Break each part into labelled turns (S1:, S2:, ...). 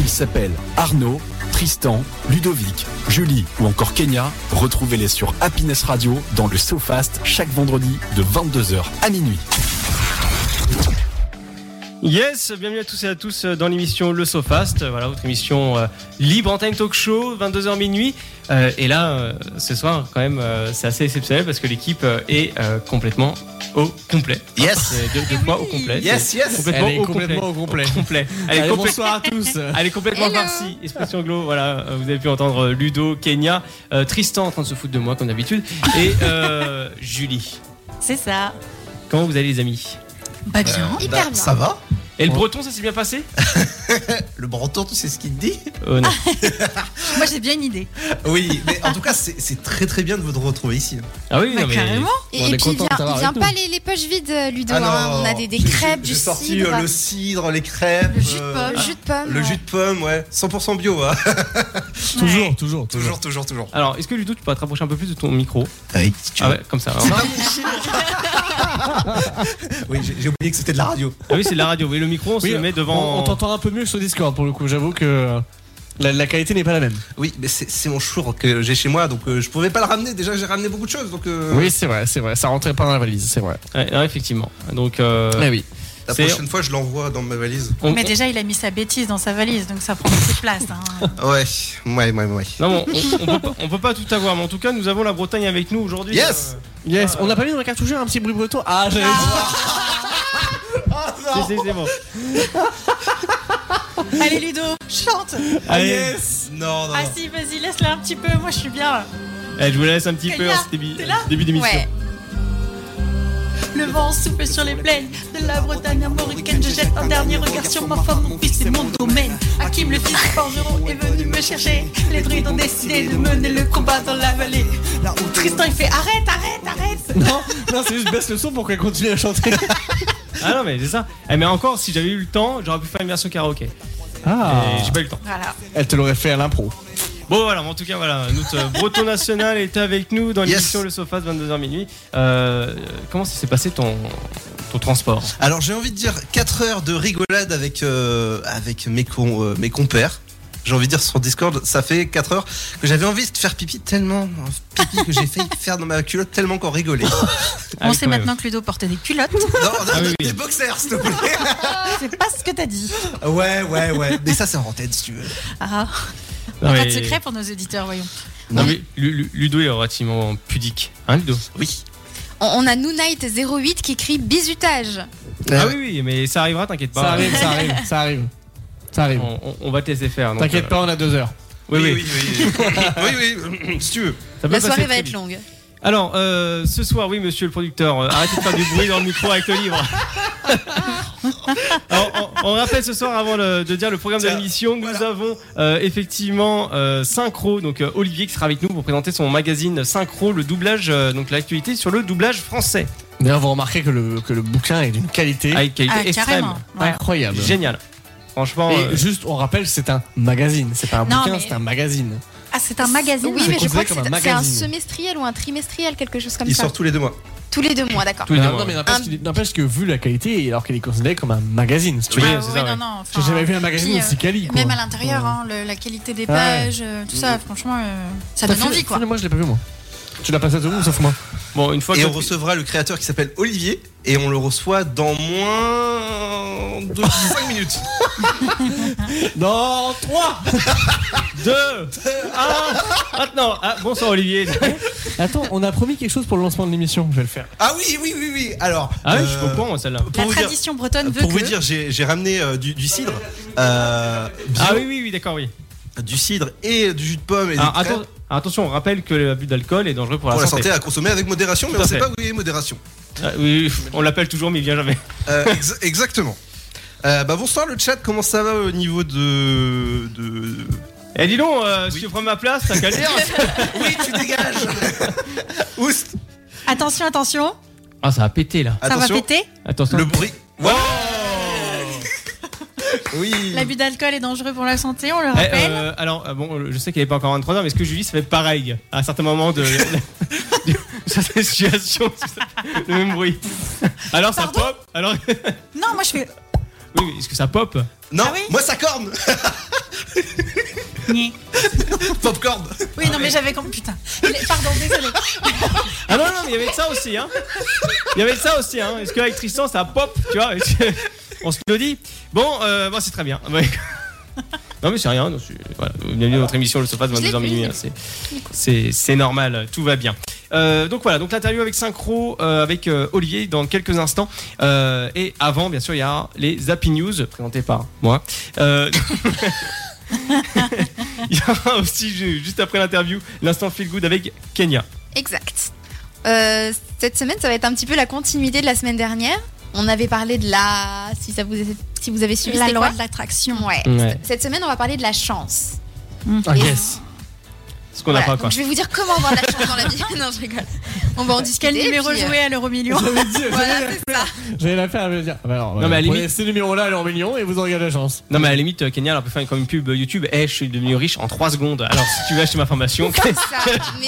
S1: Ils s'appellent Arnaud, Tristan, Ludovic, Julie ou encore Kenya. Retrouvez-les sur Happiness Radio dans le SoFast chaque vendredi de 22h à minuit.
S2: Yes, bienvenue à tous et à tous euh, dans l'émission Le Sofast, voilà votre émission euh, libre antenne talk show, 22h minuit. Euh, et là, euh, ce soir, quand même, euh, c'est assez exceptionnel parce que l'équipe euh, est complètement au complet. Hein,
S3: Yes.
S2: C'est deux, deux
S4: Eh Oui.
S2: fois au complet.
S3: Yes,
S2: C'est
S3: yes.
S2: Complètement
S5: Elle est
S2: au
S5: complètement
S2: complet.
S5: au complet.
S2: Au complet. Elle est
S5: Allez,
S2: complète-
S5: bonsoir à tous.
S3: Bah,
S2: elle est complètement
S4: Hello.
S2: farcie. Expression anglo, voilà, euh, vous avez pu entendre euh, Ludo, Kenya, euh, Tristan en train de se foutre de moi comme d'habitude, et euh, Julie.
S4: C'est ça.
S2: Comment vous allez les amis
S4: Bah bien.
S3: Bah,
S6: Hyper bien.
S3: Ça va
S2: Et le breton, ça s'est bien passé
S3: Le breton, tu sais ce qu'il te dit
S2: Euh, non.
S4: Moi j'ai bien une idée.
S3: Oui, mais en tout cas, c'est c'est très très bien de vous retrouver ici.
S2: Ah oui,
S4: Bah,
S2: non, mais...
S4: carrément.
S6: Et,
S5: On
S6: et
S5: est
S6: puis, il
S5: content de
S6: vient,
S5: t'avoir
S6: il vient
S5: avec
S6: pas
S5: nous.
S6: les, les poches vides, euh, Ludo.
S3: Ah non,
S6: hein. On a des, des
S3: j'ai-
S6: crêpes,
S3: j'ai
S6: du
S3: sorti
S6: cidre,
S3: euh, le cidre, les crêpes,
S6: le jus de
S3: euh,
S6: pomme. Le jus de pomme.
S3: le
S6: ouais.
S3: jus de pomme, ouais, 100% bio, hein.
S5: Toujours, toujours, toujours.
S3: toujours, toujours, toujours.
S2: Alors, est-ce que Ludo, tu peux te rapprocher un peu plus de ton micro
S3: Ah
S2: Ah ouais, comme ça.
S3: C'est pas possible. oui, j'ai j'ai oublié que c'était de la radio.
S2: Ah oui, c'est de la radio. Oui, le micro, on
S5: Oui,
S2: se met devant.
S5: On, on t'entend un peu mieux que sur Discord pour le coup. J'avoue que euh, la, la qualité n'est pas la même.
S3: Oui, mais c'est c'est mon chour que j'ai chez moi, donc euh, je pouvais pas le ramener. Déjà, j'ai ramené beaucoup de choses, donc. euh,
S5: Oui, c'est vrai, c'est vrai. Ça rentrait pas dans la valise, c'est vrai.
S2: Ouais, non, effectivement. Donc, euh,
S5: Eh oui.
S3: La
S2: c'est-
S3: prochaine fois, je l'envoie dans ma valise.
S2: on-
S4: Mais déjà il a mis sa bêtise dans sa valise donc ça prend beaucoup de place. hein.
S3: Ouais, ouais, ouais, ouais.
S2: non, mais on, on peut pas, on peut pas tout avoir, mais en tout cas, nous avons la Bretagne avec nous aujourd'hui.
S3: Yes.
S5: Yes, on n'a pas mis dans la carte un petit bruit breton. Ah, j'allais le dire.
S2: Euh, c'est- c'est- c'est bon.
S4: Allez Ludo, chante.
S5: Ah,
S2: Allez,
S3: Non, non,
S4: Ah
S3: non.
S4: si vas-y laisse-la un petit peu. Moi je suis bien. là.
S2: Eh, je vous laisse un petit peu
S4: Kenya,
S2: en ce début,
S4: t'es là
S2: début d'émission.
S6: Ouais.
S4: Le vent souffle sur les plaines de la Bretagne armoricaine. Je jette un dernier regard sur ma femme, mon fils et mon domaine. Hakim, le fils du forgeron, est venu me chercher. Les druides ont décidé de mener le combat dans la vallée. Tristan, il fait arrête, arrête, arrête.
S5: Non, non c'est juste baisse le son pour qu'elle continue à chanter.
S2: Ah non, mais c'est ça. Eh, mais encore, si j'avais eu le temps, j'aurais pu faire une version karaoké.
S5: Ah,
S2: Et J'ai pas eu le temps.
S4: Voilà.
S5: elle te l'aurait fait à l'impro.
S2: Bon, voilà, mais en tout cas, voilà. Notre euh, Breton National est avec nous dans
S3: Yes.
S2: l'émission Le Sofas 22h minuit. Euh, comment ça s'est passé ton, ton transport
S3: Alors, j'ai envie de dire 4 heures de rigolade avec, euh, avec mes, con- euh, mes compères. J'ai envie de dire sur Discord, ça fait 4 heures que j'avais envie de faire pipi tellement. Pipi que j'ai failli faire dans ma culotte tellement qu'on rigolait.
S2: Ah oui, quand même.
S4: que Ludo portait des culottes.
S3: Non, non,
S2: Ah oui, oui.
S3: des boxers, s'il te plaît.
S4: C'est pas ce que t'as dit.
S3: Ouais, ouais, ouais. Mais ça, c'est en tête, si tu veux.
S4: Ah,
S2: Non, mais-
S4: pour nos auditeurs, voyons.
S2: Non, mais Lu- Lu- Ludo est relativement pudique. Hein, Ludo
S3: Oui.
S6: On, on a Noonite08 qui crie bisutage.
S2: Ah oui, oui, mais ça arrivera, t'inquiète pas.
S5: Ça arrive, ça arrive, ça arrive. Ça arrive.
S2: Bah, On, on- on va te laisser faire. donc,
S5: T'inquiète
S2: euh,
S5: pas, on a deux heures.
S2: Oui, oui,
S3: oui. oui, oui, si tu veux.
S2: ça peut
S6: La
S5: bah,
S2: passer
S6: soirée
S2: très
S6: va être
S2: vite.
S6: longue.
S2: Alors, euh, ce soir, oui, monsieur le producteur, euh, arrêtez de faire du bruit dans le micro avec le livre. Alors, on, on rappelle ce soir, avant le- de dire le programme de
S3: Tiens,
S2: l'émission, nous avons euh, effectivement euh, Synchro, donc euh, Olivier qui sera avec nous pour présenter son magazine Synchro, le doublage, euh, donc l'actualité sur le doublage français.
S5: D'ailleurs, vous remarquez que le, que le bouquin est d'une qualité
S2: Avec qualité
S4: Ah,
S2: extrême.
S4: carrément. Ouais.
S5: incroyable.
S2: Génial. Franchement,
S5: Et
S2: euh,
S5: juste, on rappelle, c'est un magazine. C'est pas un
S4: Non,
S5: bouquin,
S4: mais-
S5: c'est un magazine.
S4: Ah, c'est un magazine
S6: Oui,
S5: C'est
S6: mais je
S5: considéré
S6: crois que
S5: comme
S6: c'est
S5: un
S6: c'est un
S5: magazine.
S6: semestriel ou un trimestriel, quelque chose comme
S3: Ils
S6: ça.
S3: sortent tous les deux mois.
S6: Tous les deux mois, d'accord.
S2: tous les deux
S5: Ah,
S2: mois.
S5: Non, non, mais n'empêche qu'il- n'empêche que vu la qualité, alors qu'elle est considérée comme un magazine, si tu
S2: Oui,
S5: veux.
S2: c'est ça, ouais.
S4: non.
S5: J'ai jamais vu un magazine
S4: puis, Ah, euh,
S5: aussi quali. Quoi.
S4: Même à l'intérieur,
S5: Ouais.
S4: hein, le- la qualité des
S5: Ah ouais.
S4: pages, euh, tout ça, franchement, euh, ça
S5: T'as
S4: donne
S5: fait-
S4: envie quoi.
S5: fait- Moi, je l'ai pas vu, moi. Tu l'as passé à tout le monde, sauf moi.
S2: Bon, une fois
S3: Et
S2: que
S3: on recevra le créateur qui s'appelle Olivier. Et on le reçoit dans moins de 5 minutes.
S5: Non, 3
S2: Deux Un Maintenant Ah, Bonsoir Olivier
S5: Attends, on a promis quelque chose pour le lancement de l'émission, je vais le faire.
S3: Ah oui, oui, oui, oui. Alors.
S2: Ah oui, je
S3: euh,
S2: suis pas au courant, moi, celle-là.
S3: Pour
S4: La
S3: vous dire,
S4: tradition bretonne veut
S3: pour
S4: que.
S3: vous dire, j'ai j'ai ramené euh, du, du cidre. euh, bio,
S2: Ah oui, oui, oui, d'accord, oui.
S3: Du cidre et du jus de pomme. Et des
S2: Alors,
S3: crêpes
S2: atten- attention, on rappelle que l'abus d'alcool est dangereux pour la,
S3: pour la
S2: santé.
S3: santé à consommer avec modération, mais
S2: Tout
S3: on
S2: à
S3: sait
S2: fait.
S3: pas où est modération.
S2: Ah, oui, oui, on l'appelle toujours, mais il vient jamais.
S3: Euh, ex- exactement. Euh, bah, bonsoir le chat, comment ça va au niveau de. de...
S2: Eh, dis donc, euh, si tu prends ma place, t'as qu'à le dire.
S3: Oui, tu dégages Oust
S4: Attention, attention,
S2: Ah, ça a pété là.
S3: Attention,
S4: ça va péter.
S2: Attention.
S3: le bruit.
S2: Oh
S3: Oui
S4: L'abus d'alcool est dangereux pour la santé, on le
S2: Eh,
S4: rappelle.
S2: euh, alors, euh, bon, je sais qu'il n'est pas encore 23 h mais est-ce que Julie, ça fait pareil à un certain moment de. de- Certaines situations, le même bruit. Alors ça
S4: Pardon
S2: pop Alors, oui,
S4: Non, moi je fais.
S2: mais est-ce que ça pop
S3: Non,
S4: Ah oui
S3: moi ça corne
S4: Gné.
S7: Popcorn
S4: Oui, non, mais j'avais compris. Putain. Pardon, désolé.
S2: Ah non, non, mais il y avait de ça aussi, hein. Il y avait de ça aussi, hein. Est-ce qu'avec Tristan, ça pop, tu vois est-ce que- On se le dit. Bon, euh, bon, c'est très bien. Ouais. Non, mais c'est rien. non, c'est- voilà. Bienvenue dans notre émission Le Sofa de
S6: Je l'ai
S2: 22h
S6: vu,
S2: minuit.
S6: il est
S2: hein, c'est- C'est c'est normal, tout va bien. Euh, donc voilà, donc l'interview avec Synchro, euh, avec euh, Olivier dans quelques instants. Euh, et avant, bien sûr, il y a les Happy News présentés par moi. Euh, il y aura aussi, ju- juste après l'interview, l'instant Feel Good avec Kenya.
S6: Exact. Euh, cette semaine, ça va être un petit peu la continuité de la semaine dernière. On avait parlé de la. Si, ça vous, si vous avez suivi,
S3: La
S6: c'était
S3: loi
S6: quoi
S3: de l'attraction.
S6: Ouais.
S2: Ouais.
S6: Cette semaine, on va parler de la chance.
S2: Ah,
S6: Et-
S2: yes. Ce qu'on
S6: Voilà,
S2: apprend
S6: donc
S2: quoi.
S6: je vais vous dire comment avoir de la chance dans la vie. non, je rigole. On va en discuter.
S4: Quel numéro
S6: puis, euh,
S4: jouer à l'euro million
S5: J'allais dire-
S6: Voilà,
S5: j'allais-
S6: c'est ça.
S5: j'allais la faire, elle me dire. ah bah alors,
S2: Non, mais à la
S5: prenez
S2: limite-
S5: ces numéros-là, alors millions, et vous en gagnez la chance.
S2: Non mais à la limite euh, Kenya elle peut faire comme une pub euh, YouTube. Eh je suis devenu riche en 3 secondes. Alors si tu veux acheter ma formation.
S6: C'est ça. Mais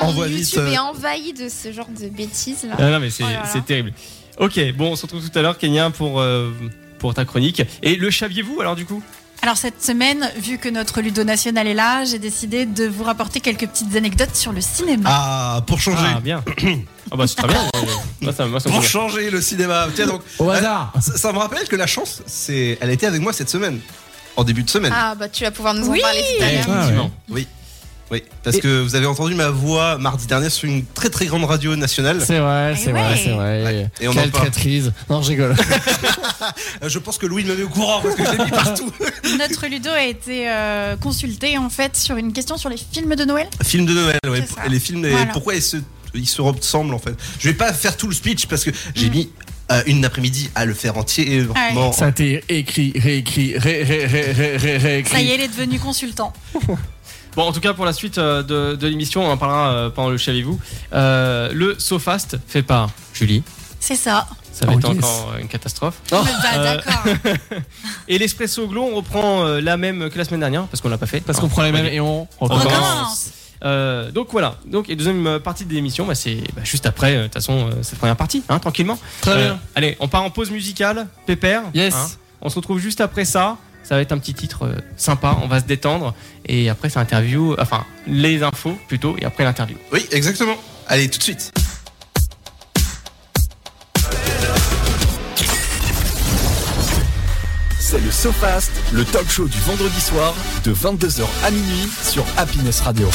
S7: Envoie vite,
S6: YouTube
S7: euh.
S6: est envahi de ce genre de bêtises là.
S2: Ah non mais c'est
S6: Oh là là.
S2: c'est terrible. Ok bon on se retrouve tout à l'heure Kenya pour euh, pour ta chronique. Et le chaviez-vous alors du coup
S4: Alors cette semaine, vu que notre Ludo National est là, j'ai décidé de vous rapporter quelques petites anecdotes sur le cinéma.
S7: Ah, pour changer.
S2: Ah bien. Ah bah c'est très bien. euh, moi, ça, moi, ça me
S7: Pour
S2: convient.
S7: changer le cinéma. Tiens donc,
S5: Au
S3: euh,
S7: Ouais.
S5: hasard.
S7: ça, ça me rappelle que la chance, c'est, elle était avec moi cette semaine, en début de semaine.
S6: Ah bah tu vas pouvoir nous en
S4: Oui.
S6: parler tout à
S2: Eh,
S6: l'heure.
S2: effectivement.
S7: Oui, parce que vous avez entendu ma voix mardi dernier sur une très très grande radio nationale.
S5: C'est vrai,
S4: Eh
S5: c'est vrai,
S4: ouais.
S5: c'est vrai.
S7: Ouais. Et on en
S5: Quelle
S7: parle.
S5: traîtrise. Non, je rigole.
S7: Euh, Je pense que Louis me met au courant parce que je l'ai mis partout.
S4: Notre Ludo a été euh, consulté en fait sur une question sur les films de Noël.
S7: Film de Noël, ouais.
S4: C'est ça.
S7: Et les films, et
S4: Voilà.
S7: pourquoi ils se, ils se ressemblent en fait Je vais pas faire tout le speech parce que j'ai mis euh, une après-midi à le faire entier.
S4: Ouais.
S5: Ça a été écrit, réécrit, ré, ré, ré, ré, ré, réécrit.
S4: Ça y est, il est devenu consultant.
S2: Bon en tout cas pour la suite euh, de, de l'émission on en parlera euh, pendant le chaviez-vous. Euh, le SoFast fait par Julie.
S4: C'est ça.
S2: Ça va
S5: Oh,
S2: être
S5: yes. Oh.
S2: encore euh, une catastrophe.
S4: Bah,
S2: Euh,
S4: d'accord.
S2: Et l'espresso glow on reprend euh, la même que la semaine dernière parce qu'on l'a pas fait.
S5: Parce qu'on prend les mêmes et on
S4: On
S2: recommence.
S4: recommence.
S2: Euh, donc voilà, donc et deuxième partie de l'émission, bah, c'est bah, juste après, euh, de toute façon, euh, cette première partie, hein, tranquillement.
S5: Très
S2: Euh,
S5: bien.
S2: Allez, on part en pause musicale, pépère.
S5: Yes.
S2: hein. on se retrouve juste après ça. Ça va être un petit titre euh, sympa, on va se détendre. Et après, c'est interview, enfin, les infos plutôt, et après l'interview.
S7: Oui, exactement. Allez, tout de suite.
S1: C'est le SoFast, le talk show du vendredi soir de 22h à minuit sur Happiness Radio.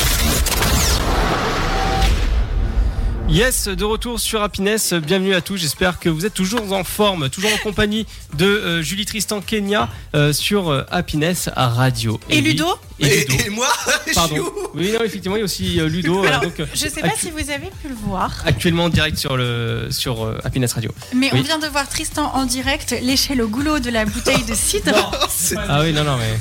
S2: Yes, de retour sur Happiness, bienvenue à tous. J'espère que vous êtes toujours en forme, toujours en compagnie de euh, Julie Tristan Kenya euh, sur euh, Happiness à Radio.
S4: Et
S2: oui,
S4: Ludo
S2: Et, Ludo.
S7: et moi, je suis
S2: Pardon.
S7: où
S2: Oui, non, effectivement, il y a aussi euh, Ludo. euh,
S4: Alors,
S2: donc, euh,
S4: Je sais pas si vous avez pu le voir,
S2: actuellement en direct sur le sur euh, Happiness Radio.
S4: mais
S2: Oui.
S4: on vient de voir Tristan en direct lécher le goulot de la bouteille de cidre.
S2: Ah oui, non non mais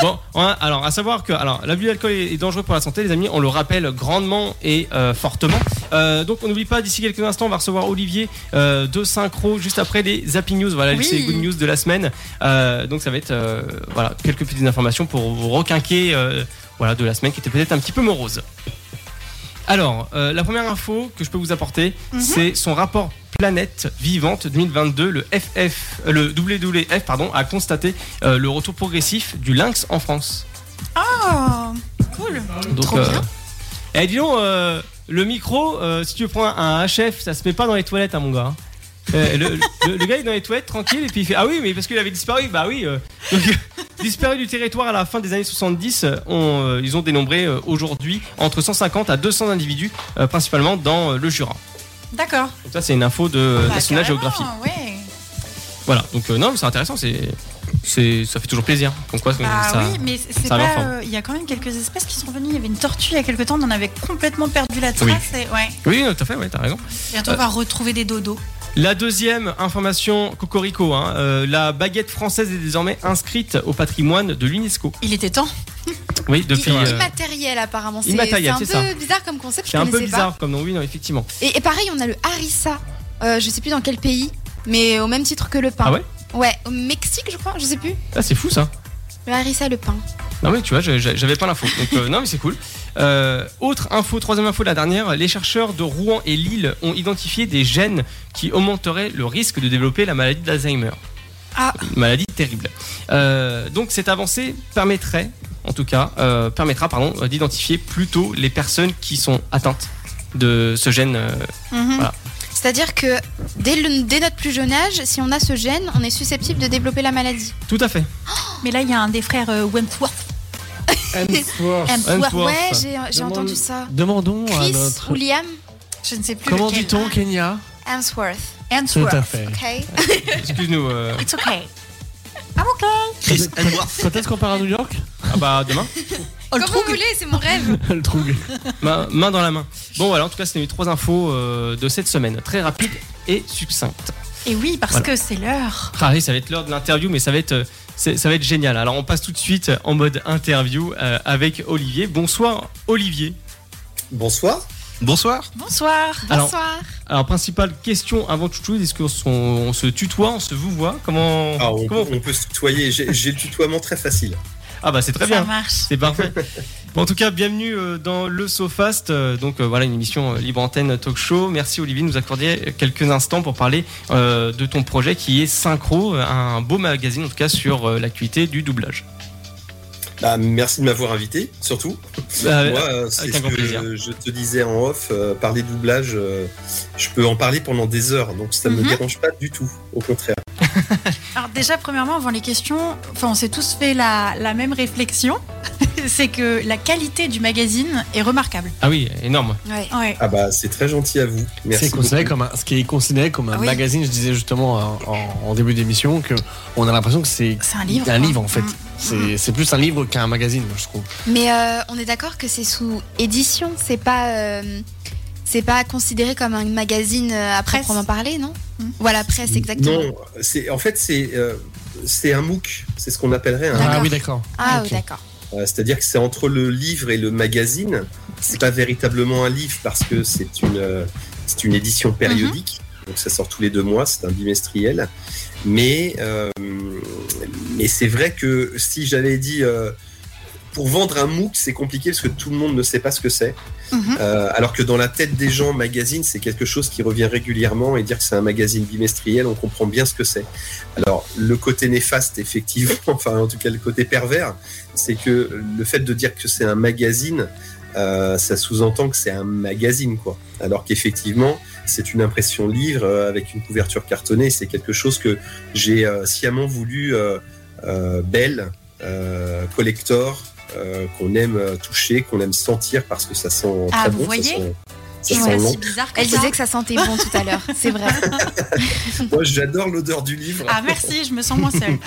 S2: Bon, on a- alors à savoir que alors l'abus d'alcool est, est dangereux pour la santé, les amis. On le rappelle grandement et euh, fortement. Euh, donc on n'oublie pas d'ici quelques instants, on va recevoir Olivier euh, de Synchro juste après les Happy News. Voilà,
S6: Oui.
S2: c'est les good news de la semaine. Euh, donc ça va être euh, voilà quelques petites informations pour vous requinquer euh, voilà de la semaine qui était peut-être un petit peu morose. Alors euh, la première info que je peux vous apporter,
S4: Mhm.
S2: c'est son rapport Planète Vivante 2022. Le FF, euh, le WWF pardon a constaté euh, le retour progressif du lynx en France.
S4: Oh, cool.
S2: Donc,
S6: Trop bien.
S2: eh, dis donc, euh, le micro, euh, si tu prends un HF, ça se met pas dans les toilettes, hein, mon gars. hein. Euh, le, le- le gars il est dans les toilettes tranquille et puis il fait Ah oui, mais parce qu'il avait disparu, bah oui. euh. Donc, disparu du territoire à la fin des années 70, euh, on, euh, ils ont dénombré euh, aujourd'hui entre 150 à 200 individus, euh, principalement dans euh, le Jura.
S4: D'accord.
S2: Donc, ça, c'est une info de euh,
S4: Bah,
S2: National
S4: carrément,
S2: Geographic.
S4: ouais.
S2: Voilà, donc euh, non, mais c'est intéressant, c'est, c'est, ça fait toujours plaisir. Comme quoi,
S4: Ah
S2: ça.
S4: oui, mais c'est
S2: ça
S4: pas.
S2: l'enfant.
S4: euh, Il y a quand même quelques espèces qui sont venues. Il y avait une tortue il y a quelques temps, on en avait complètement perdu la
S2: Oui. Euh.
S4: trace. Et, ouais.
S2: Oui, tout à fait, ouais, t'as raison.
S4: Bientôt, on va retrouver des dodos.
S2: La deuxième information, Cocorico, hein, euh, la baguette française est désormais inscrite au patrimoine de l'UNESCO.
S4: Il était temps.
S2: Oui, depuis. euh,
S6: Immatériel apparemment. C'est c'est
S2: Immatériel,
S6: un peu
S2: c'est
S6: bizarre comme concept. je
S2: c'est un peu
S6: connaissais pas.
S2: bizarre comme nom, oui, non, effectivement.
S6: Et, et pareil, on a le harissa. Euh, je sais plus dans quel pays, mais au même titre que le pain.
S2: Ah ouais
S6: Ouais, au Mexique, je crois, je sais plus.
S2: Ah, c'est fou ça.
S6: Le harissa, le pain.
S2: Non, mais tu vois, je- je- j'avais pas l'info. Donc, euh, non, mais c'est cool. Euh, autre info, troisième info de la dernière les chercheurs de Rouen et Lille ont identifié des gènes qui augmenteraient le risque de développer la maladie d'Alzheimer.
S4: Ah.
S2: Une maladie terrible. Euh, donc, cette avancée permettrait en tout cas, euh, permettra pardon, euh, d'identifier plus tôt les personnes qui sont atteintes de ce gène. euh,
S6: Mhm.
S2: Voilà.
S6: C'est-à-dire que dès, le- dès notre plus jeune âge, si on a ce gène, on est susceptible de développer la maladie.
S2: Tout à fait.
S4: Mais là, il y a un des frères euh, Wentworth.
S2: Oh, Wentworth.
S6: Ouais, j'ai j'ai
S5: Demande-
S6: entendu ça.
S5: Demandons à
S6: Chris
S5: notre.
S6: ou Liam
S4: Je ne sais plus.
S5: Comment
S4: lequel.
S5: dit-on Kenya
S6: Hemsworth.
S5: Tout à
S4: Wentworth.
S5: fait.
S6: Ok.
S2: Excuse-nous. euh,
S4: It's okay. Ah, I'm okay.
S7: Chris
S5: Peut-être-
S7: Hemsworth.
S5: Quand est-ce qu'on part à New York
S2: ah bah demain.
S4: Oh, le
S6: Comme vous
S4: trou,
S6: voulez, c'est mon rêve.
S5: Le trouble.
S2: Main, main dans la main. Bon voilà, en tout cas, c'était les trois infos euh, de cette semaine. Très rapide et succincte.
S4: Et oui, parce
S2: Voilà.
S4: que c'est l'heure.
S2: Ah oui, ça va être l'heure de l'interview, mais ça va être, euh, c'est- ça va être génial. Alors on passe tout de suite en mode interview euh, avec Olivier. Bonsoir Olivier.
S7: Bonsoir. Bonsoir.
S4: Bonsoir.
S2: Alors-
S6: Bonsoir.
S2: Alors principale question avant toute chose, est-ce qu'on s- on se tutoie, on se vous voit Comment,
S3: Ah, on,
S2: comment on
S3: peut- on peut se tutoyer. J'ai j'ai le tutoiement très facile.
S2: Ah bah c'est très
S4: ça
S2: bien.
S4: marche.
S2: C'est parfait. Bon, en tout cas, bienvenue euh, dans le SoFast. euh, Donc euh, voilà, une émission euh, libre antenne talk show. Merci Olivier de nous accorder euh, quelques instants pour parler euh, de ton projet qui est Synchro, euh, un beau magazine en tout cas sur euh, l'actualité du doublage.
S3: Bah, merci de m'avoir invité, surtout.
S2: Euh,
S3: Moi, euh, c'est
S2: avec
S3: ce
S2: un grand
S3: que
S2: plaisir.
S3: je te disais en off, euh, parler doublage, euh, je peux en parler pendant des heures, donc ça ne
S4: Mhm.
S3: me dérange pas du tout, au contraire.
S4: Alors déjà, premièrement, avant les questions, enfin, on s'est tous fait la, la même réflexion. c'est que la qualité du magazine est remarquable.
S2: Ah oui, énorme.
S6: Ouais.
S4: Ouais.
S3: Ah bah, c'est très gentil à vous. Merci.
S5: C'est considéré
S3: beaucoup.
S5: comme un, ce qui est considéré comme un
S4: Ah oui.
S5: magazine. Je disais justement en, en- en début d'émission que on a l'impression que c'est
S4: C'est un livre.
S5: un
S4: quoi.
S5: livre en fait.
S4: Mm.
S5: C'est c'est plus un livre qu'un magazine, moi, je trouve.
S6: Mais euh, on est d'accord que c'est sous édition, c'est pas euh, c'est pas considéré comme un magazine euh, à
S4: Presse.
S6: proprement parler, non
S4: Mm.
S6: Voilà, presse exactement.
S3: Non, c'est- en fait, c'est euh, c'est un MOOC, c'est ce qu'on appellerait un
S6: D'accord.
S5: Ah oui, d'accord.
S6: Ah
S5: Ok.
S6: oh, d'accord.
S3: Euh, C'est-à-dire que c'est entre le livre et le magazine. C'est pas véritablement un livre parce que c'est une, euh, c'est une édition périodique. Donc ça sort tous les deux mois, c'est un bimestriel. Mais, euh, mais c'est vrai que si j'avais dit euh, pour vendre un MOOC, c'est compliqué parce que tout le monde ne sait pas ce que c'est.
S4: Mhm.
S3: Euh, alors que dans la tête des gens, magazine, c'est quelque chose qui revient régulièrement et dire que c'est un magazine bimestriel, on comprend bien ce que c'est. Alors, le côté néfaste, effectivement, enfin, en tout cas, le côté pervers, c'est que le fait de dire que c'est un magazine, euh, ça sous-entend que c'est un magazine, quoi. Alors qu'effectivement, c'est une impression livre euh, avec une couverture cartonnée. C'est quelque chose que j'ai euh, sciemment voulu euh, euh, belle, euh, collector, euh, qu'on aime euh, toucher, qu'on aime sentir parce que ça sent
S4: Ah,
S3: très
S4: vous
S3: bon.
S4: voyez
S3: ça sent, ça
S4: C'est
S3: sent
S4: pas
S3: long.
S4: si bizarre que
S6: Elle
S4: ça.
S6: disait que ça sentait bon tout à l'heure, c'est vrai.
S3: Moi, j'adore l'odeur du livre.
S4: Ah merci, je me sens moins seule.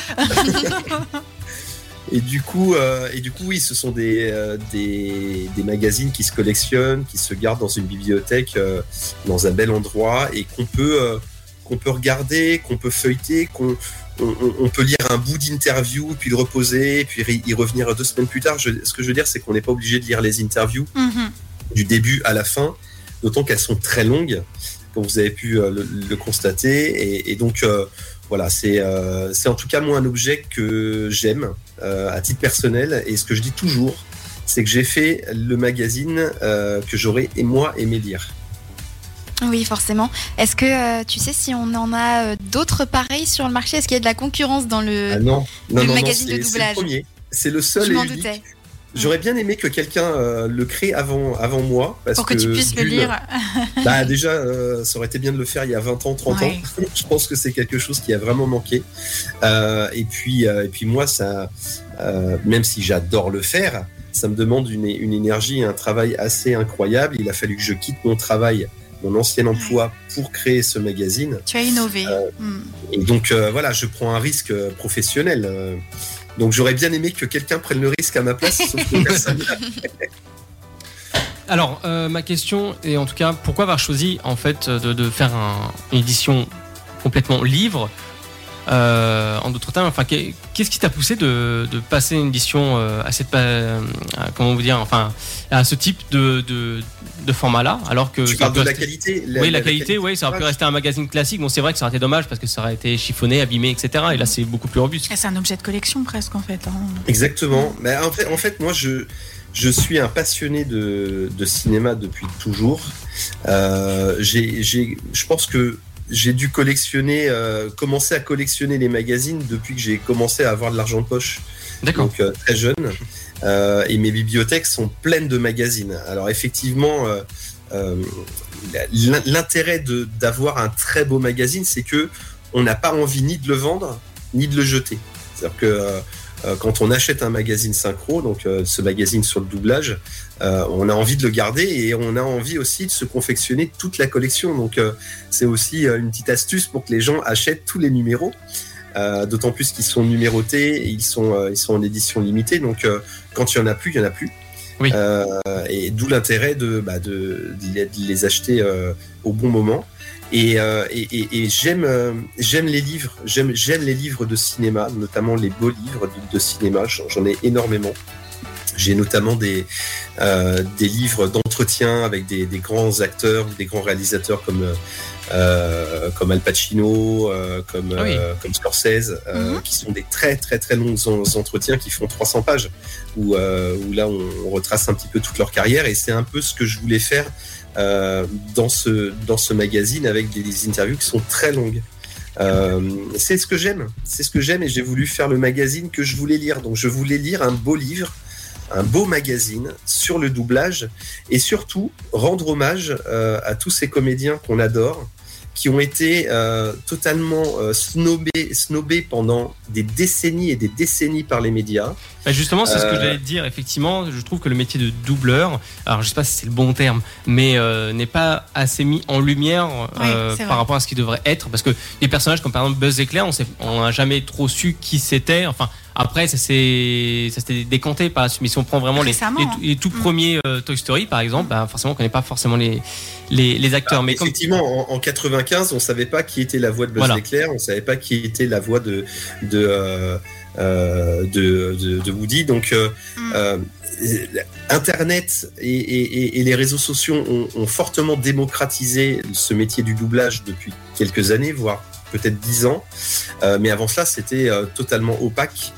S3: Et du coup, euh, et du coup, oui, ce sont des, euh, des, des magazines qui se collectionnent, qui se gardent dans une bibliothèque, euh, dans un bel endroit, et qu'on peut, euh, qu'on peut regarder, qu'on peut feuilleter, qu'on on, on- on peut lire un bout d'interview, puis le reposer, puis y- y revenir deux semaines plus tard. Je- ce que je veux dire, c'est qu'on n'est pas obligé de lire les interviews
S4: Mhm.
S3: du début à la fin, d'autant qu'elles sont très longues, comme vous avez pu euh, le, le constater. Et, et donc, euh, voilà, c'est euh, c'est en tout cas moi un objet que j'aime euh, à titre personnel. Et ce que je dis toujours, c'est que j'ai fait le magazine euh, que j'aurais et moi aimé lire.
S6: Oui, forcément. Est-ce que euh, tu sais si on en a euh, d'autres pareils sur le marché Est-ce qu'il y a de la concurrence dans le
S3: Ah non, non,
S6: Euh, le
S3: non, non,
S6: magazine de
S3: c'est-
S6: doublage.
S3: C'est le premier. C'est le
S6: Je
S3: seul et
S6: m'en
S3: unique.
S6: doutais.
S3: J'aurais bien aimé que quelqu'un euh, le crée avant, avant moi. Parce
S4: Pour que tu puisses le
S3: d'une,
S4: lire.
S3: Bah déjà, euh, ça aurait été bien de le faire il y a 20 ans, 30
S4: Ouais.
S3: ans. Je pense que c'est quelque chose qui a vraiment manqué. Euh, et puis, euh, et puis moi, ça, euh, même si j'adore le faire, ça me demande une, une énergie, un travail assez incroyable. Il a fallu que je quitte mon travail, mon ancien emploi, pour créer ce magazine.
S4: Tu as innové. Mm.
S3: Et donc euh, voilà, je prends un risque euh, professionnel. Euh, Donc j'aurais bien aimé que quelqu'un prenne le risque à ma place, sauf que personne.
S2: Euh, Alors, euh, ma question est en tout cas, pourquoi avoir choisi en fait euh, de, de faire un- une édition complètement livre Euh, En d'autres termes, enfin, qu'est- qu'est-ce qui t'a poussé de, de passer une édition euh, à cette, pa- euh, à- comment vous dire, enfin, à ce type de, de, de format-là, alors que
S3: Tu
S2: ça
S3: parles de
S2: peut
S3: la
S2: rester-
S3: qualité.
S2: oui, la, qualité, oui, ça aurait pu
S3: Ouais.
S2: rester un magazine classique. Bon, c'est vrai que ça aurait été dommage parce que ça aurait été chiffonné, abîmé, etc. Et là, c'est beaucoup plus robuste.
S4: Et C'est un objet de collection presque en fait. hein.
S3: Exactement. Mais en, fait, en fait, moi, je, je suis un passionné de, de cinéma depuis toujours. Euh, j'ai- j'ai- je pense que j'ai dû collectionner, euh, commencer à collectionner les magazines depuis que j'ai commencé à avoir de l'argent de poche.
S5: D'accord.
S3: donc euh, très jeune. Euh, et mes bibliothèques sont pleines de magazines. Alors effectivement, euh, euh, l'in- l'intérêt de- d'avoir un très beau magazine, c'est que on n'a pas envie ni de le vendre, ni de le jeter. C'est-à-dire que euh, euh, quand on achète un magazine synchro, donc euh, ce magazine sur le doublage, euh, on a envie de le garder et on a envie aussi de se confectionner toute la collection. Donc euh, c'est aussi euh, une petite astuce pour que les gens achètent tous les numéros. Euh, D'autant plus qu'ils sont numérotés, et ils sont, euh, ils sont en édition limitée. Donc, euh, quand il y en a plus, il y en a plus.
S5: Oui.
S3: Euh, et d'où l'intérêt de, bah, de, de les- de les acheter euh, au bon moment. Et, euh, et, et- et j'aime, euh, j'aime les livres. J'aime, j'aime les livres de cinéma, notamment les beaux livres de, de cinéma. J'en, j'en ai énormément. J'ai notamment des, euh, des livres d'entretien avec des, des grands acteurs, des grands réalisateurs comme euh, euh, comme Al Pacino, euh, comme,
S5: Ah oui.
S3: euh, comme Scorsese, euh, qui sont des très très très longs en- entretiens qui font 300 pages, où, euh, où là on, on retrace un petit peu toute leur carrière et c'est un peu ce que je voulais faire euh, dans, ce, dans ce magazine avec des, des interviews qui sont très longues. Euh, c'est ce que j'aime, c'est ce que j'aime et j'ai voulu faire le magazine que je voulais lire. Donc je voulais lire un beau livre, un beau magazine sur le doublage et surtout rendre hommage euh, à tous ces comédiens qu'on adore qui ont été euh, totalement euh, snobés, snobés pendant des décennies et des décennies par les médias.
S2: Bah, justement, c'est ce que
S3: Euh,
S2: j'allais te dire. Effectivement, je trouve que le métier de doubleur, alors je sais pas si c'est le bon terme, mais euh, n'est pas assez mis en lumière euh,
S6: Oui, c'est vrai.
S2: par rapport à ce qu'il devrait être. Parce que les personnages comme par exemple Buzz Éclair, on sait- on n'a jamais trop su qui c'était. Enfin, après, ça s'est ça s'était décanté. Par, la suite. mais si on prend vraiment les,
S4: Récemment,
S2: les,
S4: hein.
S2: les tout
S4: Mm.
S2: premiers euh, Toy Story, par exemple, bah, forcément, on connaît pas forcément les, les, les
S3: Ah,
S2: acteurs. mais comme
S3: Effectivement, en, en 95, on savait pas qui était la voix de Buzz
S2: Voilà.
S3: l'éclair, on savait pas qui était la voix de de euh, euh, de, de- de Woody. Donc, euh,
S4: Mm.
S3: euh, Internet et, et- et- et les réseaux sociaux ont, ont fortement démocratisé ce métier du doublage depuis quelques années, voire peut-être dix ans. Euh, mais avant cela, c'était euh, totalement opaque.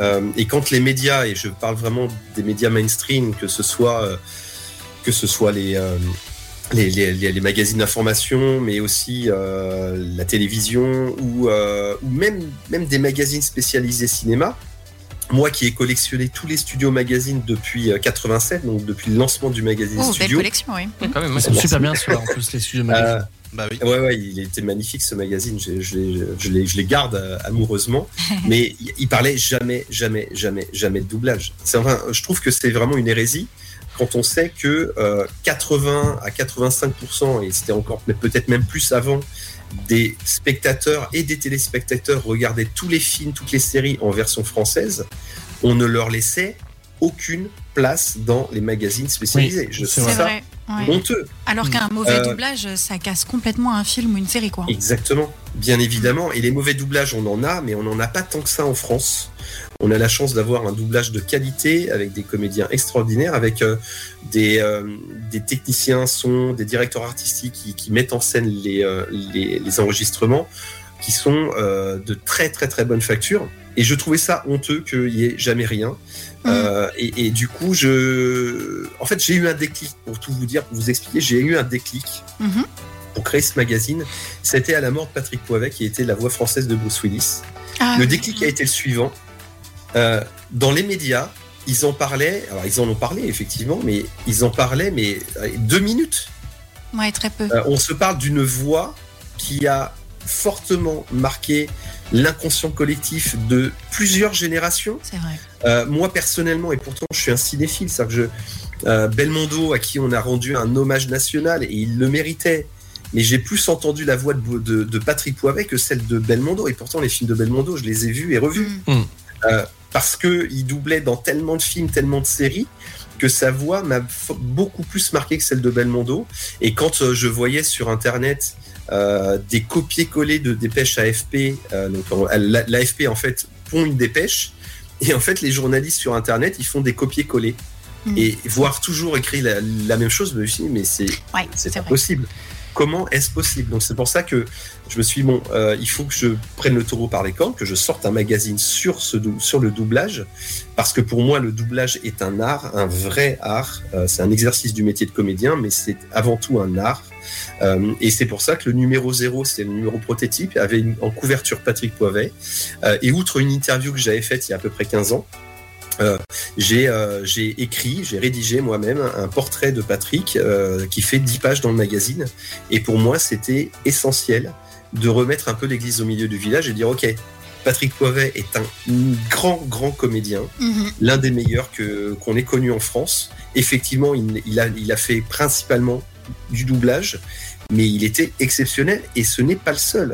S3: Euh, et quand les médias, et je parle vraiment des médias mainstream, que ce soit euh, que ce soit les euh, les, les- les- les magazines d'information, mais aussi euh, la télévision ou, euh, ou même, même des magazines spécialisés cinéma. Moi qui ai collectionné tous les studios magazines depuis euh, 87, donc depuis le lancement du magazine
S6: Oh, belle
S3: Studio.
S6: collection, oui.
S2: quand même, moi,
S5: Ils
S2: ça
S5: sont
S2: me-
S5: super bien ceux-là, en plus, les studios
S3: Euh,
S5: magazines.
S7: Bah oui.
S3: Ouais, ouais, il était magnifique ce magazine. Je, je les- je les, je les garde euh, amoureusement. mais il- il parlait jamais, jamais, jamais, jamais de doublage. C'est enfin, je trouve que c'est vraiment une hérésie quand on sait que euh, 80 à 85 et c'était encore mais peut-être même plus avant des spectateurs et des téléspectateurs regardaient tous les films, toutes les séries en version française. On ne leur laissait aucune place dans les magazines spécialisés. je
S5: c'est
S3: trouve
S5: vrai.
S4: C'est
S3: ça
S4: vrai. ouais.
S3: honteux.
S4: Alors qu'un mauvais
S3: Euh,
S4: doublage, ça casse complètement un film ou une série, quoi.
S3: Exactement, bien évidemment. Et les mauvais doublages, on en a, mais on n'en a pas tant que ça en France. On a la chance d'avoir un doublage de qualité avec des comédiens extraordinaires, avec euh, des, euh, des techniciens son, des directeurs artistiques qui, qui mettent en scène les, euh, les, les enregistrements, qui sont euh, de très très très bonne facture. Et je trouvais ça honteux qu'il n'y ait jamais rien. Euh, et, et du coup, je... en fait, j'ai eu un déclic, pour tout vous dire, pour vous expliquer, j'ai eu un déclic
S4: Mhm.
S3: pour créer ce magazine, c'était à la mort de Patrick Poivet, qui était la voix française de Bruce Willis.
S4: Ah,
S3: Le déclic a été le suivant. Euh, dans les médias, ils en parlaient, alors ils en ont parlé effectivement, mais ils en parlaient, mais euh, deux minutes.
S4: ouais, très peu.
S3: Euh, on se parle d'une voix qui a fortement marqué l'inconscient collectif de plusieurs générations.
S4: C'est vrai.
S3: Euh, moi personnellement, et pourtant je suis un cinéphile, c'est-à-dire que je, euh, Belmondo, à qui on a rendu un hommage national, et il le méritait, mais j'ai plus entendu la voix de, Bo- de- de Patrick Poivet que celle de Belmondo, et pourtant les films de Belmondo, je les ai vus et revus,
S4: Mm.
S3: parce que il doublait dans tellement de films, tellement de séries, que sa voix m'a f- beaucoup plus marqué que celle de Belmondo, et quand euh, je voyais sur Internet... euh, des copier-coller de dépêches AFP. euh, donc, en- la- L'AFP, en fait, pond une dépêche et en fait, les journalistes sur Internet, ils font des copier-coller.
S4: Mm.
S3: Et voir toujours écrit la, la même chose, je me suis dit, mais c'est
S4: Ouais,
S3: c'est
S4: c'est
S3: pas
S4: vrai.
S3: possible. Comment est-ce possible Donc c'est pour ça que je me suis dit, bon, euh, il faut que je prenne le taureau par les cornes, que je sorte un magazine sur, ce dou- sur le doublage, parce que pour moi le doublage est un art, un vrai art. Euh, c'est un exercice du métier de comédien, mais c'est avant tout un art. Euh, et c'est pour ça que le numéro 0, c'est le numéro prototype, avait une- en couverture Patrick Poivet. Euh, et outre une interview que j'avais faite il y a à peu près 15 ans, euh, j'ai euh, j'ai écrit, j'ai rédigé moi-même un portrait de Patrick euh, qui fait 10 pages dans le magazine. Et pour moi, c'était essentiel de remettre un peu l'église au milieu du village et dire, OK, Patrick Poivet est un grand, grand comédien
S4: Mm-hmm.
S6: Mhm.
S3: l'un des meilleurs que qu'on ait connu en France. Effectivement, il, il a, il a fait principalement du doublage, mais il était exceptionnel et ce n'est pas le seul.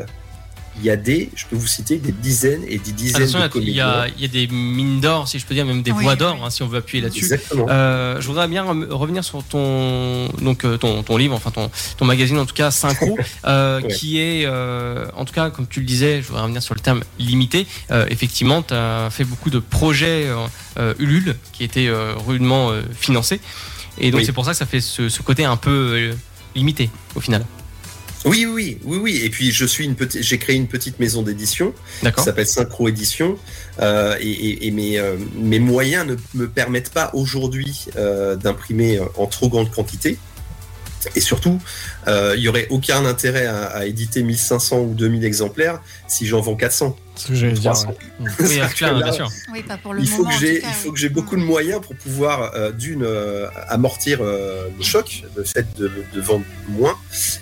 S3: Il y a des, je peux vous citer, des dizaines et des dizaines
S2: Attention,
S3: de
S2: il y, a,
S3: comédiens.
S2: il y a des mines d'or, si je peux dire, même des
S6: Oui,
S2: voix d'or,
S6: oui.
S2: hein, si on veut appuyer là-dessus.
S3: Exactement.
S2: Euh, je voudrais bien rem- revenir sur ton donc euh, ton, ton livre, enfin ton, ton magazine en tout cas Synchro, euh,
S3: Ouais.
S2: qui est euh, en tout cas comme tu le disais, je voudrais revenir sur le terme limité. Euh, effectivement, tu as fait beaucoup de projets euh, euh, Ulule qui étaient euh, rudement euh, financés, et donc
S3: Oui.
S2: c'est pour ça que ça fait ce, ce côté un peu euh, limité au final.
S3: Oui, oui, oui, oui. Et puis je suis une petite, j'ai créé une petite maison d'édition qui
S2: D'accord.
S3: s'appelle Synchro Édition, euh, et, et- et mes, euh, mes moyens ne me permettent pas aujourd'hui euh, d'imprimer euh, en trop grande quantité. Et surtout, euh, il y aurait aucun intérêt à, à éditer 1500 ou 2000 exemplaires si j'en vends 400.
S5: C'est ce que j'allais dire.
S3: 300.
S5: ouais.
S2: Oui,
S3: ça
S2: à
S3: que
S2: Claire,
S3: là-
S2: bien sûr.
S6: Oui, pas pour le
S3: Il faut,
S6: moment.
S3: que
S6: en
S3: j'ai,
S6: tout cas,
S3: il faut
S6: oui. Mm.
S3: que j'ai beaucoup de moyens pour pouvoir, euh, d'une, euh, amortir euh, le choc, le fait de, de vendre moins,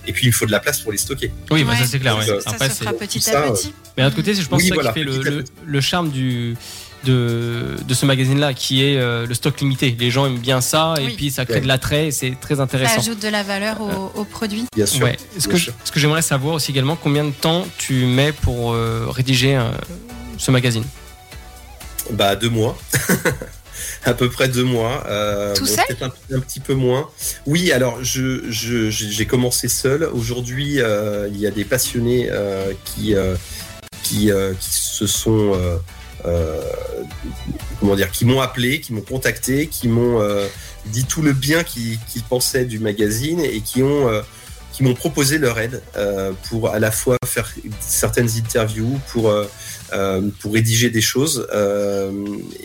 S3: et puis il faut de la place pour les stocker.
S2: Oui, bah,
S6: Ouais.
S2: ça c'est clair. ouais.
S3: Donc, euh,
S6: Ça
S2: Après,
S6: se
S2: c'est-
S6: fera petit
S3: ça,
S6: à
S3: euh,
S6: petit.
S2: Mais d'un autre côté, c'est, je pense
S3: Oui,
S2: que c'est ça
S3: voilà,
S2: qui fait le,
S3: petit à
S2: le- le charme du, de, de ce magazine-là, qui est euh, le stock limité. Les gens aiment bien ça, et
S6: Oui.
S2: puis ça crée
S3: Ouais.
S2: de l'attrait, et c'est très
S6: Ça
S2: intéressant.
S6: ajoute de la valeur au, au produit.
S3: Bien sûr.
S2: Ouais. Ce,
S3: bien
S2: que,
S3: sûr.
S2: ce que j'aimerais savoir aussi également, combien de temps tu mets pour euh, rédiger euh, ce magazine
S3: Bah deux mois. à peu près deux mois. Euh,
S6: Tout seul
S3: Peut-être un, un petit peu moins. Oui, alors je je- j'ai j'ai commencé seul. Aujourd'hui, euh, il y a des passionnés euh, qui, euh, qui, euh, qui se sont... euh, euh, comment dire, qui m'ont appelé, qui m'ont contacté, qui m'ont euh, dit tout le bien qu'ils qu'ils pensaient du magazine et qui ont euh, qui m'ont proposé leur aide euh, pour à la fois faire certaines interviews, pour euh, euh, pour rédiger des choses. euh,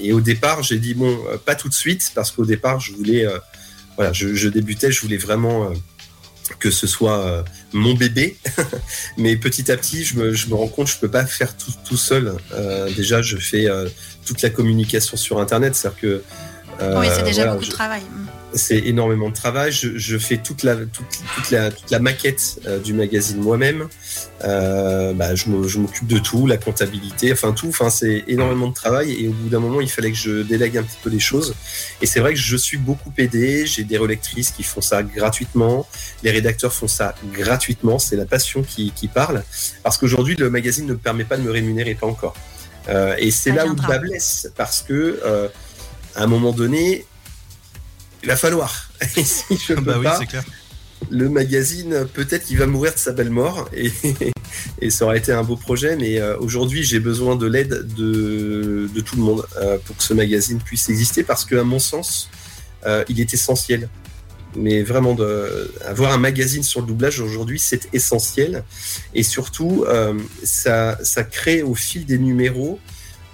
S3: et au départ, j'ai dit bon, euh, pas tout de suite parce qu'au départ, je voulais euh, voilà, je, je débutais, je voulais vraiment euh, que ce soit euh, mon bébé, mais petit à petit, je me, je me rends compte, je peux pas faire tout, tout seul. Euh, déjà, je fais euh, toute la communication sur Internet, c'est-à-dire que euh,
S6: oui, c'est déjà
S3: voilà,
S6: beaucoup
S3: je-
S6: de travail. Mm.
S3: c'est énormément de travail. Je, je fais toute la, toute, toute la, toute la maquette euh, du magazine moi-même. Euh, bah, je me- je m'occupe de tout, la comptabilité, enfin tout. Enfin, c'est énormément de travail et au bout d'un moment, il fallait que je délègue un petit peu les choses. Et c'est vrai que je suis beaucoup aidé. J'ai des relectrices qui font ça gratuitement. Les rédacteurs font ça gratuitement. C'est la passion qui, qui parle. Parce qu'aujourd'hui, le magazine ne me permet pas de me rémunérer, pas encore. Euh, et c'est
S6: Ça
S3: là où le bas
S6: viendra.
S3: blesse parce que euh, à un moment donné, il va falloir. Et si je ne peux
S7: Bah oui,
S3: pas,
S7: c'est clair.
S3: le magazine, peut-être qu'il va mourir de sa belle mort. Et, et ça aurait été un beau projet, mais euh, aujourd'hui, j'ai besoin de l'aide de, de tout le monde euh, pour que ce magazine puisse exister, parce qu'à mon sens, euh, il est essentiel. Mais vraiment, de, avoir un magazine sur le doublage aujourd'hui, c'est essentiel. Et surtout, euh, ça, ça crée au fil des numéros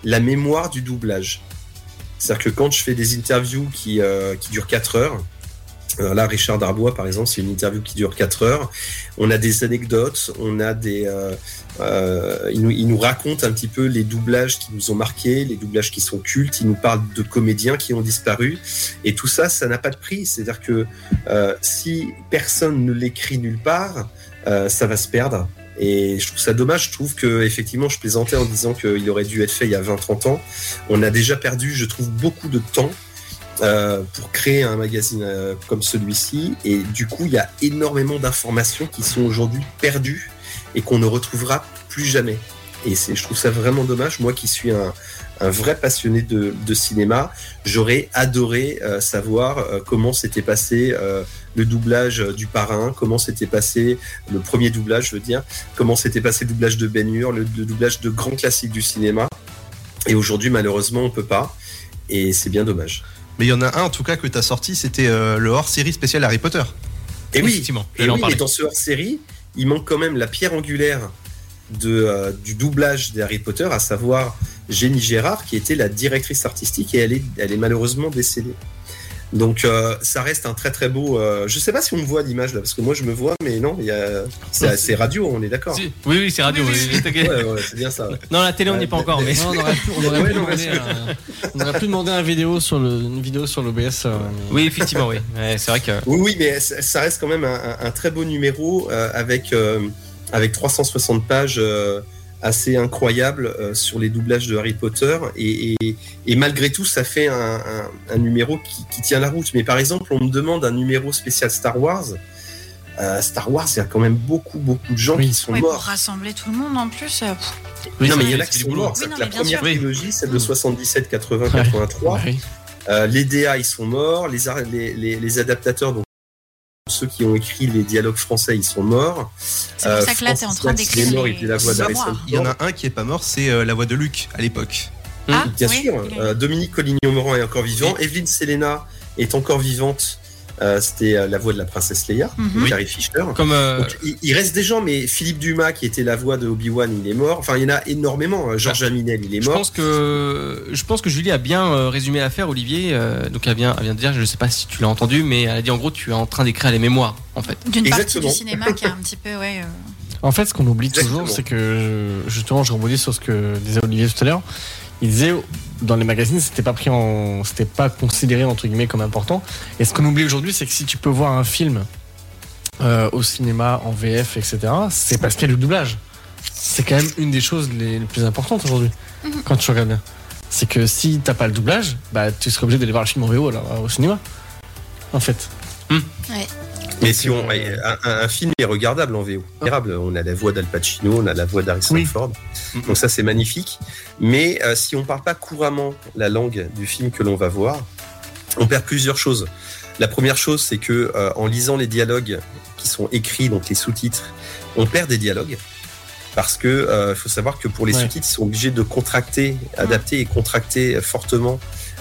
S3: la mémoire du doublage. C'est-à-dire que quand je fais des interviews qui, euh, qui durent 4 heures, euh, là, Richard Darbois, par exemple, c'est une interview qui dure 4 heures, on a des anecdotes, on a des. euh, euh, il, nous, il nous raconte un petit peu les doublages qui nous ont marqués, les doublages qui sont cultes, il nous parle de comédiens qui ont disparu, et tout ça, ça n'a pas de prix. C'est-à-dire que euh, si personne ne l'écrit nulle part, euh, ça va se perdre. Et je trouve ça dommage. Je trouve que, effectivement, je plaisantais en disant qu'il aurait dû être fait il y a 20-30 ans. On a déjà perdu, je trouve, beaucoup de temps euh, pour créer un magazine euh, comme celui-ci. Et du coup, il y a énormément d'informations qui sont aujourd'hui perdues et qu'on ne retrouvera plus jamais. Et c'est, je trouve ça vraiment dommage. Moi qui suis un, un vrai passionné de, de cinéma, j'aurais adoré euh, savoir euh, comment s'était passé euh, le doublage euh, du parrain, comment s'était passé le premier doublage, je veux dire, comment s'était passé le doublage de Ben Hur, le, le doublage de grands classiques du cinéma. Et aujourd'hui, malheureusement, on peut pas. Et c'est bien dommage.
S7: Mais il y en a un en tout cas que t'as sorti, c'était euh, le hors-série spécial Harry Potter.
S3: Et Eh oui,
S2: effectivement,
S3: Et
S2: j'allais en
S3: oui, mais
S2: parler.
S3: dans ce hors-série, il manque quand même la pierre angulaire de, euh, du doublage des Harry Potter, à savoir Jenny Gérard, qui était la directrice artistique, et elle est, elle est malheureusement décédée. Donc euh, ça reste un très très beau. euh, je sais pas si on me voit à l'image là, parce que moi je me vois, mais non, il y a- c'est c'est radio, on est d'accord.
S2: Ah, Si. Oui, oui, c'est radio.
S4: Oui,
S2: oui, t'inquiète.
S3: Ouais, ouais, c'est bien ça. ouais.
S2: Non, la télé, on n'y est pas encore, mais.
S5: Non, on aurait pu, on aurait
S3: Ouais,
S5: pu
S3: non,
S5: demander
S3: parce
S5: un- on aurait pu demander un vidéo sur le, une vidéo sur l'OBS. euh, mais-
S2: Oui, effectivement, oui. Ouais, c'est vrai que.
S3: Oui, oui, mais ça ça reste quand même un, un- un très beau numéro euh, avec, euh, avec 360 pages euh, assez incroyables euh, sur les doublages de Harry Potter. Et, et- et malgré tout, ça fait un, un- un numéro qui, qui tient la route. Mais par exemple, on me demande un numéro spécial Star Wars. Euh, Star Wars, il y a quand même beaucoup, beaucoup de gens
S5: Oui.
S3: qui sont
S4: Oui, pour
S3: morts.
S4: rassembler tout le monde en plus. euh, pff,
S5: Oui,
S3: non, mais
S4: c'est-
S3: il y en a
S4: c'est
S3: qui
S4: du
S3: sont
S4: boulot.
S3: morts.
S4: Oui,
S3: C'est-à-dire
S4: non,
S3: que la
S4: mais bien
S3: première
S4: sûr.
S3: trilogie, celle de 77, 80,
S5: Ouais.
S3: 83.
S5: Oui.
S3: Euh, les DA, ils sont morts. Les, ar- les, les, les adaptateurs, donc ceux qui ont écrit les dialogues français, ils sont morts.
S4: C'est pour ça que là, t'es en train d'écrire
S3: Les morts,
S4: les-
S3: il était la
S4: les
S3: voix
S4: mémoires.
S3: d'Harrison
S7: Il y en
S3: Ford.
S7: a un qui est pas mort, c'est euh, la voix de Luc à l'époque.
S4: Ah,
S3: Bien
S4: oui,
S3: sûr,
S4: il y a-
S3: euh, Dominique Collignon-Moran est encore vivant. Evelyne Selena est encore vivante. Euh, C'était euh, la voix de la princesse Leia,
S4: Mhm.
S3: de Carrie Fisher.
S2: Comme. euh,
S3: Donc, il, il reste des gens, mais Philippe Dumas, qui était la voix de Obi-Wan, il est mort. Enfin, il y en a énormément. Euh, Georges Aminel, il est
S2: Je
S3: mort.
S2: pense que je pense que Julie a bien euh, résumé l'affaire, Olivier. euh, donc elle vient, elle vient de dire, je ne sais pas si tu l'as entendu, mais elle a dit en gros, tu es en train d'écrire les mémoires, en fait.
S4: D'une partie du
S3: Exactement.
S4: cinéma qui est un petit peu, ouais. euh,
S5: En fait, ce qu'on oublie
S3: Exactement.
S5: toujours, c'est que je- justement, je rebondis sur ce que disait Olivier tout à l'heure. Il disait dans les magazines, c'était pas pris en, c'était pas considéré entre guillemets comme important. Et ce qu'on oublie aujourd'hui, c'est que si tu peux voir un film euh, au cinéma, en VF, etc., c'est parce qu'il y a du doublage. C'est quand même une des choses les, les plus importantes aujourd'hui
S6: Mhm.
S5: quand tu regardes bien. C'est que si t'as pas le doublage, bah tu serais obligé d'aller voir le film en VO alors, euh, au cinéma. En fait.
S3: Mais si on,
S5: euh,
S3: un, un- un film est regardable en VO. Regardable. On a la voix d'Al Pacino, on a la voix d'Harrison
S5: Oui.
S3: Ford. Mmh. Donc ça, c'est magnifique. Mais euh, si on ne parle pas couramment la langue du film que l'on va voir, on perd plusieurs choses. La première chose, c'est que euh, en lisant les dialogues qui sont écrits, donc les sous-titres, on perd des dialogues. Parce que euh, faut savoir que pour les
S5: Ouais. Mmh.
S3: sous-titres, ils sont obligés de contracter, adapter et contracter fortement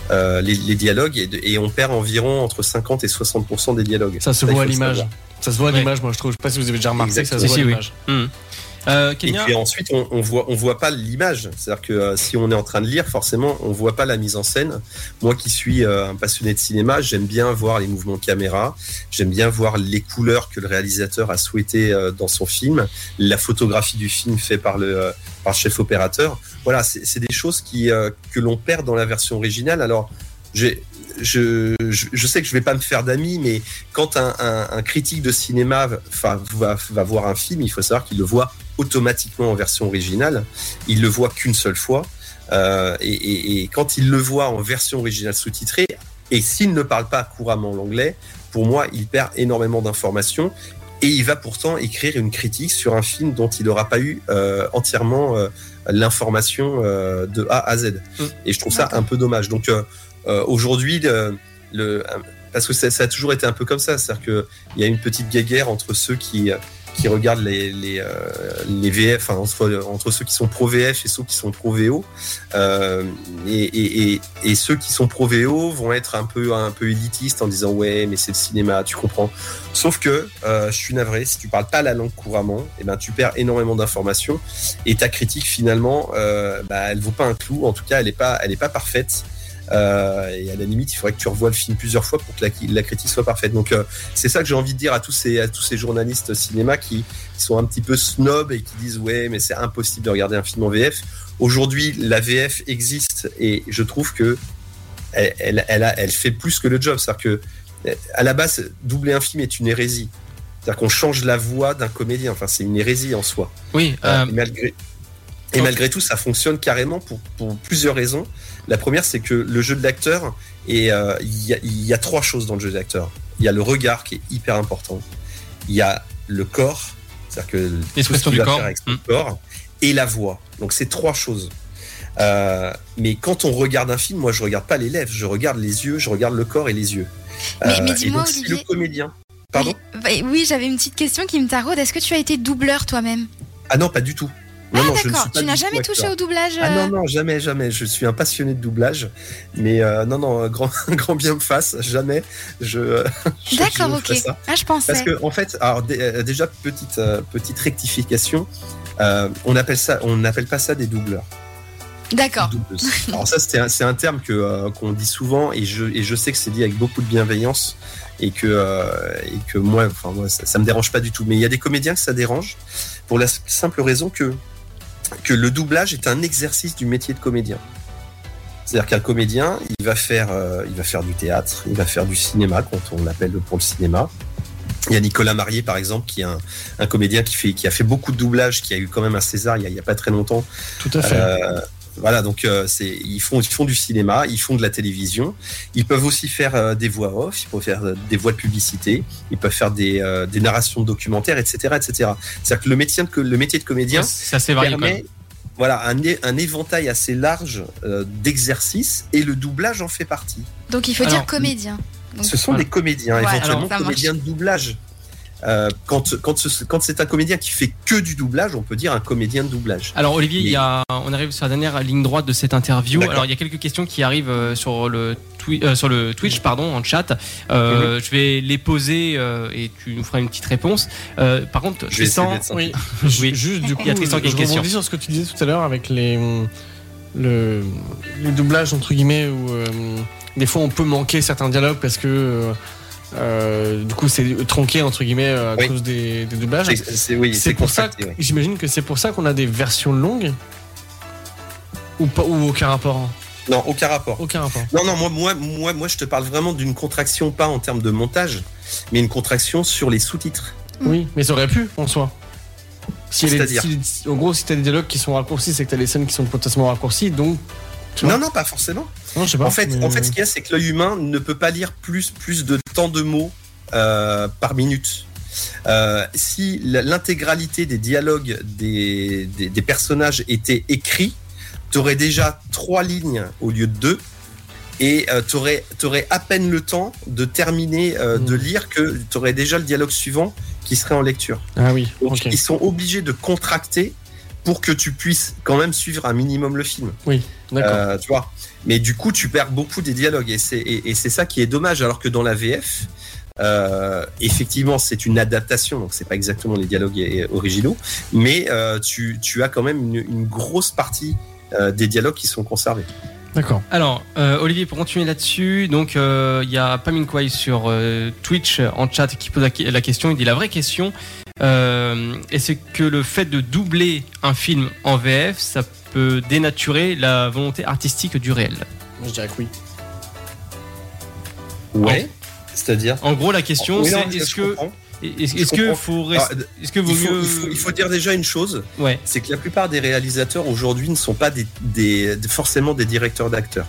S3: euh, les, les dialogues et, de- et on perd environ entre 50 et 60% des dialogues.
S5: Ça se
S3: il
S5: voit à
S3: faut le
S5: l'image.
S3: savoir.
S5: Ça se voit à
S2: Ouais.
S5: l'image, moi je trouve. Je sais pas si vous avez déjà remarqué, que ça se
S3: Exactement.
S5: voit à
S2: Si, oui.
S5: l'image.
S2: Euh,
S3: Et
S2: Kenya,
S3: puis ensuite, on, on voit, on voit pas l'image. C'est-à-dire que euh, si on est en train de lire, forcément, on voit pas la mise en scène. Moi, qui suis euh, un passionné de cinéma, j'aime bien voir les mouvements de caméra. J'aime bien voir les couleurs que le réalisateur a souhaité euh, dans son film, la photographie du film fait par le euh, par le chef opérateur. Voilà, c'est c'est des choses qui euh, que l'on perd dans la version originale. Alors, j'ai je, je, je sais que je vais pas me faire d'amis, mais quand un, un- un critique de cinéma va, va, va voir un film, il faut savoir qu'il le voit automatiquement en version originale. Il le voit qu'une seule fois. Euh, et, et- et quand il le voit en version originale sous-titrée, et s'il ne parle pas couramment l'anglais, pour moi, il perd énormément d'informations. Et il va pourtant écrire une critique sur un film dont il n'aura pas eu euh, entièrement euh, l'information euh, de A à Z.
S2: Mm.
S3: Et je trouve ça un peu dommage. Donc euh, euh, aujourd'hui, le, le- parce que ça, ça a toujours été un peu comme ça, c'est-à-dire que il y a une petite guéguerre entre ceux qui, qui regardent les, les, euh, les VF, enfin, entre, entre ceux qui sont pro-VF et ceux qui sont pro-VO. Euh, et, et- et- et ceux qui sont pro-VO vont être un peu, un peu élitistes en disant Ouais, mais c'est le cinéma, tu comprends. Sauf que, euh, je suis navré, si tu parles pas la langue couramment, et ben, tu perds énormément d'informations et ta critique, finalement, euh, bah, elle vaut pas un clou. En tout cas, elle est pas, elle est pas parfaite. Euh, et à la limite, il faudrait que tu revoies le film plusieurs fois pour que la, la critique soit parfaite. Donc, euh, c'est ça que j'ai envie de dire à tous ces, à tous ces journalistes cinéma qui, qui sont un petit peu snobs et qui disent ouais mais c'est impossible de regarder un film en VF. Aujourd'hui la VF existe et je trouve que elle, elle, elle a- elle fait plus que le job. C'est-à-dire que euh, à la base doubler un film est une hérésie. C'est-à-dire qu'on change la voix d'un comédien. Enfin c'est une hérésie en soi.
S2: oui.
S3: Euh,
S2: euh,
S3: et malgré, et
S2: ok.
S3: malgré tout, ça fonctionne carrément pour, pour plusieurs raisons. La première, c'est que le jeu de l'acteur, et euh, il y, a- il y a trois choses dans le jeu de l'acteur. Il y a le regard qui est hyper important. Il y a le corps, c'est-à-dire que tout ce
S2: L'expression du
S3: qu'il va
S2: corps.
S3: faire avec son
S2: Mm.
S3: corps, et la voix. Donc c'est trois choses. Euh, mais quand on regarde un film, moi je regarde pas les lèvres, je regarde les yeux, je regarde le corps et les yeux. Euh,
S6: Mais- mais
S3: et
S6: dis-moi,
S3: donc, si
S6: Olivier-
S3: le comédien. Pardon
S6: Oui, bah, oui, j'avais une petite question qui me taraude. Est-ce que tu as été doubleur toi-même
S3: Ah non, pas du tout. Non, non, je ne suis
S6: D'accord,
S3: pas
S6: tu n'as
S3: du tout
S6: jamais
S3: acteur.
S6: touché au doublage
S3: Ah
S6: euh,
S3: non, non, jamais, jamais. Je suis un passionné de doublage. Mais euh, non, non, grand, grand bien me fasse, jamais. Je, euh, je- je
S6: D'accord,
S3: ne
S6: ok.
S3: ferai ça.
S6: Ah, je pensais.
S3: Parce que, en fait, alors, dé- euh, déjà, petite, euh, petite rectification. euh, on appelle ça, on n'appelle pas ça des doubleurs.
S6: D'accord.
S3: Douteuse. Alors ça, c'est un, c'est un terme que euh, qu'on dit souvent et je et je sais que c'est dit avec beaucoup de bienveillance et que euh, et que moi, enfin moi, ça, ça me dérange pas du tout. Mais il y a des comédiens que ça dérange pour la simple raison que que le doublage est un exercice du métier de comédien. C'est-à-dire qu'un comédien, il va faire euh, il va faire du théâtre, il va faire du cinéma quand on l'appelle pour le cinéma. Il y a Nicolas Marié, par exemple, qui est un, un comédien qui, fait, qui a fait beaucoup de doublage, qui a eu quand même un César il y a- il y a pas très longtemps.
S5: Tout à fait.
S3: Euh, voilà, donc euh, c'est ils font ils font du cinéma, ils font de la télévision, ils peuvent aussi faire euh, des voix off, ils peuvent faire euh, des voix de publicité, ils peuvent faire des, euh, des narrations de documentaires, etc., etc. C'est-à-dire que le métier de, le métier de comédien
S2: Ça s'est varié quand même.
S3: permet voilà un, é- un éventail assez large euh, d'exercices et le doublage en fait partie.
S6: Donc il faut dire
S2: Alors,
S6: comédien. Donc,
S3: Ce sont
S2: Voilà.
S3: des comédiens,
S6: Ouais,
S3: éventuellement
S6: alors, ça marche.
S3: comédiens de doublage. Euh, quand quand, ce- quand c'est un comédien qui fait que du doublage, on peut dire un comédien de doublage.
S2: Alors Olivier,
S3: Mais-
S2: il y a, on arrive sur la dernière ligne droite de cette interview.
S3: D'accord.
S2: Alors il y a quelques questions qui arrivent euh, sur le, twi- euh, sur le Twitch, pardon, en chat.
S3: Mhm.
S2: Euh, Je vais les poser euh, et tu nous feras une petite réponse. Euh, par contre,
S3: Je vais essayer
S2: Tristan,
S3: d'être
S5: Oui.
S2: Oui.
S5: Juste du coup,
S2: y a Tristan qui a une
S5: je
S2: question.
S5: rebondis sur ce que tu disais tout à l'heure avec les mm, le, les doublages entre guillemets où euh, des fois on peut manquer certains dialogues parce que euh, euh, du coup c'est tronqué entre guillemets euh, à
S3: Oui.
S5: cause des, des doublages.
S3: C'est- C'est oui,
S5: Ah, C'est
S3: c'est
S5: pour ça.
S3: contracté,
S5: que-
S3: oui.
S5: J'imagine que c'est pour ça qu'on a des versions longues ou pas ou aucun rapport. hein.
S3: Non, aucun rapport.
S5: Aucun rapport.
S3: Non, non, moi, moi, moi, moi, je te parle vraiment d'une contraction, pas en termes de montage, mais une contraction sur les sous-titres.
S6: Mm.
S5: Oui, mais ça aurait pu en soi. Si elle est-
S3: C'est-à-dire
S5: si- si- en gros, si t'as des dialogues qui sont raccourcis, c'est que t'as des scènes qui sont potentiellement raccourcies, donc Tu vois
S3: Non, non, pas forcément.
S5: non, je sais pas.
S3: en, fait, en
S5: mais-
S3: fait, ce qu'il y a, c'est que l'œil humain ne peut pas lire plus, plus de temps de mots euh, par minute. Euh, si la- l'intégralité des dialogues des, des, des personnages était écrit, t'aurais déjà trois lignes au lieu de deux. Et euh, t'aurais t'aurais à peine le temps de terminer euh, de
S5: Mm.
S3: lire que t'aurais déjà le dialogue suivant qui serait en lecture.
S5: ah oui,
S3: Donc, euh,
S5: ok.
S3: ils sont obligés de contracter pour que tu puisses quand même suivre un minimum le film.
S5: D'accord.
S3: Euh, tu vois. Mais du coup, tu perds beaucoup des dialogues et c'est et, et c'est ça qui est dommage. Alors que dans la VF, euh, effectivement, c'est une adaptation, donc c'est pas exactement les dialogues eh, originaux, mais euh, tu, tu as quand même une, une grosse partie euh, des dialogues qui sont conservés.
S5: D'accord.
S2: Alors, euh, Olivier, pour continuer là-dessus, donc euh, il y a Pamin Kwai sur euh, Twitch euh, en chat qui pose la, la question. Il dit la vraie question euh, est-ce que le fait de doubler un film en VF, ça peut dénaturer la volonté artistique du réel
S5: Je dirais que oui.
S2: Ouais.
S3: C'est-à-dire.
S2: En gros, la question,
S3: Oh, Oui, non,
S2: c'est
S3: je-
S2: est-ce
S3: je
S2: que
S3: comprends.
S2: est-ce
S3: Je
S2: est-ce que
S3: comprends.
S2: faut
S3: Alors,
S2: rester- est-ce que vaut
S3: il, faut,
S2: mieux
S3: il faut- il faut dire déjà une chose,
S2: ouais
S3: c'est que la plupart des réalisateurs aujourd'hui ne sont pas des, des- forcément des directeurs d'acteurs.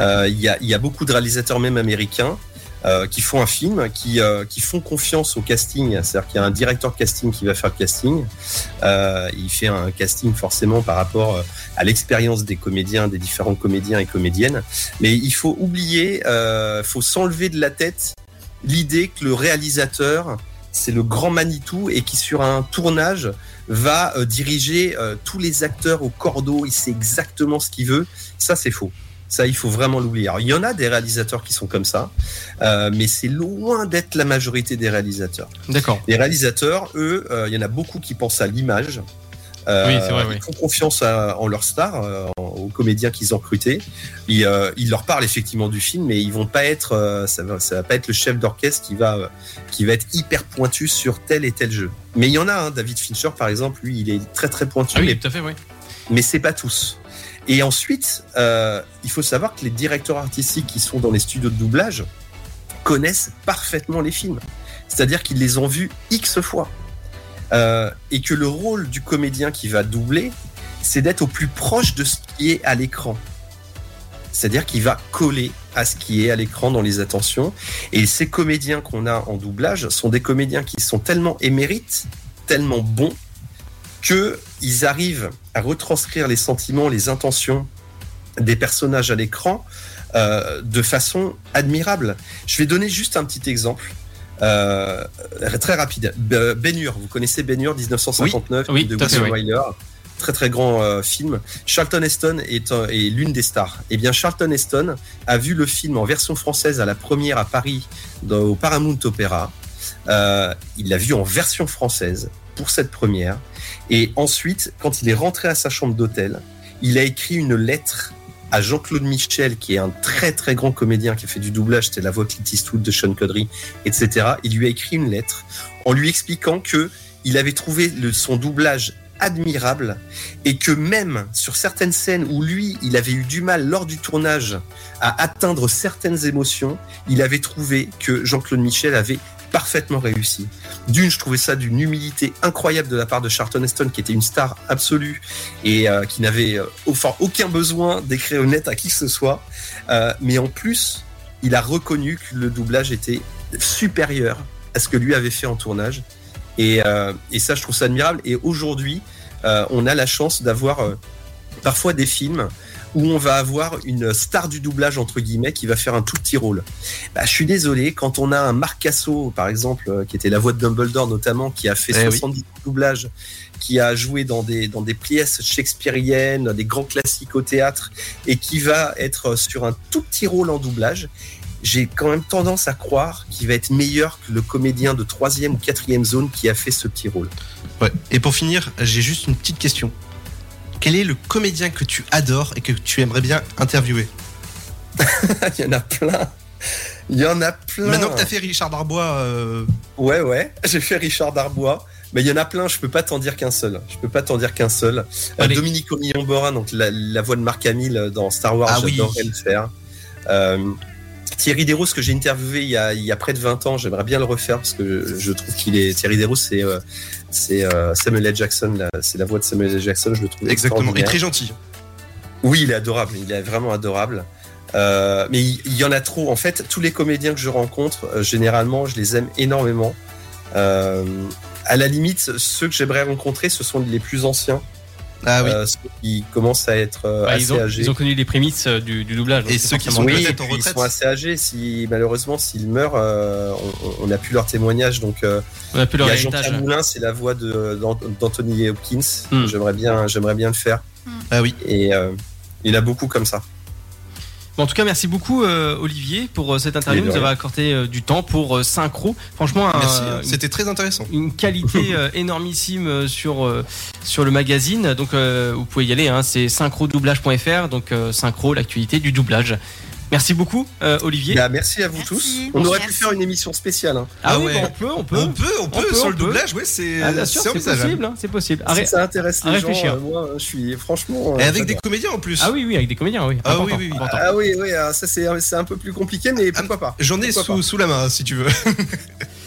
S3: Euh, Il y, a, il y a beaucoup de réalisateurs même américains euh, qui font un film, qui, euh, qui font confiance au casting. C'est-à-dire qu'il y a un directeur de casting qui va faire le casting. Euh, il fait un casting forcément par rapport euh, à l'expérience des comédiens, des différents comédiens et comédiennes. Mais il faut oublier, euh, faut s'enlever de la tête l'idée que le réalisateur, c'est le grand Manitou et qui sur un tournage va euh, diriger euh, tous les acteurs au cordeau, il sait exactement ce qu'il veut. Ça, c'est faux. Ça, il faut vraiment l'oublier. Alors, il y en a des réalisateurs qui sont comme ça, euh, mais c'est loin d'être la majorité des réalisateurs.
S2: d'accord
S3: Les réalisateurs, eux, euh, il y en a beaucoup qui pensent à l'image. Euh,
S2: Oui, c'est vrai,
S3: ils
S2: oui.
S3: font confiance à- en leurs stars, euh, en- aux comédiens qu'ils ont recrutés. Ils, euh, ils leur parlent effectivement du film, mais ils vont pas être, euh, ça, va, ça va pas être le chef d'orchestre qui va, euh, qui va être hyper pointu sur tel et tel jeu. Mais il y en a, hein, David Fincher par exemple, lui, il est très très pointu,
S2: ah
S3: mais
S2: oui tout à fait oui
S3: mais c'est pas tous. Et ensuite, euh, il faut savoir que les directeurs artistiques qui sont dans les studios de doublage connaissent parfaitement les films. C'est-à-dire qu'ils les ont vus X fois. Euh, et que le rôle du comédien qui va doubler, c'est d'être au plus proche de ce qui est à l'écran. C'est-à-dire qu'il va coller à ce qui est à l'écran dans les attentions. Et ces comédiens qu'on a en doublage sont des comédiens qui sont tellement émérites, tellement bons, que ils arrivent à retranscrire les sentiments, les intentions des personnages à l'écran euh, de façon admirable. Je vais donner juste un petit exemple. euh, très rapide. Be- Ben Hur, vous connaissez Ben Hur 1959
S2: Oui,
S3: de
S2: tout à fait,
S3: Wilson
S2: oui.
S3: Wyler. Très très grand euh, film. Charlton Heston est, un- est l'une des stars. Eh bien, Charlton Heston a vu le film en version française à la première à Paris dans- au Paramount Opera. Euh, il l'a vu en version française pour cette première. Et ensuite, quand il est rentré à sa chambre d'hôtel, il a écrit une lettre à Jean-Claude Michel, qui est un très très grand comédien qui a fait du doublage, c'était la voix de Clint Eastwood, de Sean Connery, etc. Il lui a écrit une lettre en lui expliquant que il avait trouvé le- son doublage admirable et que même sur certaines scènes où lui, il avait eu du mal lors du tournage à atteindre certaines émotions, il avait trouvé que Jean-Claude Michel avait parfaitement réussi. D'une, je trouvais ça d'une humilité incroyable de la part de Charlton Heston, qui était une star absolue et euh, qui n'avait euh, enfin, aucun besoin d'écrire une lettre à qui que ce soit. Euh, mais en plus, il a reconnu que le doublage était supérieur à ce que lui avait fait en tournage. Et, euh, et ça, je trouve ça admirable. Et aujourd'hui, euh, on a la chance d'avoir euh, parfois des films où on va avoir une star du doublage, entre guillemets, qui va faire un tout petit rôle. Bah, je suis désolé, quand on a un Marc Casso, par exemple, euh, qui était la voix de Dumbledore notamment, qui a fait
S7: Eh oui.
S3: 70 doublages, qui a joué dans des, dans des pièces shakespeariennes, dans des grands classiques au théâtre, et qui va être euh, sur un tout petit rôle en doublage, j'ai quand même tendance à croire qu'il va être meilleur que le comédien de troisième ou quatrième zone qui a fait ce petit rôle.
S7: Ouais. Et pour finir, j'ai juste une petite question. Quel est le comédien que tu adores et que tu aimerais bien interviewer
S3: Il y en a plein. Il y en a
S2: Ah.
S3: plein.
S7: Maintenant que t'as fait Richard Darbois, euh,
S3: Ouais, ouais. J'ai fait Richard Darbois. Mais il y en a plein, je peux pas t'en dire qu'un seul. Je peux pas t'en dire qu'un seul. Euh,
S2: Allez.
S3: Dominique Omillon-Borin, donc la, la voix de Marc Hamill euh, dans Star Wars,
S7: Ah oui.
S3: j'adorerais le faire. Euh, Thierry Desros, que j'ai interviewé il y, a, il y a près de 20 ans, j'aimerais bien le refaire parce que je, je trouve qu'il est. Thierry Desros, c'est euh, c'est, euh, Samuel L. Jackson, là. c'est la voix de Samuel L. Jackson, je le trouve
S7: exactement, et
S3: extraordinaire.
S7: très gentil.
S3: Oui, il est adorable, il est vraiment adorable. Euh, mais il il y, en a trop. En fait, tous les comédiens que je rencontre, euh, généralement, je les aime énormément. Euh, à la limite, ceux que j'aimerais rencontrer, ce sont les plus anciens,
S7: Ah oui.
S3: euh, ceux qui commencent à être euh,
S2: Bah,
S3: assez
S2: ils, ont,
S3: âgés.
S2: ils ont connu les prémices euh, du, du doublage. donc
S7: Et
S2: c'est
S7: ceux qui
S2: forcément
S7: sont
S2: bien.
S3: Oui,
S7: peut-être
S3: et
S7: en
S3: puis ils
S7: retraite.
S3: sont assez âgés. Si malheureusement s'ils meurent, euh, on, on a plus leur témoignage. Donc euh,
S2: On a plus
S3: il
S2: leur
S3: y a Jean
S2: héritage.
S3: Pierre Moulin, c'est la voix de- d'Ant- d'Anthony Hopkins.
S2: Hmm.
S3: J'aimerais bien, j'aimerais bien le faire.
S7: Ah oui.
S3: Et euh, il y en a beaucoup comme ça.
S2: Bon, en tout cas, merci beaucoup euh, Olivier pour euh, cette interview.
S3: Mais de
S2: Vous avez
S3: rien.
S2: accordé euh, du temps pour euh, Synchro. Franchement, un-
S7: Merci, hein.
S2: une-
S7: c'était très intéressant.
S2: une qualité euh, énormissime euh, sur euh, sur le magazine. Donc euh, vous pouvez y aller. Hein, c'est synchrodoublage.fr. Donc euh, synchro, l'actualité du doublage. Merci beaucoup euh, Olivier.
S3: Bah, merci à vous
S6: Merci.
S3: tous. On aurait pu
S6: Merci.
S3: faire une émission spéciale. hein.
S2: ah,
S7: ah
S2: oui,
S7: ouais.
S2: bah, on peut, on peut.
S7: On peut, on peut,
S2: peut,
S7: sur
S2: on
S7: le
S2: peut.
S7: doublage, ouais, c'est
S2: Ah, bien
S7: c'est
S2: sûr, c'est
S7: envisageable.
S2: possible. hein, c'est possible. Arrête-
S3: Si ça intéresse
S2: à
S3: les gens,
S2: réfléchir.
S3: euh, moi, je suis franchement. euh,
S7: Et avec des
S3: j'adore.
S7: comédiens en plus.
S2: Ah oui, oui, avec des comédiens, oui.
S7: Ah oui,
S2: Important,
S7: oui, oui.
S2: important.
S3: Ah oui, oui, ah, ça c'est c'est un peu plus compliqué, mais
S7: Ah,
S3: pourquoi pas
S7: J'en ai
S3: Pourquoi
S7: sous, sous la main si tu veux.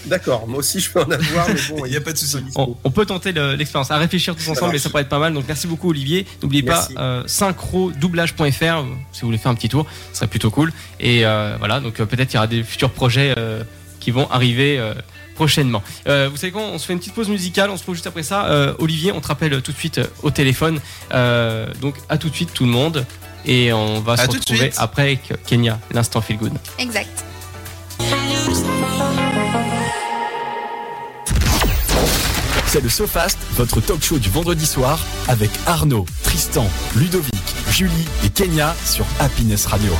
S3: D'accord, moi aussi je peux en avoir, mais bon,
S7: Il n'y a pas de souci.
S2: On, on peut tenter le- l'expérience, à réfléchir tous ensemble et ça pourrait être pas mal. Donc merci beaucoup Olivier. N'oubliez pas
S3: Merci.
S2: euh, synchrodoublage.fr si vous voulez faire un petit tour, ce serait plutôt cool. Et euh, voilà, donc euh, peut-être il y aura des futurs projets euh, qui vont arriver euh, prochainement. Euh, vous savez quoi, on se fait une petite pause musicale, on se retrouve juste après ça. Euh, Olivier, on te rappelle tout de suite euh, au téléphone. Euh, donc à tout de suite tout le monde et on va se
S7: tout de
S2: retrouver
S7: suite.
S2: après avec Kenya, l'instant feel good.
S6: Exact.
S1: C'est le SoFast, votre talk show du vendredi soir avec Arnaud, Tristan, Ludovic, Julie et Kenya sur Happiness Radio.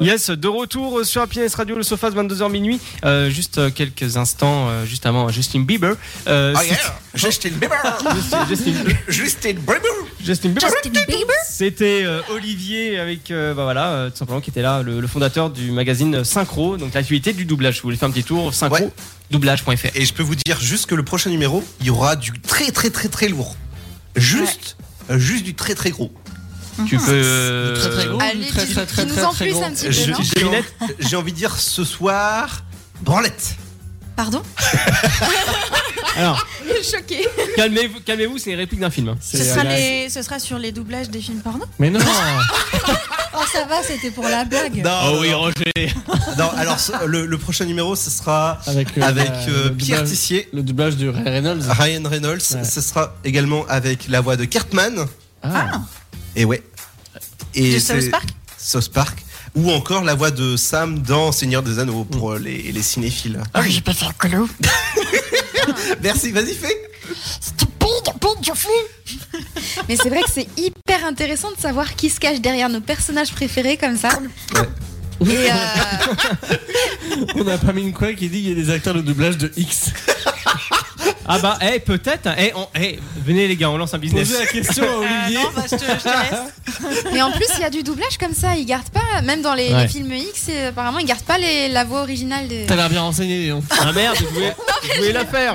S2: Yes, de retour sur Happiness Radio, le Sofas, 22h minuit. Euh, juste euh, quelques instants, euh, juste avant Justin Bieber. Euh,
S7: Ah
S3: Oh,
S2: c'est-
S7: yeah, Justin Bieber,
S2: Justin- Justin,
S7: Justin Bieber.
S2: Justin Bieber.
S6: Justin Bieber
S2: C'était euh, Olivier avec, euh, bah voilà, euh, tout simplement, qui était là, le, le fondateur du magazine Synchro, donc l'actualité du doublage. Je voulais faire un petit tour, synchro,
S7: Ouais.
S2: doublage.fr.
S7: Et je peux vous dire juste que le prochain numéro, il y aura du très très très très lourd. Juste, euh, juste du très très gros.
S2: Tu peux. euh,
S5: Très, très gros.
S6: Allez,
S5: Oh, Très,
S6: dis-
S5: très, très,
S6: dis-nous
S5: très,
S6: en
S5: très
S6: plus
S5: gros.
S6: un petit
S7: Je-
S6: peu, non
S7: J'ai envie, j'ai envie de dire ce soir, branlette.
S6: Pardon
S2: Alors,
S6: Choquée.
S2: calmez-vous, calmez-vous, c'est une réplique d'un film. hein.
S4: Ce sera, les, ce sera sur les doublages des films porno
S5: Mais non
S4: Oh, ça va, c'était pour la blague.
S3: Oh
S7: Non, non,
S2: Roger.
S7: non, alors ce- le, le prochain numéro, ce sera
S5: Avec, euh,
S7: avec
S5: la-
S7: euh,
S5: le,
S7: Pierre
S5: doublage,
S7: Tissier,
S5: le doublage de Ryan Reynolds.
S7: Ryan Reynolds.
S5: Ouais.
S7: Ce sera également avec la voix de Cartman.
S5: Ah,
S7: Et ouais. Et
S4: De
S7: c'est-
S4: South Park
S7: South Park. Ou encore la voix de Sam dans Seigneur des Anneaux pour
S5: Mm.
S7: euh, les, les cinéphiles.
S8: Oh, j'ai pas fait un colo.
S7: Merci, vas-y, fais.
S8: Stupide, big, je flou.
S6: Mais c'est vrai que c'est hyper intéressant de savoir qui se cache derrière nos personnages préférés comme ça. Et euh,
S5: on a pas mis une quoi qui dit qu'il y a des acteurs de doublage de X.
S2: Ah bah, eh, peut-être. Eh, on- eh, venez les gars, on lance un business.
S5: Posez la question à
S4: Euh,
S5: Olivier.
S4: non, bah, je, te, je te laisse.
S6: Mais en plus, il y a du doublage comme ça. Ils gardent pas, même dans les, les
S5: Ouais.
S6: films X, et apparemment, ils gardent pas les- la voix originale des.
S5: T'as l'air bien renseigné. Léon.
S2: Ah merde, vous pouvez, vous pouvez la faire.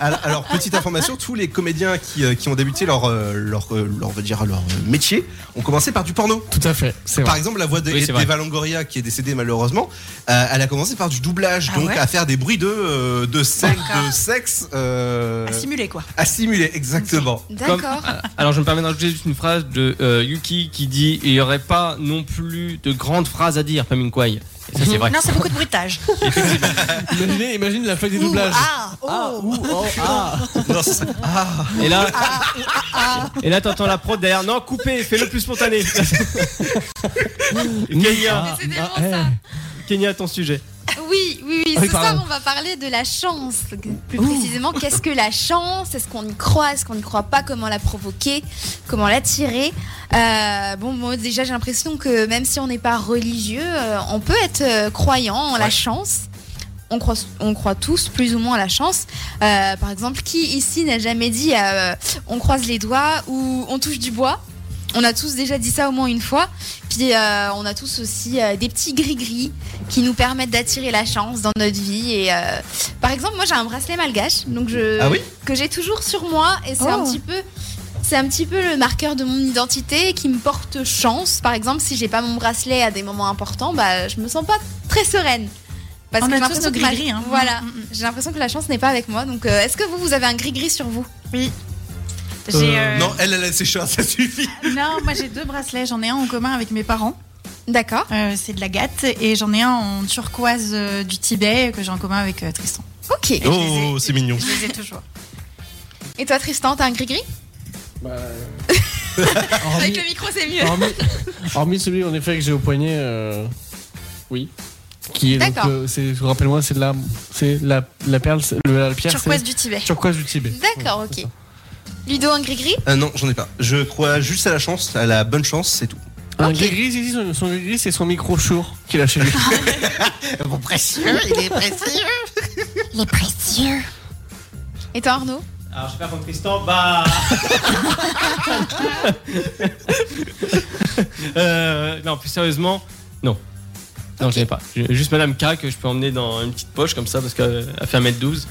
S7: Alors, alors, petite information, tous les comédiens qui, euh, qui ont débuté leur, euh, leur, euh, leur, on va dire, leur euh, métier ont commencé par du porno.
S5: Tout à fait. C'est
S7: Par
S5: vrai.
S7: exemple, la voix de
S2: Oui, c'est vrai.
S7: Eva Longoria, qui est décédée malheureusement, euh, elle a commencé par du doublage,
S4: Ah
S7: donc
S4: ouais
S7: à faire des bruits de, euh, de scènes,
S4: D'accord.
S7: de sexe euh,
S4: À simuler quoi.
S7: à simuler, exactement.
S6: D'accord.
S2: Comme- euh, alors je me permets d'ajouter juste une phrase de euh, Yuki qui dit il n'y aurait pas non plus de grandes phrases à dire, Paminkwai. Et ça c'est vrai.
S4: Non, c'est beaucoup de bruitage.
S5: Imaginez, imagine la feuille des
S4: Ouh,
S5: doublages.
S4: ah, oh.
S7: Non, c'est ça. Ah.
S2: Et là, et là t'entends la prod derrière. Non, coupez, fais-le plus spontané. Kenya,
S6: Mais c'est des
S5: ah,
S6: gens, ça.
S2: Kenya, ton sujet.
S6: Oui, oui, oui.
S5: Ah oui,
S6: Ce soir,
S5: pardon.
S6: on va parler de la chance. Plus précisément, qu'est-ce que la chance Est-ce qu'on y croit Est-ce qu'on n'y croit pas Comment la provoquer Comment l'attirer Euh, Bon, moi, déjà, j'ai l'impression que même si on n'est pas religieux, euh, on peut être euh, croyant en la chance. On croit, on croit tous plus ou moins à la chance. Euh, par exemple, qui ici n'a jamais dit euh, on croise les doigts ou on touche du bois On a tous déjà dit ça au moins une fois. Puis euh, on a tous aussi euh, des petits gris-gris qui nous permettent d'attirer la chance dans notre vie. Et euh, par exemple, moi j'ai un bracelet malgache, donc je
S7: Ah oui
S6: que j'ai toujours sur moi, et c'est
S4: Oh.
S6: un petit peu. C'est un petit peu le marqueur de mon identité qui me porte chance. Par exemple, si j'ai pas mon bracelet à des moments importants, bah, je me sens pas très sereine. Parce
S4: On
S6: que
S4: a tous
S6: j'ai l'impression
S4: nos
S6: que ma-
S4: gris-gris, hein.
S6: Voilà,
S4: Mm, mm, mm.
S6: j'ai l'impression que la chance n'est pas avec moi. Donc, euh, est-ce que vous, vous avez un gris-gris sur vous
S4: J'ai, euh,
S7: Non, elle, elle a ses chats, ça suffit.
S4: non, moi j'ai deux bracelets. J'en ai un en commun avec mes parents.
S6: D'accord.
S4: Euh, c'est de la gâte. Et j'en ai un en turquoise euh, du Tibet que j'ai en commun avec euh, Tristan.
S6: Ok.
S4: Et je les ai-
S7: Oh, c'est mignon.
S4: Je les ai toujours.
S6: Et toi, Tristan, t'as un gris-gris
S5: Eh, Hormis-
S6: Avec le micro, c'est mieux.
S5: Hormis, hormis celui en effet que j'ai au poignet, euh, oui. Qui est donc,
S6: D'accord.
S5: euh, c'est- rappelle-moi, c'est de la, c'est la, la perle, c'est- le- la pierre,
S4: Turquoise
S5: c'est
S4: du Tibet.
S5: turquoise du Tibet.
S6: D'accord,
S5: Ouais, c'est
S6: ok.
S5: ça.
S6: Ludo, un gris-gris
S7: Euh, non, j'en ai pas. Je crois juste à la chance, à la bonne chance, c'est tout.
S5: Un
S6: Ok.
S5: gris-gris, c'est- son, son gris-gris, c'est son micro chour qu'il a chez lui.
S8: Précieux, il est précieux. Il est précieux.
S6: Et toi, Arnaud
S2: Alors je vais faire comme Tristan, bah. Euh, non, plus sérieusement, non. Non, je l'ai pas. J'ai Juste Madame K que je peux emmener dans une petite poche comme ça parce qu'elle elle fait 1m12.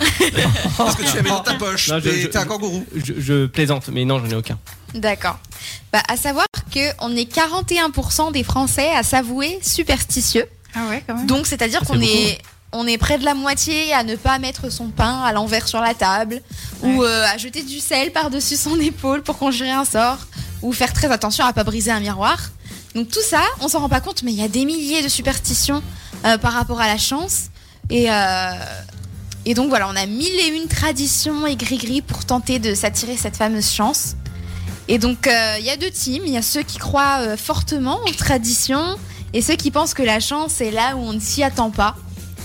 S7: Parce que tu la mets dans ta poche,
S2: Non, je-
S7: t'es
S2: je-
S7: t'es un kangourou.
S2: Je, je plaisante, mais non, j'en ai aucun.
S6: D'accord. Bah, à savoir que on est 41% des Français à s'avouer superstitieux.
S4: Ah ouais, quand même.
S6: Donc, c'est-à-dire qu'on
S2: beaucoup.
S6: est, on est près de la moitié à ne pas mettre son pain à l'envers sur la table, ou
S4: Ouais.
S6: euh, à jeter du sel par-dessus son épaule pour conjurer un sort, ou faire très attention à pas briser un miroir. Donc tout ça, on s'en rend pas compte, mais il y a des milliers de superstitions euh, par rapport à la chance. Et, euh, et donc voilà, on a mille et une traditions et gris-gris pour tenter de s'attirer cette fameuse chance. Et donc euh, il y a deux teams, il y a ceux qui croient euh, fortement aux traditions et ceux qui pensent que la chance est là où on ne s'y attend pas.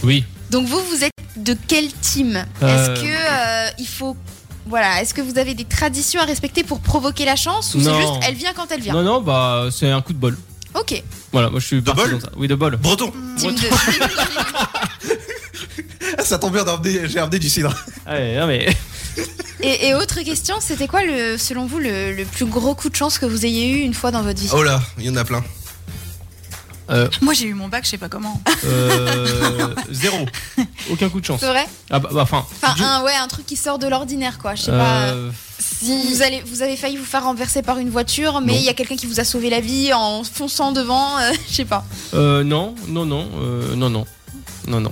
S2: Oui.
S6: Donc vous, vous êtes de quel team Est-ce
S2: Euh,
S6: que euh, il faut... Voilà, est-ce que vous avez des traditions à respecter pour provoquer la chance ou c'est
S2: Non.
S6: juste elle vient quand elle vient
S2: Non, non, bah c'est un coup de bol.
S6: Ok.
S2: Voilà, moi je suis parti
S7: bol
S2: dans ça. Oui, de bol.
S7: Breton
S6: Team
S2: Breton.
S6: deux.
S7: Ah, Ça tombe bien, d'emmener- j'ai amené du cidre.
S2: Allez, Ah non, mais.
S6: Et, et autre question, c'était quoi, le, selon vous, le, le plus gros coup de chance que vous ayez eu une fois dans votre
S2: Ah
S6: vie
S7: Oh là, il y en a plein.
S4: Moi j'ai eu mon bac, je sais pas comment.
S2: Euh, zéro. Aucun coup de chance.
S6: C'est vrai
S2: Ah, bah, bah, enfin.
S6: Enfin,
S2: je-
S6: un, ouais, un truc qui sort de l'ordinaire, quoi. Je sais pas.
S2: euh,
S6: Vous, allez, vous avez failli vous faire renverser par une voiture, mais
S2: Non.
S6: il y a quelqu'un qui vous a sauvé la vie en fonçant devant, euh, je sais pas.
S2: euh, non, non, non, euh, non, non. Non, non.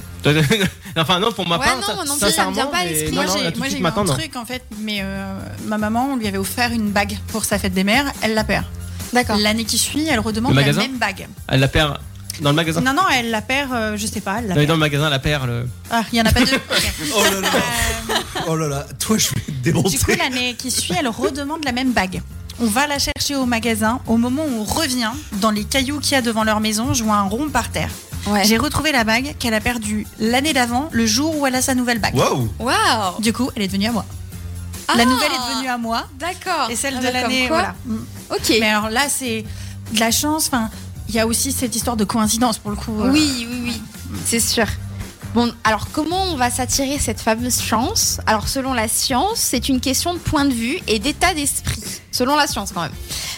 S2: enfin, non, pour ma
S6: Ouais,
S2: part,
S6: non,
S2: ça,
S6: moi non plus, ça me
S2: sincèrement,
S6: vient pas à
S2: mais-
S6: l'esprit.
S2: non,
S4: moi
S2: non, là,
S4: j'ai
S2: tout de
S4: moi, j'ai
S2: suite,
S4: eu un
S2: maintenant, non.
S4: truc en fait, mais euh, ma maman on lui avait offert une bague pour sa fête des mères, elle la perd.
S6: D'accord.
S4: L'année qui suit, elle redemande
S2: Le
S4: la
S2: magasin
S4: même bague.
S2: Elle la perd dans le magasin.
S4: Non, non, elle la perd, euh, je sais pas, elle
S2: Non,
S4: la
S2: mais
S4: perd.
S2: dans le magasin, elle la perd. Le...
S4: Ah, il y en a pas deux. Ok.
S7: Oh là là,
S4: Euh,
S7: oh là là, toi je vais te
S4: Du coup,
S7: démonter.
S4: l'année qui suit, elle redemande la même bague. On va la chercher au magasin. Au moment où on revient, dans les cailloux qu'il y a devant leur maison, je vois un rond par terre.
S6: Ouais.
S4: J'ai retrouvé la bague qu'elle a perdue l'année d'avant, le jour où elle a sa nouvelle bague.
S7: Waouh
S6: Waouh
S4: Du coup, elle est devenue à moi.
S6: Ah,
S4: La nouvelle est devenue à moi
S6: D'accord.
S4: et celle
S6: Ah
S4: de
S6: bah, comme
S4: l'année.
S6: quoi.
S4: Voilà. Mm.
S6: Ok.
S4: Mais alors là, c'est de la chance. Enfin, il y a aussi cette histoire de coïncidence pour le coup. euh,
S6: Oui, oui, oui. C'est sûr. Bon, alors comment on va s'attirer cette fameuse chance Alors selon la science, c'est une question de point de vue et d'état d'esprit. Selon la science quand même.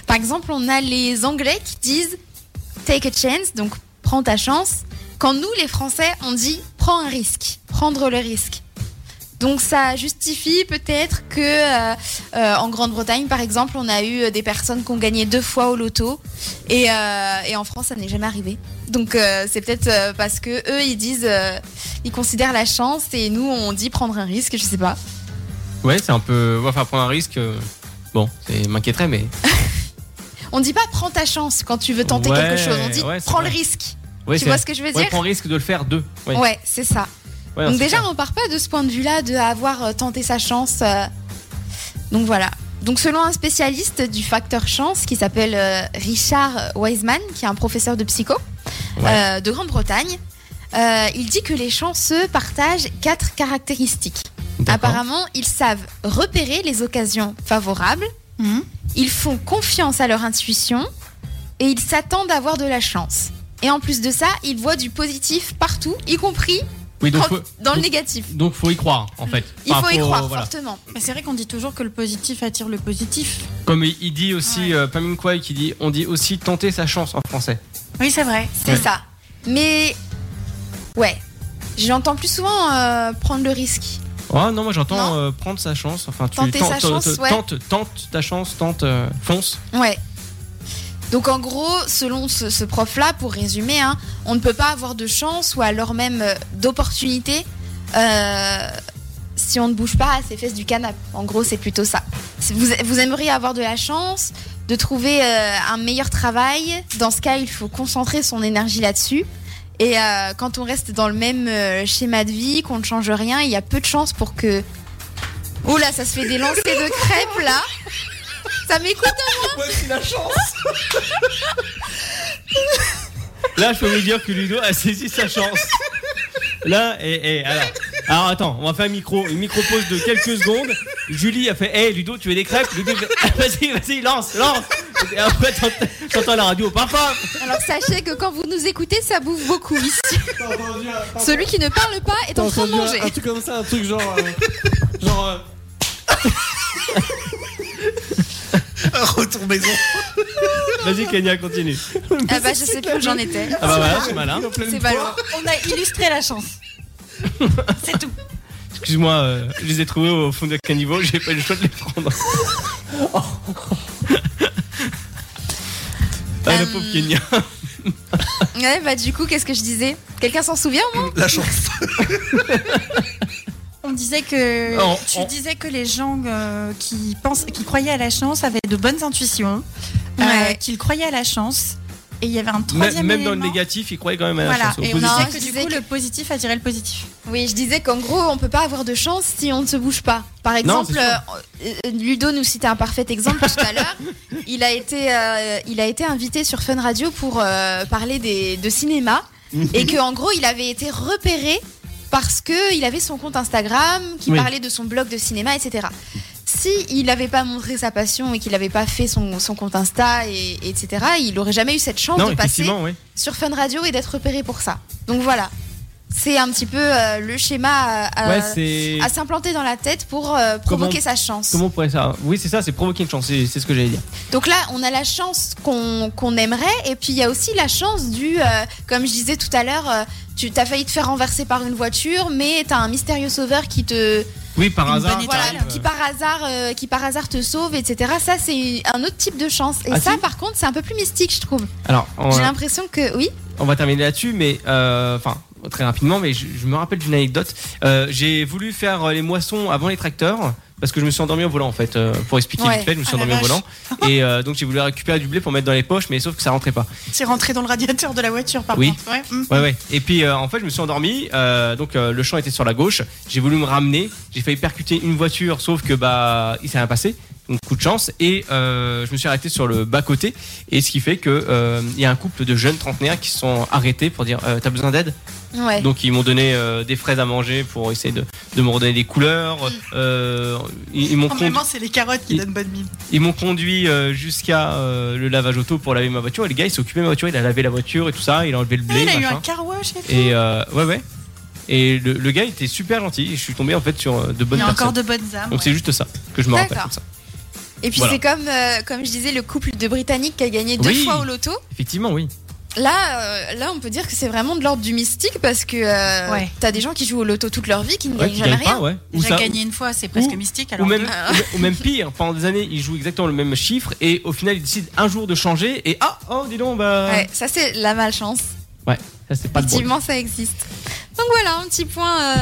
S6: Par exemple, on a les Anglais qui disent take a chance, donc prends ta chance. Quand nous les Français, on dit prends un risque, prendre le risque. Donc ça justifie peut-être que euh, euh, en Grande-Bretagne, par exemple, on a eu euh, des personnes qui ont gagné deux fois au loto et, euh, et en France, ça n'est jamais arrivé. Donc euh, c'est peut-être euh, parce que eux ils disent euh, ils considèrent la chance et nous on dit prendre un risque, je sais pas.
S2: Ouais, c'est un peu. Enfin, prendre un risque. euh, Bon, c'est m'inquiéterait, mais.
S6: On dit pas prends ta chance quand tu veux tenter
S2: Ouais,
S6: quelque chose, on dit
S2: ouais, c'est
S6: prends
S2: vrai.
S6: le risque.
S2: Ouais,
S6: tu
S2: c'est-
S6: vois ce que je veux
S2: ouais,
S6: dire
S2: prends risque de le faire deux. Ouais.
S6: Ouais, c'est ça.
S2: Ouais, non,
S6: Donc
S2: c'est
S6: déjà
S2: clair.
S6: on part pas de ce point de vue-là de avoir euh, tenté sa chance. euh. Donc voilà. Donc selon un spécialiste du facteur chance qui s'appelle euh, Richard Wiseman, qui est un professeur de psycho euh, de Grande-Bretagne, euh, il dit que les chanceux partagent quatre caractéristiques.
S2: D'accord.
S6: Apparemment, ils savent repérer les occasions favorables,
S4: Mhm.
S6: ils font confiance à leur intuition et ils s'attendent à avoir de la chance. Et en plus de ça, ils voient du positif partout, y compris
S2: Oui, donc
S6: quand-
S2: faut,
S6: dans le
S2: donc-
S6: négatif.
S2: donc faut y croire, en fait.
S6: Il
S2: Enfin, euh,
S6: faut y croire
S2: voilà.
S6: fortement.
S4: Bah, c'est vrai qu'on dit toujours que le positif attire le positif.
S2: Comme il il dit aussi,
S4: Ouais.
S2: euh, Pamine Kwai qui dit, on dit aussi tenter sa chance en français.
S4: Oui, c'est vrai.
S6: C'est ça. Mais ouais, j'entends plus souvent euh, prendre le risque.
S2: Ah non, moi j'entends
S6: Non.
S2: euh, prendre sa chance. Enfin, tu
S6: Tenter sa
S2: tentes,
S6: chance,
S2: tente, euh,
S6: ouais.
S2: tente, tente ta chance, tente, euh, fonce.
S6: Ouais. Donc en gros, selon ce, ce prof-là, pour résumer, hein, on ne peut pas avoir de chance ou alors même euh, d'opportunité euh, si on ne bouge pas à ses fesses du canapé. En gros, c'est plutôt ça. Si Vous, vous aimeriez avoir de la chance, de trouver euh, un meilleur travail. Dans ce cas, il faut concentrer son énergie là-dessus. Et euh, quand on reste dans le même euh, schéma de vie, qu'on ne change rien, il y a peu de chances pour que... Oh là, ça se fait des lancers de crêpes là. Ça m'écoute
S2: Là, je peux vous dire que Ludo a saisi sa chance. Là, et, et alors. Alors attends, on va faire un micro, une micro-pause de quelques secondes. Julie a fait Hey Ludo, tu veux des crêpes Ludo fait Ah, Vas-y, vas-y, lance, lance Et après, t'entends- t'entends la radio, parfois
S6: Alors sachez que quand vous nous écoutez, ça bouffe beaucoup ici. Celui qui ne parle pas est en train de manger.
S5: un truc comme ça, un truc genre. euh, genre. euh,
S7: Retour maison.
S2: Vas-y, Kenya, continue.
S6: Ah bah je sais plus où j'en étais.
S2: Ah bah voilà, c'est malin.
S6: C'est pas loin.
S4: On a illustré la chance. c'est tout.
S2: Excuse-moi, euh, je les ai trouvés au fond d'un caniveau, j'ai pas eu le choix de les prendre. ah, la
S6: Euh,
S2: pauvre Kenya.
S6: Ouais bah du coup qu'est-ce que je disais Quelqu'un s'en souvient au moins
S7: La chance.
S4: On disait que
S2: Non,
S4: tu
S2: on-
S4: disais que les gens euh, qui pensent, qui croyaient à la chance avaient de bonnes intuitions, euh,
S6: Ouais.
S4: qu'ils croyaient à la chance. Et il y avait un
S2: Même
S4: troisième
S2: même dans le
S4: élément.
S2: négatif, il croyait quand même à la
S4: Voilà.
S2: chance. au
S4: Et on
S2: positif.
S6: Non,
S4: disait que
S6: je
S4: du
S6: disais
S4: coup
S6: que-
S4: le positif attirait le positif.
S6: Oui je disais qu'en gros on peut pas avoir de chance si on ne se bouge pas. Par exemple,
S2: c'est sûr.
S6: euh, euh, Ludo nous citait un parfait exemple tout à l'heure. Il a été euh, il a été invité sur Fun Radio pour euh, parler des, de cinéma et que en gros il avait été repéré parce que il avait son compte Instagram qui
S2: Oui.
S6: parlait de son blog de cinéma, etc. Si il n'avait pas montré sa passion et qu'il n'avait pas fait son, son compte Insta, et, etc., il n'aurait jamais eu cette chance
S2: Non,
S6: de passer
S2: effectivement, oui.
S6: sur Fun Radio et d'être repéré pour ça. Donc voilà, c'est un petit peu euh, le schéma
S4: euh,
S6: à, à-
S2: Ouais, c'est.
S6: à s'implanter dans la tête pour euh,
S2: Comment-
S6: provoquer sa chance.
S2: Comment on pourrait ça Oui, c'est ça, c'est provoquer une chance, c'est c'est ce que j'allais dire.
S6: Donc là, on a la chance qu'on qu'on aimerait, et puis il y a aussi la chance du, euh, comme je disais tout à l'heure, euh, tu t'as failli te faire renverser par une voiture, mais t'as un mystérieux sauveur qui te,
S2: Oui, par
S4: Une
S2: hasard.
S4: bonne
S6: voilà,
S4: t'arrives,
S2: t'arrives,
S6: qui
S2: euh,
S6: par hasard, euh, qui par hasard te sauve, etc. Ça, c'est un autre type de chance. Et
S2: Ah,
S6: ça,
S2: si
S6: par contre, c'est un peu plus mystique, je trouve.
S2: Alors, on,
S6: J'ai l'impression que oui.
S2: on va terminer là-dessus, mais. euh, Enfin, très rapidement, mais je, je me rappelle d'une anecdote. Euh, J'ai voulu faire euh, les moissons avant les tracteurs. Parce que je me suis endormi au volant en fait, euh, pour expliquer
S6: Ouais.
S2: vite fait, je me suis
S4: Ah, la
S2: endormi au volant
S4: vache.
S2: et euh, donc j'ai voulu récupérer du blé pour mettre dans les poches, mais sauf que ça rentrait pas.
S4: C'est rentré dans le radiateur de la voiture par
S2: Oui.
S4: contre. Ouais. Mm.
S2: Ouais, ouais. Et puis, euh, en fait, je me suis endormi. euh, donc, euh, le champ était sur la gauche. J'ai voulu me ramener. J'ai failli percuter une voiture, sauf que bah, il s'est rien passé. Donc, coup de chance. Et euh, je me suis arrêté sur le bas côté. Et ce qui fait que euh, il y a un couple de jeunes trentenaires qui se sont arrêtés pour dire euh, T'as besoin d'aide
S6: Ouais.
S2: Donc, ils m'ont donné euh, des fraises à manger pour essayer de, de me redonner des couleurs. Euh, ils ils m'ont
S4: En
S2: conduit-
S4: vraiment, c'est les carottes qui
S2: Il-
S4: donnent bonne mine.
S2: ils m'ont conduit euh, jusqu'à euh, le lavage auto pour laver ma voiture. Et le gars, il s'est occupé de ma voiture. Il a lavé la voiture et tout ça. Il a enlevé le blé.
S4: Eh, il a eu
S2: machin.
S4: un car wash et tout.
S2: Et euh, ouais, ouais. Et le, le gars était super gentil. Et je suis tombé en fait sur euh, de
S4: Il
S2: bonnes
S4: y a encore
S2: personnes.
S4: de bonnes âmes.
S2: Donc c'est
S4: ouais.
S2: juste ça que je me rappelle.
S6: D'accord.
S2: comme ça.
S6: Et puis
S2: Voilà.
S6: c'est comme, euh, comme je disais, le couple de Britanniques qui a gagné deux
S2: Oui.
S6: fois au loto.
S2: Effectivement, oui.
S6: Là, euh, là, on peut dire que c'est vraiment de l'ordre du mystique parce que euh,
S4: Ouais.
S6: t'as des gens qui jouent au loto toute leur vie qui ne
S2: Ouais,
S6: gagnent
S2: qui
S6: jamais
S2: gagne
S6: rien.
S2: pas, ouais. Ou,
S4: Déjà
S2: ça,
S4: gagné une fois, c'est presque
S2: ou-
S4: mystique.
S2: ou
S4: Alors
S2: même,
S6: Ah.
S2: ou même pire, pendant des années, ils jouent exactement le même chiffre et au final, ils décident un jour de changer et ah, oh, dis donc, bah.
S6: Ouais, ça c'est la malchance.
S2: Ça, c'est pas de bon.
S6: Effectivement, ça existe. Donc voilà, un petit point euh,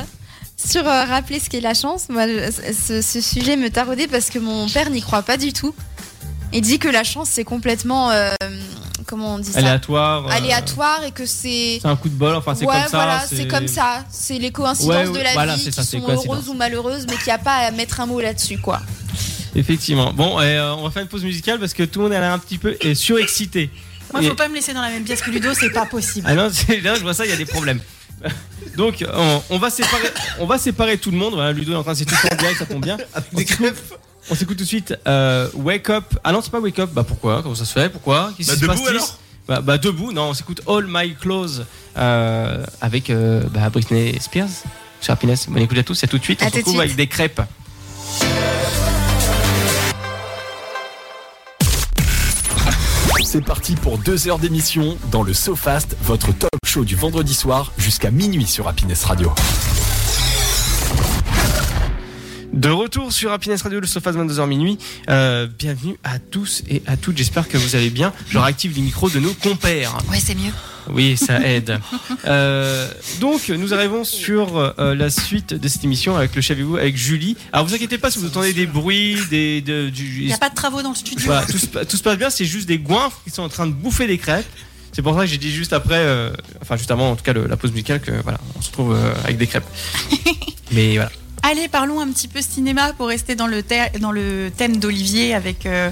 S6: sur euh, rappeler ce qu'est la chance. Moi, je- ce, ce sujet me taraudait parce que mon père n'y croit pas du tout. Il dit que la chance c'est complètement, euh, comment on dit ça,
S2: Aléatoire. euh,
S6: aléatoire et que c'est
S2: C'est un coup de bol, enfin, c'est
S6: ouais,
S2: comme ça.
S6: voilà, c'est comme ça. C'est les coïncidences
S2: Ouais, ouais,
S6: de la
S2: voilà,
S6: vie
S2: c'est
S6: qui
S2: ça, c'est
S6: sont
S2: les coïncidences.
S6: heureuses ou malheureuses, mais qu'il n'y a pas à mettre un mot là-dessus, quoi.
S2: Effectivement. Bon, et, euh, on va faire une pause musicale parce que tout le monde a l'air un petit peu euh, surexcité.
S4: Moi,
S2: Et-
S4: faut pas me laisser dans la même pièce que Ludo, c'est pas possible.
S2: Ah non, c'est- là, je vois ça, il y a des problèmes. Donc, on, on va séparer, on va séparer tout le monde. Voilà, Ludo est en train de s'étouffer en direct, ça tombe bien.
S7: Avec des crêpes.
S2: On s'écoute tout de suite euh, Wake Up. Ah non, c'est pas Wake Up. Bah pourquoi Comment ça se fait Pourquoi Qu'est-ce
S7: Bah,
S2: qui se
S7: debout,
S2: passe-t-il
S7: alors
S2: bah, bah, debout, non, on s'écoute All My Clothes euh, avec euh, bah, Britney Spears. Sur Happiness, bonne écoute à tous, c'est tout de suite.
S6: À
S2: On se
S6: tout de
S2: retrouve
S6: suite.
S2: avec des crêpes.
S1: C'est parti pour deux heures d'émission dans le SoFast, votre talk show du vendredi soir jusqu'à minuit sur Happiness Radio.
S2: De retour sur Happiness Radio, le Sofas 22h minuit. Euh, bienvenue à tous et à toutes. J'espère que vous allez bien. Je réactive les micros de nos compères.
S8: Ouais, c'est mieux.
S2: Oui, ça aide. Euh, donc, nous arrivons sur euh, la suite de cette émission avec le Chavez-vous, avec Julie. Alors, vous inquiétez pas si vous entendez des bruits, des. de- du,
S4: Il y a pas de travaux dans le studio.
S2: Voilà, tout, se, pa- tout se passe bien, c'est juste des goinfres qui sont en train de bouffer des crêpes. C'est pour ça que j'ai dit juste après, euh, enfin, juste avant, en tout cas, le- la pause musicale, que voilà, on se retrouve euh, avec des crêpes. Mais voilà.
S4: Allez, parlons un petit peu cinéma pour rester dans le, thè- dans le thème d'Olivier avec euh,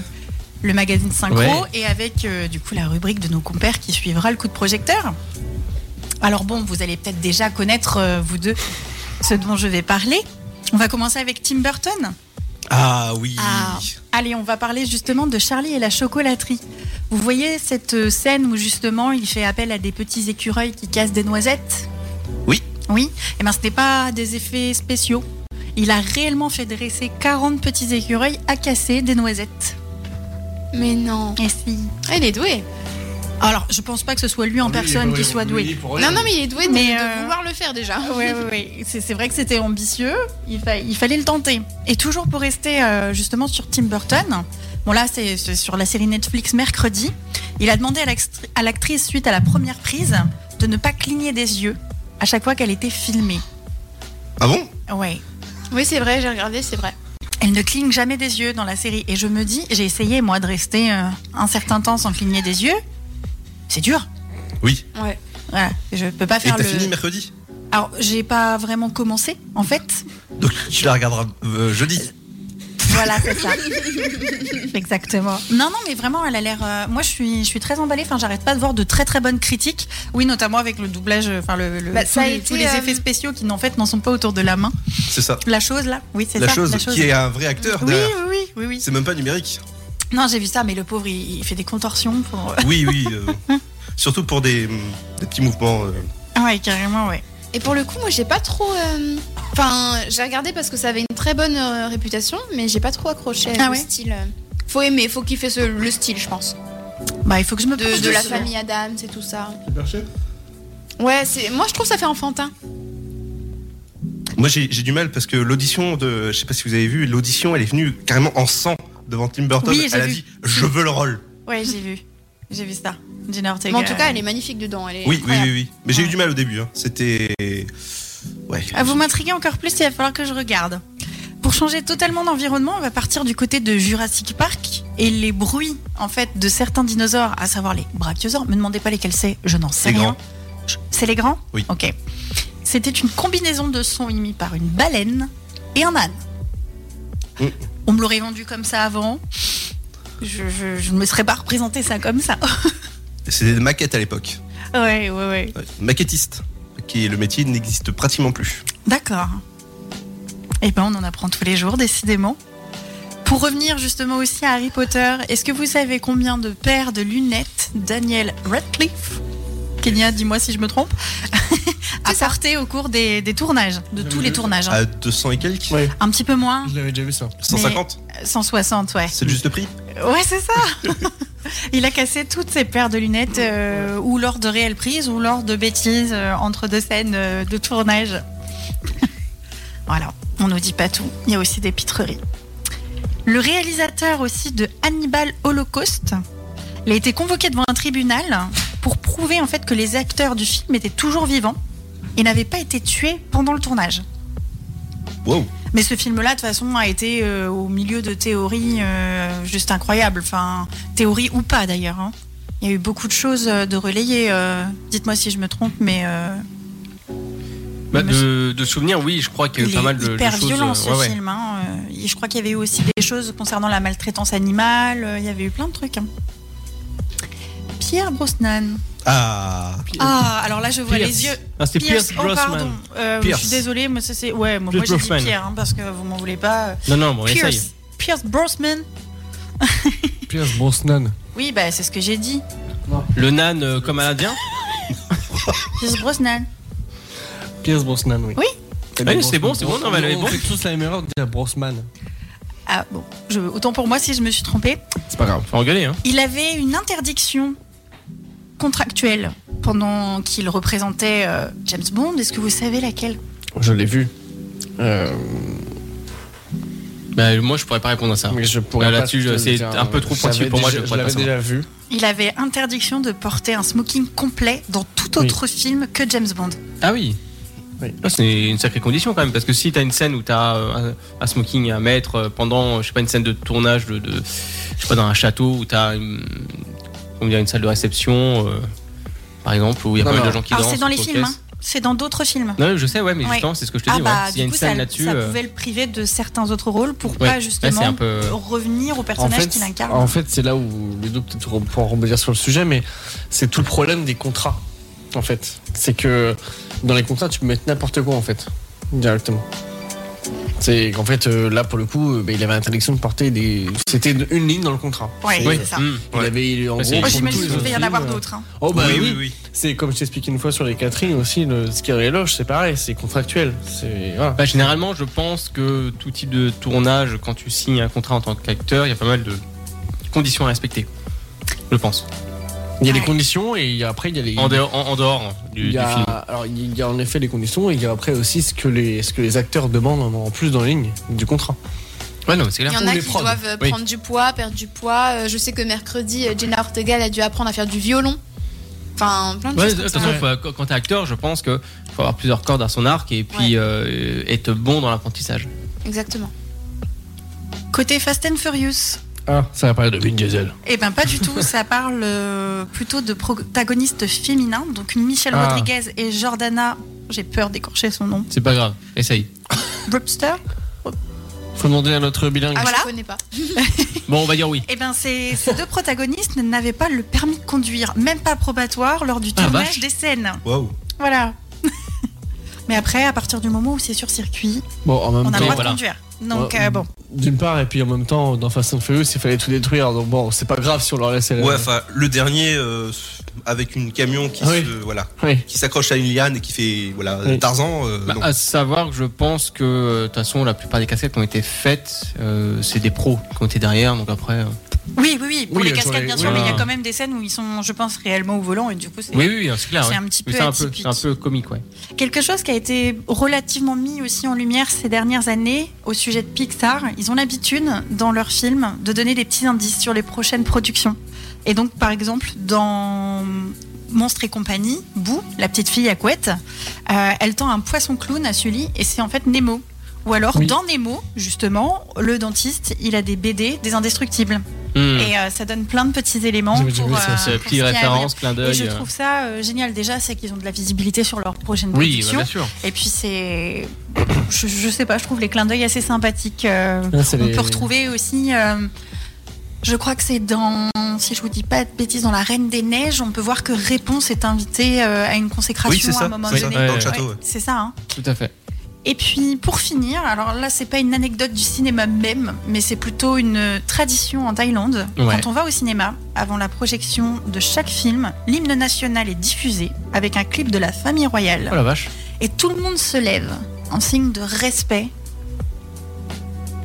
S4: le magazine Synchro
S2: Ouais.
S4: et avec euh, du coup la rubrique de nos compères qui suivra le coup de projecteur. Alors bon, vous allez peut-être déjà connaître, euh, vous deux, ce dont je vais parler. On va commencer avec Tim Burton.
S7: Ah oui.
S4: Ah. Allez, on va parler justement de Charlie et la chocolaterie. Vous voyez cette euh, scène où justement il fait appel à des petits écureuils qui cassent des noisettes
S7: Oui.
S4: Oui. Et bien ce n'est pas des effets spéciaux. Il a réellement fait dresser 40 petits écureuils à casser des noisettes.
S6: Mais non.
S4: Et si
S6: Elle Ah, est douée.
S4: Alors, je pense pas que ce soit lui en personne qui soit doué.
S6: Non, non, mais il est doué de,
S4: Mais,
S6: de
S4: euh,
S6: vouloir le faire déjà.
S4: Oui, oui, oui. C'est c'est vrai que c'était ambitieux. Il, fa- il fallait le tenter. Et toujours pour rester euh, justement sur Tim Burton. Bon, là, c'est c'est sur la série Netflix mercredi. Il a demandé à l'actri- à l'actrice, suite à la première prise, de ne pas cligner des yeux à chaque fois qu'elle était filmée.
S7: Ah bon
S4: Ouais.
S6: Oui, c'est vrai, j'ai regardé, c'est vrai.
S4: Elle ne cligne jamais des yeux dans la série. Et je me dis, j'ai essayé, moi, de rester euh, un certain temps sans cligner des yeux. C'est dur.
S7: Oui.
S6: Ouais.
S4: Voilà. Je peux pas
S7: Et
S4: faire
S7: t'as
S4: le.
S7: fini mercredi
S4: Alors, j'ai pas vraiment commencé, en fait.
S7: Donc tu la regarderas euh, jeudi.
S4: Voilà, c'est ça. Exactement. Non, non, mais vraiment, elle a l'air. euh, moi, je suis, je suis très emballée. Enfin, j'arrête pas de voir de très très bonnes critiques. Oui, notamment avec le doublage, euh, enfin le, le-
S6: Bah,
S4: tous,
S6: ça a
S4: les,
S6: été,
S4: tous les
S6: euh,
S4: effets spéciaux qui en fait n'en sont pas autour de la main.
S7: C'est ça.
S4: La chose là, oui, c'est
S7: La
S4: ça.
S7: chose, qui est un vrai acteur
S4: Oui,
S7: derrière.
S4: oui, oui, oui, oui.
S7: C'est même pas numérique.
S4: Non, j'ai vu ça, mais le pauvre, il, il fait des contorsions pour.
S7: Oui, oui. euh, surtout pour des, mm, des petits mouvements. euh.
S4: Ah ouais, carrément, ouais.
S6: Et pour le coup, moi, j'ai pas trop. euh, Enfin, j'ai regardé parce que ça avait une très bonne euh, réputation, mais j'ai pas trop accroché
S4: Ah
S6: au
S4: ouais
S6: style. euh. Faut aimer, faut kiffer ce- le style, je pense.
S4: Bah, il faut que je me penche
S6: De, de la
S4: dessus.
S6: famille Adam, c'est tout ça. Ouais, c'est. Moi, je trouve ça fait enfantin.
S7: Moi, j'ai j'ai du mal parce que l'audition de. Je sais pas si vous avez vu, l'audition, elle est venue carrément en sang devant Tim Burton.
S4: Oui, j'ai
S7: elle a
S4: vu.
S7: dit Je veux le rôle.
S4: Ouais, j'ai vu, j'ai vu ça. Jenna
S6: Mais
S4: Ortega.
S6: en tout cas, elle est magnifique dedans. Elle est
S7: Oui, oui,
S6: incroyable.
S7: oui, oui. Mais j'ai eu
S4: Ouais.
S7: du mal au début. hein. C'était. Ouais.
S4: Ah, vous m'intriguez encore plus, il va falloir que je regarde. Pour changer totalement d'environnement, on va partir du côté de Jurassic Park et les bruits en fait de certains dinosaures, à savoir les brachiosaures. Me demandez pas lesquels c'est, je n'en sais
S7: Les
S4: rien.
S7: grands.
S4: Je- C'est les grands
S7: Oui.
S4: Ok. C'était une combinaison de sons émis par une baleine et un âne.
S7: Mm.
S4: On me l'aurait vendu comme ça avant. Je, je- je ne me serais pas représenté ça comme ça.
S7: C'était des maquettes à l'époque.
S4: ouais, ouais, ouais.
S7: Ouais. Maquettiste. Qui est le métier n'existe pratiquement plus.
S4: D'accord. Eh ben, on en apprend tous les jours, décidément. Pour revenir justement aussi à Harry Potter, est-ce que vous savez combien de paires de lunettes Daniel Radcliffe, qui Kenya, dis-moi si je me trompe,
S6: C'est ça.
S4: apporté au cours des, des tournages, de tous les tournages. hein.
S7: À 200 et quelques
S5: Ouais.
S4: Un petit peu moins,
S5: Je l'avais déjà vu ça.
S7: 150
S4: 160, ouais.
S7: C'est juste le prix
S4: Ouais, c'est ça. Il a cassé toutes ses paires de lunettes, euh, ou lors de réelles prises, ou lors de bêtises euh, entre deux scènes euh, de tournage. voilà, on ne dit pas tout. Il y a aussi des pitreries. Le réalisateur aussi de Hannibal Holocaust, il a été convoqué devant un tribunal pour prouver en fait que les acteurs du film étaient toujours vivants et n'avaient pas été tués pendant le tournage.
S7: Wow
S4: Mais ce film-là, de toute façon, a été euh, au milieu de théories euh, juste incroyables. Enfin, théories ou pas d'ailleurs. hein. Il y a eu beaucoup de choses euh, de relayer. euh, Dites-moi si je me trompe, mais euh,
S2: Bah, de, de souvenirs, oui, je crois qu'il y a
S4: il
S2: eu pas mal
S4: est
S2: de, de
S4: hyper
S2: choses.
S4: violent
S2: euh,
S4: ce
S2: ouais, ouais.
S4: film. hein. Euh, et je crois qu'il y avait eu aussi des choses concernant la maltraitance animale. euh, Il y avait eu plein de trucs. hein. Pierre Brosnan.
S7: Ah
S4: Ah, alors là, je vois
S2: Pierce.
S4: les yeux.
S2: Ah, c'était Pierce,
S4: oh, pardon.
S2: Brosnan.
S4: Euh,
S7: Pierce.
S4: Je suis désolée, moi, ça, c'est. Ouais, moi,
S2: Pierce
S4: moi, j'ai dit
S2: Brosnan.
S4: Pierre, hein, parce que vous m'en voulez pas.
S2: Non, non, bon, on essaye.
S4: Pierce. Pierce Brosnan.
S5: Pierce Brosnan.
S4: Oui, bah, c'est ce que j'ai dit.
S2: Le nan euh, comme un indien
S4: Pierce Brosnan.
S5: Pierce Brosnan, oui.
S4: Oui.
S5: Eh
S2: Ah
S5: ben,
S2: oui, c'est
S5: Brosnan.
S2: bon, c'est bon, non, mais elle est
S5: On
S2: bonne.
S5: fait tous la même erreur de dire Brosman.
S4: Ah bon, je, autant pour moi si je me suis trompée.
S5: C'est pas grave.
S2: Faut engueuler, hein.
S4: Il avait une interdiction contractuelle pendant qu'il représentait euh, James Bond. Est-ce que vous savez laquelle
S5: Je l'ai vu. Euh,
S2: Bah, moi, je pourrais pas répondre à ça.
S5: mais je pourrais
S2: Là,
S5: pas
S2: là-dessus,
S5: te le
S2: c'est
S5: dire. euh,
S2: un peu trop
S5: Je l'avais
S2: pointu pour moi,
S5: déjà-
S2: je
S5: Je
S2: pourrais
S5: l'avais
S2: pas
S5: déjà vu.
S4: Il avait interdiction de porter un smoking complet dans tout
S5: Oui.
S4: autre film que James Bond.
S2: Ah oui.
S5: Oui.
S2: Ah, c'est une sacrée condition quand même, parce que si t'as une scène où t'as euh, un, un smoking à mettre euh, pendant, je sais pas, une scène de tournage de, de- je sais pas, dans un château où t'as une, comment dire, une salle de réception, euh, par exemple, où il y a
S5: Non,
S2: pas mal
S5: non.
S2: de gens qui
S4: Alors
S2: dansent.
S4: Ah, c'est dans les
S2: qui
S4: films,
S2: encaissent.
S4: hein. c'est dans d'autres films.
S2: Non, je sais, ouais, mais
S4: Ouais.
S2: justement, c'est ce que je te
S4: Ah
S2: dis.
S4: bah
S2: ouais. S'il y a
S4: du
S2: une
S4: coup ça,
S2: scène là-dessus,
S4: ça
S2: euh,
S4: pouvait le priver de certains autres rôles pour
S2: Ouais.
S4: pas
S2: Ouais, c'est
S4: justement
S2: un peu- euh,
S4: revenir au
S5: En
S4: personnage
S5: fait,
S4: qu'il incarne.
S5: en fait, c'est là où Ludo peut-être re- pourra rebondir sur le sujet, mais c'est tout le problème des contrats. En fait, c'est que dans les contrats, tu peux mettre n'importe quoi en fait directement. C'est qu'en fait, euh, là pour le coup, euh, bah, il avait interdiction de porter des. C'était de- une ligne dans le contrat.
S4: Ouais,
S5: C'est-
S2: oui.
S4: c'est ça.
S2: Mm.
S5: Il avait en
S2: Ouais,
S5: gros.
S2: c'est-
S5: pour
S4: Moi, Oh, j'imagine
S5: tous les
S4: qu'il devait y en
S5: autres
S4: avoir
S5: films, euh,
S4: d'autres. hein.
S5: Oh bah oui,
S7: oui, oui.
S5: C'est comme je t'expliquais une fois sur les Catherine aussi, le, ce qui éloge, c'est pareil, c'est contractuel. C'est voilà.
S2: Bah, généralement, je pense que tout type de tournage, quand tu signes un contrat en tant qu'acteur, il y a pas mal de conditions à respecter. Je pense.
S5: Il y a les
S4: Ouais.
S5: conditions et il y a- après il y a les.
S2: En dehors, en- en dehors du,
S5: il y a,
S2: du film.
S5: Alors, il y a en effet les conditions et il y a après aussi ce que les, ce que les acteurs demandent en plus dans la ligne du contrat.
S2: Ouais, non, mais c'est clair.
S6: Il y en
S5: Ou
S6: a
S5: les
S6: qui
S5: prods.
S6: doivent euh,
S2: Oui.
S6: prendre du poids, perdre du poids. Euh, Je sais que mercredi, euh, Jenna Ortega elle a dû apprendre à faire du violon. Enfin, plein de
S2: euh, Ouais,
S6: choses.
S2: de
S6: comme
S2: toute
S6: ça.
S2: façon, faut- quand quand t'es acteur, je pense que faut avoir plusieurs cordes à son arc et puis euh, être bon dans l'apprentissage.
S6: Exactement.
S4: Côté Fast and Furious,
S5: Ah, ça va parler de Vin Diesel.
S4: Eh ben pas du tout, ça parle euh, plutôt de protagonistes féminins, donc Michelle
S5: Ah.
S4: Rodriguez et Jordana, j'ai peur d'écorcher son nom,
S2: C'est pas grave, essaye.
S4: Brewster.
S5: Faut demander à notre bilingue.
S6: Ah,
S4: voilà.
S6: Je connais pas.
S2: Bon, on va dire oui.
S4: Eh ben ces, ces deux protagonistes n'avaient pas le permis de conduire, même pas probatoire lors du
S2: Ah,
S4: tournage
S2: vache.
S4: des scènes.
S7: Waouh
S4: Voilà. Mais après, à partir du moment où c'est sur circuit,
S5: Bon, en
S4: on
S5: même
S4: a le
S5: temps,
S4: droit
S2: voilà. Oh.
S4: de conduire. Donc
S5: Ouais.
S4: euh, bon,
S5: d'une part, et puis en même temps, dans Fast and Furious, il fallait tout détruire. Donc bon, c'est pas grave si on leur laisse.
S7: Ouais, enfin, le dernier euh, avec une camion qui
S5: Ah oui.
S7: se, voilà,
S5: oui.
S7: qui s'accroche à une liane et qui fait voilà
S5: Oui.
S7: Tarzan. euh,
S2: Bah,
S7: non.
S2: à savoir que je pense que euh, de toute façon, la plupart des casquettes qui ont été faites, euh, c'est des pros qui ont été derrière, donc après. euh,
S4: oui, oui, oui, pour
S5: Oui,
S4: les
S5: sur
S4: cascades
S5: les-
S4: bien
S5: oui,
S4: sûr, mais il y a
S2: voilà.
S4: quand même des scènes où ils sont, je pense, réellement au volant et du coup c'est
S2: Oui, oui, oui, c'est clair.
S4: C'est
S2: ouais.
S4: un petit
S2: Mais
S4: peu
S2: c'est un peu,
S4: atypique.
S2: c'est un peu comique, ouais.
S4: Quelque chose qui a été relativement mis aussi en lumière ces dernières années au sujet de Pixar, ils ont l'habitude dans leurs films de donner des petits indices sur les prochaines productions. Et donc par exemple dans Monstre et compagnie, Boo, la petite fille à couette, euh, elle tend un poisson clown à Sully et c'est en fait Nemo. Ou alors
S5: Oui.
S4: dans Nemo, justement, le dentiste, il a des BD, des indestructibles.
S2: Hmm.
S4: Et euh, ça donne plein de petits éléments
S5: J'avais déjà
S4: pour,
S5: vu ça,
S4: euh,
S2: C'est
S4: pour
S2: la
S4: ce qui
S2: petite
S4: est à venir.
S2: référence, clin
S4: Et
S2: d'œil.
S4: je
S2: euh.
S4: trouve ça euh, génial déjà, c'est qu'ils ont de la visibilité sur leur prochaine
S2: Oui, bah,
S4: production.
S2: bien sûr.
S4: Et puis c'est, je, je sais pas, je trouve les clins d'œil assez sympathiques. euh,
S5: Là, Ah, c'est
S4: on
S5: les-
S4: peut retrouver aussi, euh, je crois que c'est dans, si je vous dis pas de bêtises, dans la Reine des Neiges, on peut voir que Réponse est invitée euh, à une consécration
S7: Oui, c'est
S4: à
S7: ça,
S4: un moment
S7: c'est ça,
S4: donné.
S2: dans le
S4: Ouais,
S7: château, ouais.
S4: C'est ça. hein.
S2: Tout à fait.
S4: Et puis pour finir, alors là c'est pas une anecdote du cinéma même, mais c'est plutôt une tradition en Thaïlande.
S5: Ouais.
S4: Quand on va au cinéma, avant la projection de chaque film, l'hymne national est diffusé avec un clip de la famille royale.
S5: Oh la vache.
S4: Et tout le monde se lève en signe de respect